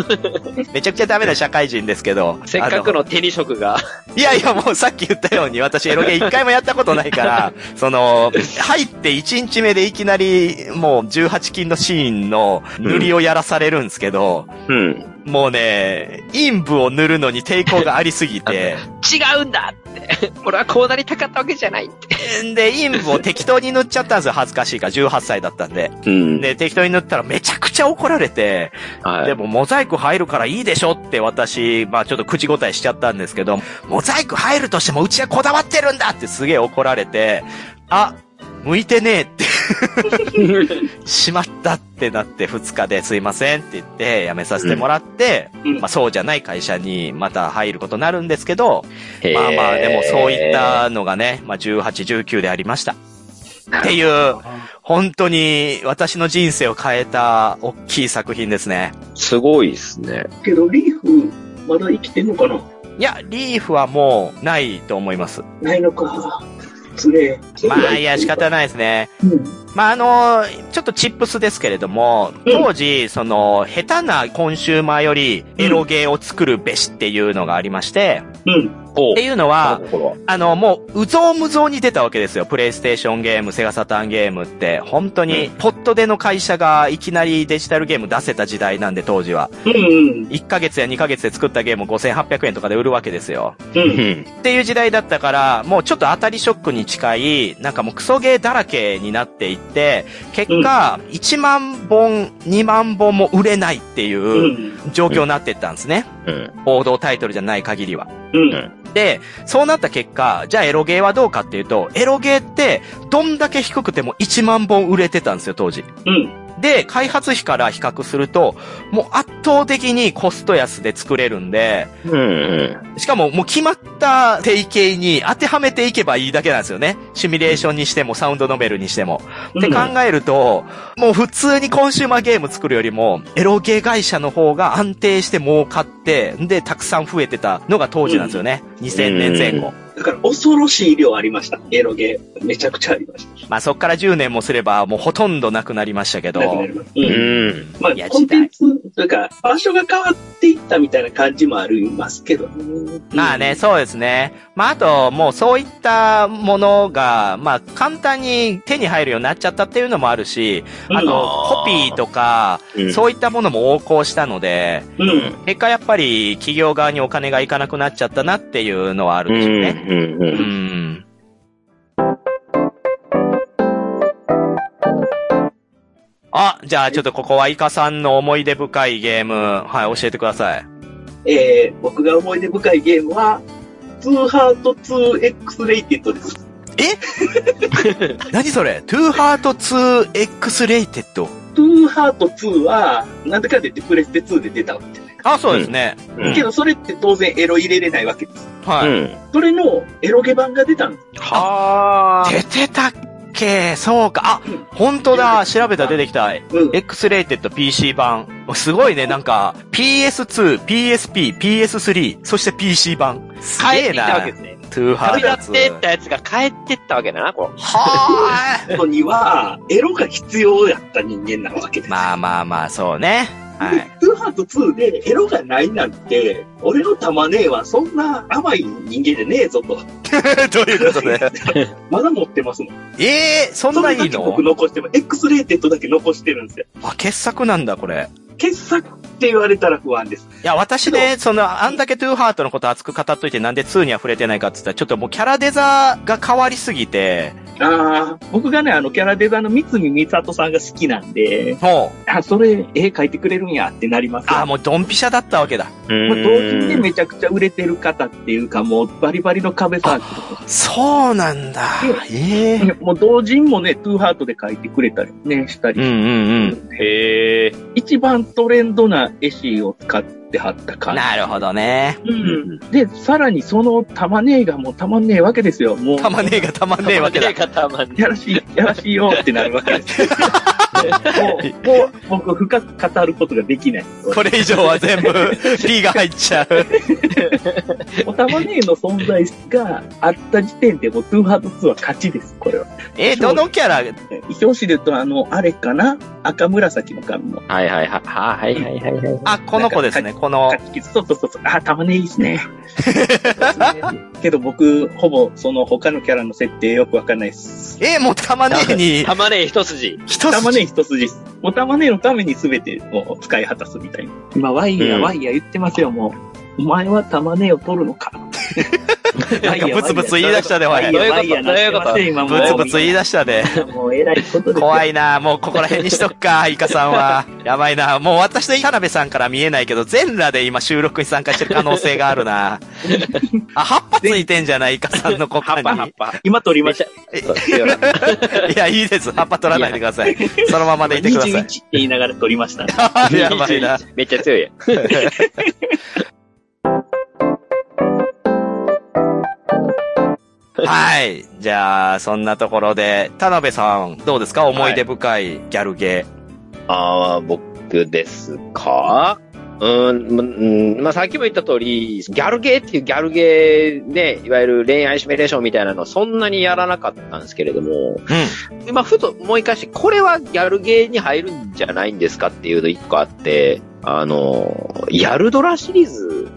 [SPEAKER 1] めちゃくちゃダメな社会人ですけど。
[SPEAKER 4] せっかくの手に職が。
[SPEAKER 1] いやいや、もうさっき言ったように、私エロゲー一回もやったことないから、その、入って1日目でいきなり、もう18禁のシーンの塗りをやらされるんですけど、
[SPEAKER 4] うん。
[SPEAKER 1] もうね、陰部を塗るのに抵抗がありすぎて、
[SPEAKER 5] 違うん だって。俺はこうなりたかったわけじゃないって。
[SPEAKER 1] で、陰部を適当に塗っちゃったんですよ。恥ずかしいから、18歳だったんで。
[SPEAKER 4] うん。
[SPEAKER 1] で、適当に塗ったらめちゃくちゃ怒られて、
[SPEAKER 4] はい。
[SPEAKER 1] でもモザイク入るからいいでしょって私、まあちょっと口答えしちゃったんですけど、モザイク入るとしてもうちはこだわってるんだってすげえ怒られて、あ、向いてねえって、しまったってなって2日ですいませんって言って辞めさせてもらって、
[SPEAKER 3] うん
[SPEAKER 1] まあそうじゃない会社にまた入ることになるんですけど、
[SPEAKER 4] へー
[SPEAKER 1] まあまあでもそういっ。たのがね、まあ18、19でありました。っていう、本当に私の人生を変えた大きい作品ですね。
[SPEAKER 4] すごいですね。
[SPEAKER 3] けど、リーフ、まだ生きてんのかない
[SPEAKER 1] や、リーフはもうないと思います。
[SPEAKER 3] ないのか。つれえ。
[SPEAKER 1] まあ、いや、仕方ないですね。
[SPEAKER 3] うん。
[SPEAKER 1] まあ、あの、ちょっとチップスですけれども、当時、その、下手なコンシューマーより、エロゲーを作るべしっていうのがありまして、
[SPEAKER 3] うん。
[SPEAKER 4] ほ
[SPEAKER 1] っていうのは、
[SPEAKER 4] う。
[SPEAKER 1] あの、もう、うぞうむぞうに出たわけですよ。プレイステーションゲーム、セガサターンゲームって、本当に、ポットでの会社がいきなりデジタルゲーム出せた時代なんで、当時は。
[SPEAKER 3] うん。
[SPEAKER 1] 1ヶ月や2ヶ月で作ったゲームを5800円とかで売るわけですよ。
[SPEAKER 3] うん。
[SPEAKER 1] っていう時代だったから、もうちょっと当たりショックに近い、なんかもうクソゲーだらけになっていって、結果、1万本、2万本も売れないって
[SPEAKER 3] う。
[SPEAKER 1] いうん状況になってったんですね。
[SPEAKER 4] うん。
[SPEAKER 1] 王道タイトルじゃない限りは。
[SPEAKER 3] うん。
[SPEAKER 1] で、そうなった結果、じゃあエロゲーはどうかっていうと、エロゲーって、どんだけ低くても1万本売れてたんですよ、当時。
[SPEAKER 3] うん。
[SPEAKER 1] で、開発費から比較すると、もう圧倒的にコスト安で作れるんで、
[SPEAKER 4] うん。
[SPEAKER 1] しかも、もう決まった定型に当てはめていけばいいだけなんですよね。シミュレーションにしても、サウンドノベルにしても。って考えると、もう普通にコンシューマーゲーム作るよりも、エロゲー会社の方が安定して儲かって、で、たくさん増えてたのが当時なんですよね。2000年前後。
[SPEAKER 3] だから、恐ろしい量ありました。エロゲー。めちゃくちゃありました。
[SPEAKER 1] まあそっから10年もすれば、もうほとんどなくなりましたけど
[SPEAKER 3] な。くなります。う。
[SPEAKER 4] うんん。
[SPEAKER 3] まあ
[SPEAKER 1] いや、
[SPEAKER 3] コンテンツ、というか、場所が変わっていったみたいな感じもありますけどね。
[SPEAKER 1] まあね、そうですね。まああと、もうそういったものが、まあ簡単に手に入るようになっちゃったっていうのもあるし、
[SPEAKER 3] うん。
[SPEAKER 1] あと、コピーとか、そういったものも横行したので、
[SPEAKER 3] うん。うん。
[SPEAKER 1] 結果やっぱり企業側にお金がいかなくなっちゃったなっていうのはある
[SPEAKER 4] うん。
[SPEAKER 1] でしょうんね。
[SPEAKER 4] う。
[SPEAKER 1] うんん。あ、じゃあちょっとここはイカさんの思い出深いゲーム、はい、教えてください。
[SPEAKER 3] えー、僕が思い出深いゲームは、2ハート 2X レイテッドです。
[SPEAKER 1] 何それ ?2 ハート 2X レイテッド。
[SPEAKER 3] 2ハート2は、なんでかって言ってプレステ2で出たわけじゃない
[SPEAKER 1] あ、そうですね。
[SPEAKER 4] うん
[SPEAKER 3] けど、それって当然エロ入れれないわけです。
[SPEAKER 1] はい。
[SPEAKER 3] それのエロゲ版が出たんです。
[SPEAKER 4] は
[SPEAKER 1] 出てたっけそうか。あ
[SPEAKER 3] うん、
[SPEAKER 1] 本当だ。調べたら出てきた。
[SPEAKER 3] うん。
[SPEAKER 1] X レイテッド PC 版。すごいね、なんか、PS2、PSP、PS3、そして PC 版。す
[SPEAKER 4] あ。
[SPEAKER 1] げえ
[SPEAKER 4] たわ
[SPEAKER 1] な
[SPEAKER 4] けで。すね。
[SPEAKER 1] トゥーハ
[SPEAKER 4] 旅
[SPEAKER 1] ート
[SPEAKER 4] 立ってっ
[SPEAKER 1] 2。
[SPEAKER 4] たやつが帰ってったわけだな、こ
[SPEAKER 1] は
[SPEAKER 3] のには、エロが必要やった人間なわけ
[SPEAKER 1] ー
[SPEAKER 3] です。
[SPEAKER 1] まあまあまあ、そうね。はい。
[SPEAKER 3] で、2ハート2でエロがないなんて、俺の玉ねえはそんな甘い人間じゃねえぞと。
[SPEAKER 1] どういうことで
[SPEAKER 3] まだ持ってますもん。
[SPEAKER 1] ええー、そんないい
[SPEAKER 3] それだけ
[SPEAKER 1] の
[SPEAKER 3] 僕残してます。X レイテッドだけ残してるんですよ。
[SPEAKER 1] あ、傑作なんだ、これ。
[SPEAKER 3] 傑作って言われたら不安です。
[SPEAKER 1] いや、私ね、その、あんだけトゥーハートのこと熱く語っといてなんで2には触れてないかって言ったら、ちょっともうキャラデザが変わりすぎて、
[SPEAKER 3] ああ、僕がね、あの、キャラデザの三海美里さんが好きなんで、
[SPEAKER 1] ほう。
[SPEAKER 3] あ、それ、絵描いてくれるんやってなりますよ
[SPEAKER 1] ああ、もうドンピシャだったわけだ。
[SPEAKER 3] もう同時にめちゃくちゃ売れてる方っていうか、もうバリバリの壁サークルとか
[SPEAKER 1] そうなんだ。ええ
[SPEAKER 3] ね、もう同人もね、トゥーハートで描いてくれたりね、した
[SPEAKER 1] うん
[SPEAKER 3] り、
[SPEAKER 1] うんうん。
[SPEAKER 4] へえ。
[SPEAKER 3] 一番トレンドな絵師を使ってはった感じ。
[SPEAKER 1] なるほどね。
[SPEAKER 3] うん、で、さらにその玉ねえがもうたまんねえわけですよ。もう、
[SPEAKER 1] たまねえがたまねえわけだ。
[SPEAKER 4] たまね
[SPEAKER 3] やらしい、やらしいよってなるわけ ですよ。もう、もう僕深く語ることができない。
[SPEAKER 1] これ以上は全 部 P が入っちゃう。
[SPEAKER 3] お玉ねえの存在があった時点でもうトゥーハート2は勝ちです、これは。
[SPEAKER 1] え、どのキャラ
[SPEAKER 3] 表紙で言うと、あの、あれかな赤紫の髪の。
[SPEAKER 4] はいはいはい。はいはいはいはい。
[SPEAKER 1] あ、この子ですね、この。
[SPEAKER 3] 勝ちそうそうそうそう。あ、玉ねえいいっすね。けど僕、ほぼその他のキャラの設定よくわかんないです。
[SPEAKER 1] え、もうたまねえに、
[SPEAKER 4] たまねえ一筋。
[SPEAKER 1] 一
[SPEAKER 3] 玉ね
[SPEAKER 1] 筋。
[SPEAKER 3] え一筋です。もう玉ねえのために全てを使い果たすみたいな。今、ワイヤ
[SPEAKER 4] う
[SPEAKER 3] ー
[SPEAKER 4] ん
[SPEAKER 3] ワイヤー言ってますよ、もう。お前は玉ねえを取るの か。
[SPEAKER 1] なんかブツブツ言い出したで、おい。
[SPEAKER 4] どういうことどういうこと
[SPEAKER 3] 今も
[SPEAKER 1] ブ
[SPEAKER 3] う
[SPEAKER 1] ツブツ言い出したで。
[SPEAKER 3] もう偉いことですよ。
[SPEAKER 1] 怖いなもうここら辺にしとくか、イカさんは。やばいなもう私と田辺さんから見えないけど、全裸で今収録に参加してる可能性があるなあ、葉っぱついてんじゃないイカさんの股間に。
[SPEAKER 4] ぱ。
[SPEAKER 3] 今取りま
[SPEAKER 4] め
[SPEAKER 3] し
[SPEAKER 4] ち
[SPEAKER 3] た
[SPEAKER 4] ゃ。、そうだ
[SPEAKER 1] いや、いいです。葉っぱ取らないでください。そのままでいてくださ
[SPEAKER 3] 21って言いながら取りました。
[SPEAKER 1] い。やばいな。
[SPEAKER 4] めっちゃ強いやん。
[SPEAKER 1] はい。じゃあ、そんなところで、田辺さん、どうですか思い出深いギャルゲ
[SPEAKER 4] ああ、僕ですかうーん、まうん、まあ、さっきも言った通り、ギャルゲーっていうギャルゲーね、いわゆる恋愛シミュレーションみたいなのはそんなにやらなかったんですけれども、
[SPEAKER 1] ー。うん。
[SPEAKER 4] 今ふと思い返して、これはギャルゲーに入るんじゃないんですかっていうの一個あって、あの、ヤルドラシリーズ、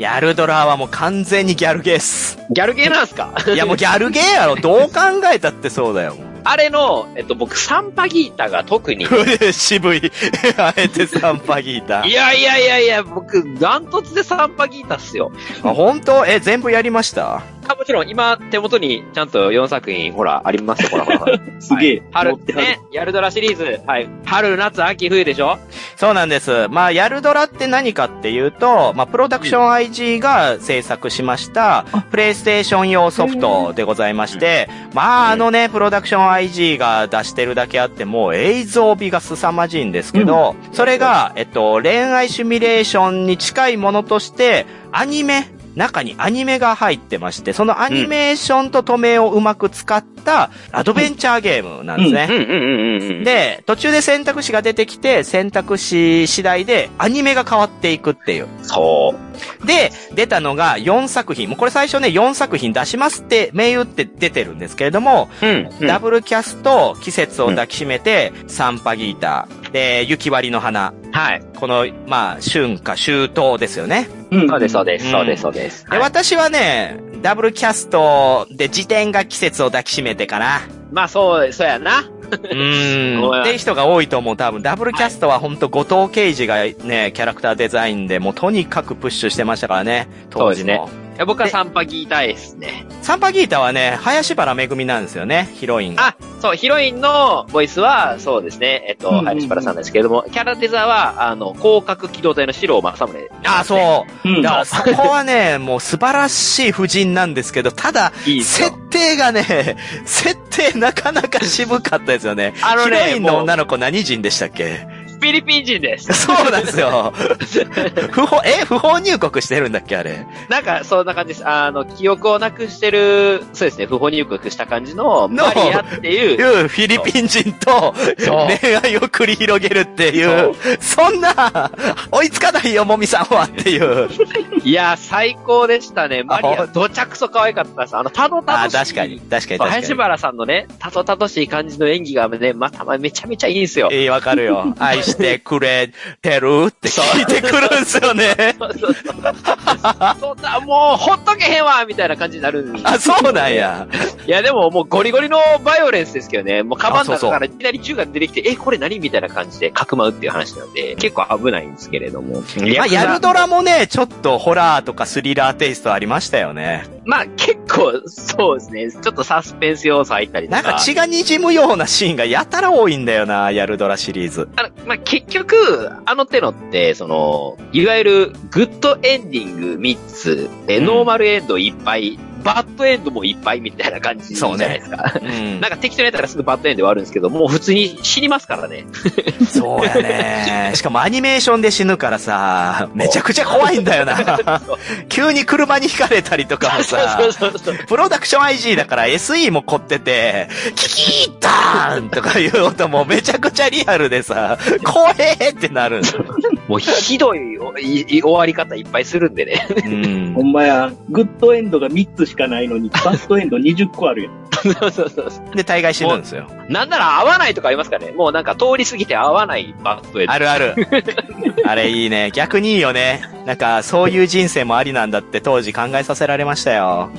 [SPEAKER 1] ギャルドラはもう完全にギャルゲーっ す。
[SPEAKER 4] ギャルゲーなんすか
[SPEAKER 1] いや、もうギャルゲーやろ。どう考えたってそうだよ。
[SPEAKER 4] あれの、えっと、僕、サンパギータが特 に、
[SPEAKER 1] 渋い。 あえてサンパギータ
[SPEAKER 4] い。やいやいやいや、僕、ダントツでサンパギータっすよ。
[SPEAKER 1] あ、本当え、全部やりました
[SPEAKER 4] あもちろん、今、手元にちゃんと4作品、ほら、ありますよ、ほらほら ほら。
[SPEAKER 3] すげえ。
[SPEAKER 4] 春
[SPEAKER 3] 持っ、てはる
[SPEAKER 4] ね、ヤルドラシリーズ。はい。春、夏、秋、冬でしょ
[SPEAKER 1] そうなんです。まあ、やるドラって何かっていうと、まあ、プロダクション IG が制作しました、プレイステーション用ソフトでございまして、まあ、あのね、プロダクション IG が出してるだけあって、もう映像美が凄まじいんですけど、それが、えっと、恋愛シミュレーションに近いものとして、アニメ、中にアニメが入ってまして、そのアニメーションと止めをうまく使ったアドベンチャーゲームなんですね。
[SPEAKER 4] うんうんうんうん。
[SPEAKER 1] で、途中で選択肢が出てきて、選択肢次第でアニメが変わっていくっていう。
[SPEAKER 4] そう。
[SPEAKER 1] で、出たのが4作品。もうこれ最初ね、4作品出しますって、銘打って出てるんですけれども、
[SPEAKER 4] うん。
[SPEAKER 1] ダブルキャスト、季節を抱きしめて、サンパギータ、で、雪割りの花。
[SPEAKER 4] はい。
[SPEAKER 1] この、まあ、春夏秋冬ですよね。
[SPEAKER 3] うん
[SPEAKER 4] そうです、そうです、
[SPEAKER 1] うん
[SPEAKER 4] そうです、そうです。
[SPEAKER 1] で、
[SPEAKER 4] はい
[SPEAKER 1] 私はね、ダブルキャストで辞典が季節を抱きしめてかな。
[SPEAKER 4] まあ、そう、そうやな。
[SPEAKER 1] うーん。って人が多いと思う。多分、ダブルキャストは本当後藤圭司がね、キャラクターデザインで、もうとにかくプッシュしてましたからね。当時も。
[SPEAKER 4] いや僕はサンパギータですね。
[SPEAKER 1] サンパギータはね、林原めぐみなんですよね、ヒロインが。
[SPEAKER 4] あ、そう、ヒロインのボイスは、そうですね、えっと、
[SPEAKER 3] うんうんうん
[SPEAKER 4] 林原さんですけれども、キャラデザは、あの、広角機動隊の四郎正宗、
[SPEAKER 1] あ、そうう。
[SPEAKER 3] ん
[SPEAKER 1] だからそこはね、もう素晴らしい夫人なんですけど、ただ、
[SPEAKER 4] いいです
[SPEAKER 1] 設
[SPEAKER 4] よ。
[SPEAKER 1] 定がね、設定なかなか渋かったですよね。
[SPEAKER 4] あの
[SPEAKER 1] ヒ
[SPEAKER 4] ね
[SPEAKER 1] ロインの
[SPEAKER 4] もう
[SPEAKER 1] 女の子何人でしたっけ
[SPEAKER 4] フィリピン人です。
[SPEAKER 1] そうなんですよ。不法、え、不法入国してるんだっけあれ。
[SPEAKER 4] なんか、そんな感じです。あの、記憶をなくしてる、そうですね、不法入国した感じ
[SPEAKER 1] の
[SPEAKER 4] の、マリアっていう、
[SPEAKER 1] いうフィリピン人と
[SPEAKER 4] そう
[SPEAKER 1] 恋愛を繰り広げるっていう、そんな、追いつかないよ、もみさんはっていう。
[SPEAKER 4] いやー、最高でしたね。マリ
[SPEAKER 1] あほ
[SPEAKER 4] ア、
[SPEAKER 1] ん
[SPEAKER 4] どちゃくそ可愛かったです。あの、たどた
[SPEAKER 1] あ
[SPEAKER 4] ど
[SPEAKER 1] ー、
[SPEAKER 4] し
[SPEAKER 1] 確
[SPEAKER 4] い。
[SPEAKER 1] かに、確かに、
[SPEAKER 4] そ
[SPEAKER 1] 確
[SPEAKER 4] う。林
[SPEAKER 1] か
[SPEAKER 4] 原さんのね、たどたどしい感じの演技がね、またまめちゃめちゃいいんですよ
[SPEAKER 1] に。。えー、わかるよ。あ、一してくれてるって聞いてくるんですよね。
[SPEAKER 4] そうそうそう。そんな、もう、ほっとけへんわみたいな感じになるんで
[SPEAKER 1] あ、そうなんや。
[SPEAKER 4] いや、でももうゴリゴリのバイオレンスですけどね。もうカバンの中からいきなり銃が出てきて、え、これ何みたいな感じで、かくまうっていう話なんで、結構危ないんですけれども。
[SPEAKER 1] まあ、やるドラもね、ちょっとホラーとかスリラーテイストありましたよね。
[SPEAKER 4] まあ結構、そうですね。ちょっとサスペンス要素入ったりと
[SPEAKER 1] なん
[SPEAKER 4] か。
[SPEAKER 1] か血が滲むようなシーンがやたら多いんだよな、やるドラシリーズ。
[SPEAKER 4] あの、まあ、結局、あの手のって、その、いわゆる、グッドエンディング3つ、で、
[SPEAKER 1] うん
[SPEAKER 4] ノーマルエンドいっぱい、バッドエンドもいっぱいみたいな感じじゃ
[SPEAKER 1] そう
[SPEAKER 4] ない
[SPEAKER 1] ね
[SPEAKER 4] ですか。
[SPEAKER 1] うん
[SPEAKER 4] な。んか適当にやったらすぐバッドエンドはあるんですけど、もう普通に死にますからね。
[SPEAKER 1] そうやね。しかもアニメーションで死ぬからさ、めちゃくちゃ怖いんだよな。急に車にひかれたりとかもさ。
[SPEAKER 4] そうそうそうそう。
[SPEAKER 1] プロダクション IG だから SE も凝ってて、キキーダーンとかいう音もめちゃくちゃリアルでさ、怖えってなる。
[SPEAKER 4] もうひどいおいい終わり方いっぱいするんでね。
[SPEAKER 1] うん
[SPEAKER 3] ほ。んまや、グッドエンドが3つしかない のに、バッドエンド20個あるやん。
[SPEAKER 4] そうそうそうそう。
[SPEAKER 1] で、大概死ぬんですよ。
[SPEAKER 4] なんなら合わないとかありますからね。もうなんか通り過ぎて合わないバッドエンド。
[SPEAKER 1] あるある。あれいいね。逆にいいよね。なんか、そういう人生もありなんだって当時考えさせられましたよ。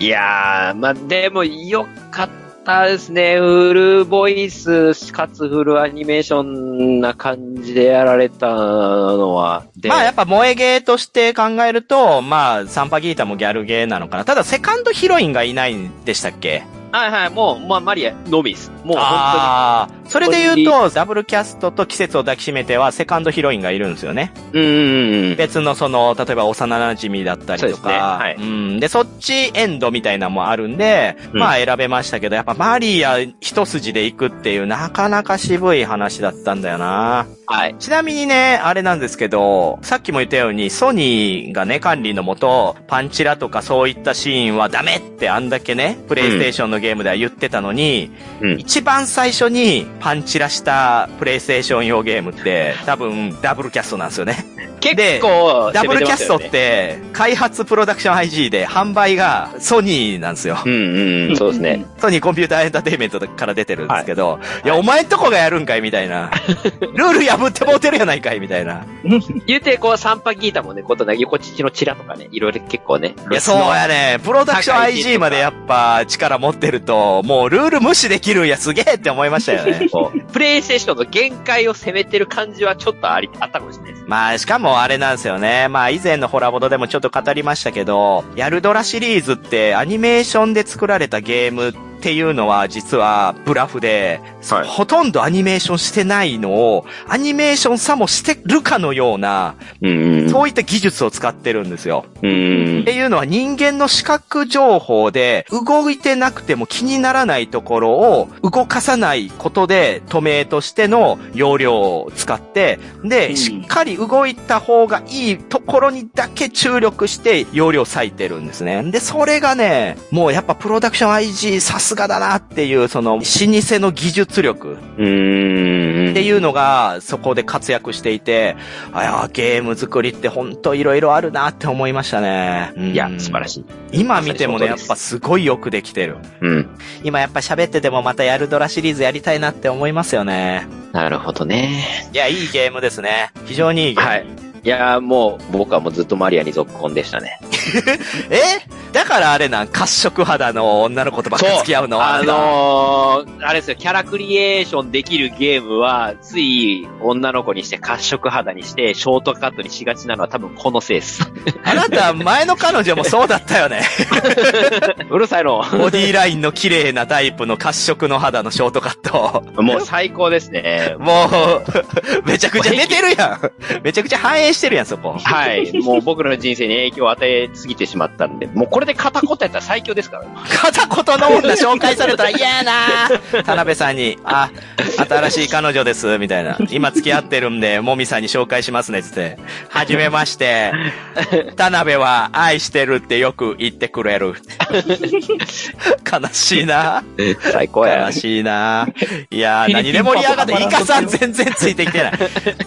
[SPEAKER 4] いやー、まあ、でも、良かったですね。フルボイス、かつフルアニメーションな感じでやられたのは。で
[SPEAKER 1] まあやっぱ萌えゲーとして考えると、まあ、サンパギータもギャルゲーなのかな。ただ、セカンドヒロインがいないんでしたっけ
[SPEAKER 4] はいはい、もう、まあ、マリアのみです。もう、本
[SPEAKER 1] ああ、それで言うと、ダブルキャストと季節を抱きしめては、セカンドヒロインがいるんですよね。
[SPEAKER 4] 当に。うんうんうん。
[SPEAKER 1] 別のその、例えば幼馴染だったりと
[SPEAKER 4] そうですね
[SPEAKER 1] か、
[SPEAKER 4] はい
[SPEAKER 1] うん。で、そっちエンドみたいなのもあるんで、
[SPEAKER 4] うん
[SPEAKER 1] まあ選べましたけど、やっぱマリア一筋で行くっていう、なかなか渋い話だったんだよな。
[SPEAKER 4] はい。
[SPEAKER 1] ちなみにね、あれなんですけど、さっきも言ったように、ソニーがね、管理のもと、パンチラとかそういったシーンはダメってあんだけね、プレイステーションのゲームでは言ってたのに、
[SPEAKER 4] うん
[SPEAKER 1] 一番最初にパンチラしたプレイステーション用ゲームって、多分ダブルキャストなんですよね。
[SPEAKER 4] 結構、
[SPEAKER 1] ダブルキャストっ
[SPEAKER 4] 攻め
[SPEAKER 1] て、開発プロダクション IG で販売がソニーなんですよ。
[SPEAKER 4] ましたよね。うんうん、そうですね。
[SPEAKER 1] ソニーコンピューターエンターテインメントから出てるんですけど、い、や、お前んとこがやるんかいみたい な。ルール破ってもうてるやないかいみたいな。
[SPEAKER 4] 言うて、こう、サンパギータもね、ことな、横乳のチラとかね、いろいろ結構ね。
[SPEAKER 1] いや、そうやね。プロダクション IG までやっぱ力持ってると、もうルール無視できるんやすげえって思いましたよ ね。
[SPEAKER 4] こうプレイステーションの限界を攻めてる感じはちょっとあり、あったかもしれないです。
[SPEAKER 1] まあ、しかもあれなんですよね。まあ、以前のホラボドでもちょっと語りましたけど、ヤルドラシリーズってアニメーションで作られたゲームっていうのは実はブラフで、
[SPEAKER 2] はい
[SPEAKER 1] ほとんどアニメーションしてないのを、アニメーションさもしてるかのような、
[SPEAKER 4] うんうん
[SPEAKER 1] そういった技術を使ってるんですよ。
[SPEAKER 4] うんうん
[SPEAKER 1] っていうのは人間の視覚情報で動いてなくても気にならないところを動かさないことで止めとしての容量を使って、
[SPEAKER 3] う
[SPEAKER 1] で、
[SPEAKER 3] ん
[SPEAKER 1] しっかり動いた方がいいところにだけ注力して容量割いてるんですね。で、それがね、もうやっぱプロダクション IG さすがだなっていうその老舗の技術力
[SPEAKER 4] うーん。
[SPEAKER 1] っていうのがそこで活躍していて、あいや、ゲーム作りってほんといろいろあるなって思いましたね。
[SPEAKER 4] いや、素晴ら
[SPEAKER 1] い。
[SPEAKER 4] しい。
[SPEAKER 1] 今見てもね、やっ
[SPEAKER 4] まさにその通りです
[SPEAKER 1] ぱすごいよくできてる。
[SPEAKER 4] うん。
[SPEAKER 1] 今やっぱ喋っててもまたやるドラシリーズやりたいなって思いますよね。
[SPEAKER 4] なるほどね。
[SPEAKER 1] いや、いいゲームですね。非常にいいゲーム。
[SPEAKER 4] はい。いやーもう、僕はもうずっとマリアに続婚でしたね。
[SPEAKER 1] えだからあれなん、褐色肌の女の子とばっかり付き合うの
[SPEAKER 4] あのー、あれですよ、キャラクリエーションできるゲームは、つい女の子にして褐色肌にして、ショートカットにしがちなのは多分このせい です。
[SPEAKER 1] あなた、前の彼女もそうだったよ ね。
[SPEAKER 4] うるさいの。
[SPEAKER 1] ボディラインの綺麗なタイプの褐色の肌のショートカット。
[SPEAKER 4] もう最高ですね。
[SPEAKER 1] もう、 めちゃくちゃ出てるやん。めちゃくちゃ反映してるやん、そこ。
[SPEAKER 4] はい。もう僕の人生に影響を与えすぎてしまったんで、もうこれで片言やったら最強ですから。
[SPEAKER 1] 片言の女紹介されたら嫌やなー田辺さんに、あ、新しい彼女です、みたいな。今付き合ってるんで、もみさんに紹介しますね、つって。はじめまして。田辺は愛してるってよく言ってくれる。悲しいな
[SPEAKER 4] 最高や
[SPEAKER 1] 悲。しいないやー、何で盛り上がって、イカさん全然ついてきてない。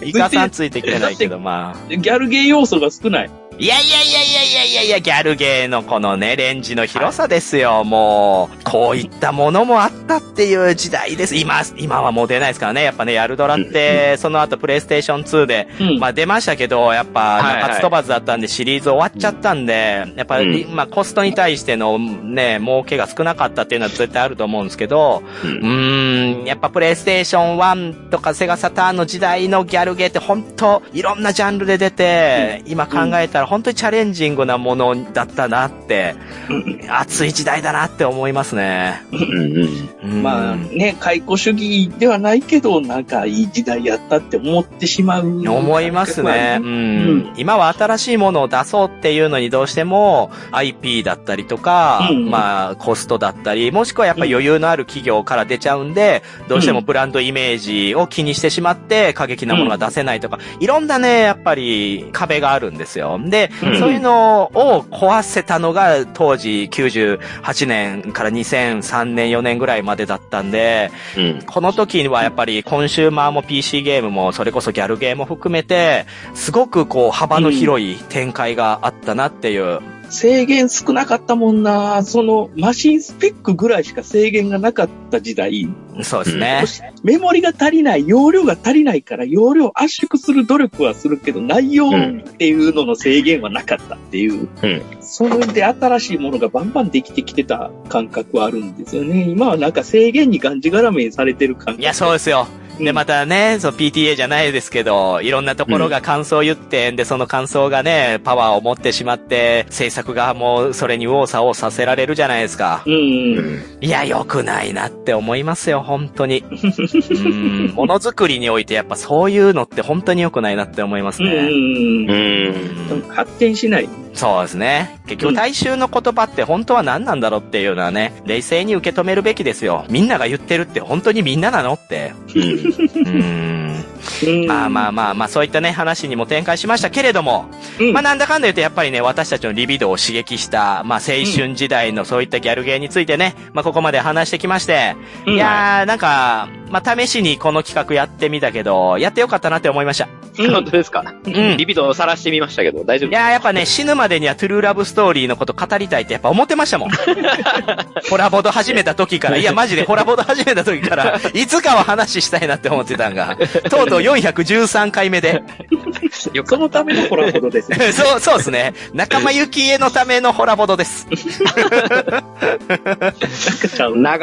[SPEAKER 1] イカさんついてきてないけど、まあ。
[SPEAKER 3] ギャルゲー要素が少ない。
[SPEAKER 1] いいやいやいやいやいやいやいや、ギャルゲーのこのね、レンジの広さですよ。もう、こういったものもあったっていう時代です。今、今はもう出ないですからね。やっぱね、ヤルドラって、その後プレイステーション2で、
[SPEAKER 3] うん
[SPEAKER 1] まあ出ましたけど、やっぱ、
[SPEAKER 4] はいはい
[SPEAKER 1] 中津飛ばずだったんでシリーズ終わっちゃったんで、やっぱり、
[SPEAKER 4] う
[SPEAKER 1] まあコストに対してのね、儲けが少なかったっていうのは絶対あると思うんですけど、
[SPEAKER 4] う
[SPEAKER 1] うんーん、やっぱプレイステーション1とかセガサターンの時代のギャルゲーって本当いろんなジャンルで出て、今考えたら本当にチャレンジングなものだったなって、熱い時代だなって思いますね。
[SPEAKER 4] うんうん
[SPEAKER 1] うん
[SPEAKER 3] まあね、解雇主義ではないけど、なんかいい時代やったって思ってしまう。
[SPEAKER 1] 思いますね。うん。
[SPEAKER 3] うん
[SPEAKER 1] 今は新しいものを出そうっていうのにどうしても IP だったりとか、
[SPEAKER 3] うん
[SPEAKER 1] まあコストだったり、もしくはやっぱ余裕のある企業から出ちゃうんで、どうしてもブランドイメージを気にしてしまって過激なものが出せないとか、いろんなね、やっぱり壁があるんですよ。で、
[SPEAKER 4] うん
[SPEAKER 1] そういうのを壊せたのが当時98年から2003年4年ぐらいまでだったんで、
[SPEAKER 4] うん
[SPEAKER 1] この時はやっぱりコンシューマーも PC ゲームもそれこそギャルゲーも含めて、すごくこう幅の広い展開があったなっていう。
[SPEAKER 3] 制限少なかったもんな。そのマシンスペックぐらいしか制限がなかった時代、
[SPEAKER 1] そうですね。
[SPEAKER 3] メモリが足りない、容量が足りないから、容量圧縮する努力はするけど、内容っていうのの制限はなかったっていう。
[SPEAKER 4] うん
[SPEAKER 3] それで新しいものがバンバンできてきてた感覚はあるんですよね。今はなんか制限にがんじがらめにされてる感覚。
[SPEAKER 1] いや、そうですよ。で、またね、その PTA じゃないですけど、いろんなところが感想を言って、で、その感想がね、パワーを持ってしまって、制作側もそれに右往左往させられるじゃないですか。
[SPEAKER 3] うん。うん
[SPEAKER 4] う
[SPEAKER 3] うん。
[SPEAKER 4] ん
[SPEAKER 1] いや、良くないなって思いますよ、本当に。うんものづくりにおいてやっぱそういうのって本当に良くないなって思います
[SPEAKER 3] うん
[SPEAKER 1] ね。
[SPEAKER 3] うんう
[SPEAKER 4] う
[SPEAKER 3] ん
[SPEAKER 4] ん
[SPEAKER 3] 発展しない。
[SPEAKER 1] そうですね。結局大衆の言葉って本当は何なんだろうっていうのはね、冷静に受け止めるべきですよ。みんなが言ってるって本当にみんななのって。うーん。
[SPEAKER 3] うん
[SPEAKER 1] まあまあまあまあ、そういったね、話にも展開しましたけれども、
[SPEAKER 3] うん
[SPEAKER 1] まあなんだかんだ言ってやっぱりね、私たちのリビドーを刺激した、まあ青春時代のそういったギャルゲーについてね、まあここまで話してきまして、
[SPEAKER 3] うん
[SPEAKER 1] いやー、なんか、まあ試しにこの企画やってみたけど、やってよかったなって思いました。
[SPEAKER 3] うん
[SPEAKER 4] 本当ですか
[SPEAKER 1] うん
[SPEAKER 4] リビドを晒してみましたけど、大丈夫
[SPEAKER 1] いやーやっぱね、死ぬまでにはトゥルーラブストーリーのこと語りたいってやっぱ思ってましたも ん。ホラボド始めた時から、いやマジでホラボド始めた時から、 いつかは話したいなって思ってたんが、とうとう413回目で。
[SPEAKER 4] よ
[SPEAKER 3] そのためのコラボですね。
[SPEAKER 1] そう、そうですね。仲間由紀恵のためのホラボドです。
[SPEAKER 4] 長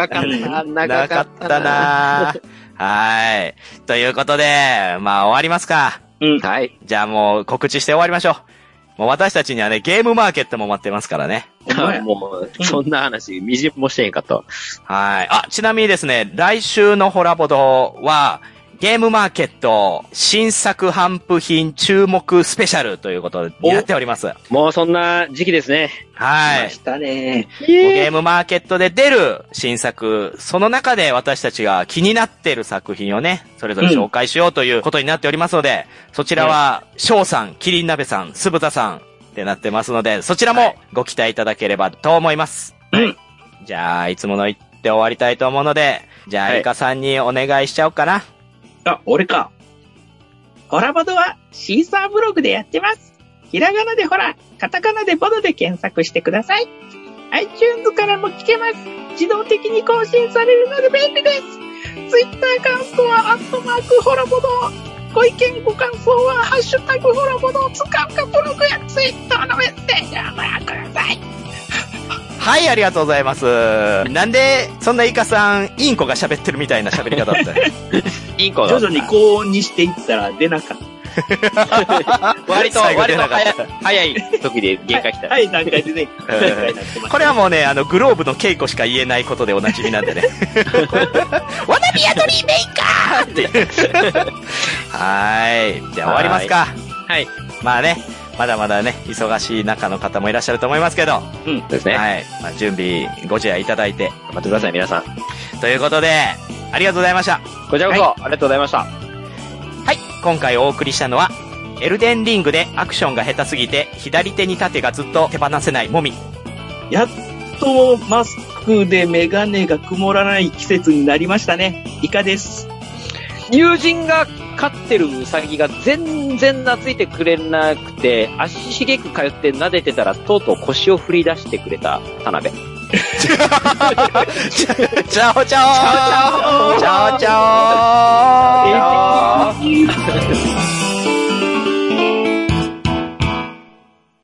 [SPEAKER 4] かった、長かったな。
[SPEAKER 1] なーはーい。ということで、まあ終わりますか。
[SPEAKER 3] うん。
[SPEAKER 4] はい。
[SPEAKER 1] じゃあもう告知して終わりましょう。もう私たちにはね、ゲームマーケットも待ってますからね。
[SPEAKER 3] ほんまや
[SPEAKER 4] もう、そんな話、みじんもしてへんかったわ。
[SPEAKER 1] はい。あ、ちなみにですね、来週のホラボドは、ゲームマーケット新作販布品注目スペシャルということになっております。
[SPEAKER 4] もうそんな時期ですね。
[SPEAKER 1] は
[SPEAKER 3] 来
[SPEAKER 1] い
[SPEAKER 3] ま。したね。
[SPEAKER 1] ゲームマーケットで出る新作、その中で私たちが気になってる作品をね、それぞれ紹介しようということになっておりますので、そちらは、翔さん、キリン鍋さん、酢豚さんってなってますので、そちらもご期待いただければと思います。
[SPEAKER 3] うん
[SPEAKER 1] じゃあ、いつもの言って終わりたいと思うので、じゃあ、
[SPEAKER 4] はい
[SPEAKER 1] イカさんにお願いしちゃおうかな。
[SPEAKER 3] あ、俺か。
[SPEAKER 6] ホラボドはシーサーブログでやってます。ひらがなでホラ、カタカナでボドで検索してください。iTunes からも聞けます。自動的に更新されるので便利です。Twitter アカウントはアットマークホラボド。ご意見ご感想はハッシュタグホラボドを使うかブログや Twitter のメッセージをご覧ください。
[SPEAKER 1] はい、ありがとうございます。なんで、そんなイカさん、インコが喋ってるみたいな喋り方だったよ
[SPEAKER 4] インコ
[SPEAKER 3] 徐
[SPEAKER 4] の
[SPEAKER 3] 々に高音にしていったら出なかっ
[SPEAKER 4] 割と、
[SPEAKER 1] 最後
[SPEAKER 4] 割
[SPEAKER 1] 出
[SPEAKER 4] と
[SPEAKER 1] なかっ
[SPEAKER 4] 早
[SPEAKER 1] た
[SPEAKER 4] い早い時で限界来
[SPEAKER 3] た。
[SPEAKER 4] た。
[SPEAKER 3] はい、段階でね。
[SPEAKER 1] これはもうね、あの、グローブの稽古しか言えないことでおなじみなん でね。わなびやドリーメイカーっていう。はーい。じゃあ終わりますか。
[SPEAKER 4] はい。
[SPEAKER 1] まあね、まだまだね、忙しい中の方もいらっしゃると思いますけど、
[SPEAKER 4] そうですね。
[SPEAKER 1] はい。まあ、準備ご自愛いただいて。
[SPEAKER 4] 頑張ってください、皆さん。
[SPEAKER 1] ということで、ありがとうございました。
[SPEAKER 4] こちらこそ、ありがとうございました。
[SPEAKER 1] はい、今回お送りしたのは、エルデンリングでアクションが下手すぎて、左手に盾がずっと手放せないもみ。
[SPEAKER 3] やっとマスクでメガネが曇らない季節になりましたね。イカです。
[SPEAKER 5] 友人が
[SPEAKER 4] 飼ってるウサギが全然懐いてくれなくて、足しげく通って撫でてたら、とうとう腰を振り出してくれた田辺。
[SPEAKER 1] ちゃおちゃおちゃおちゃおちゃお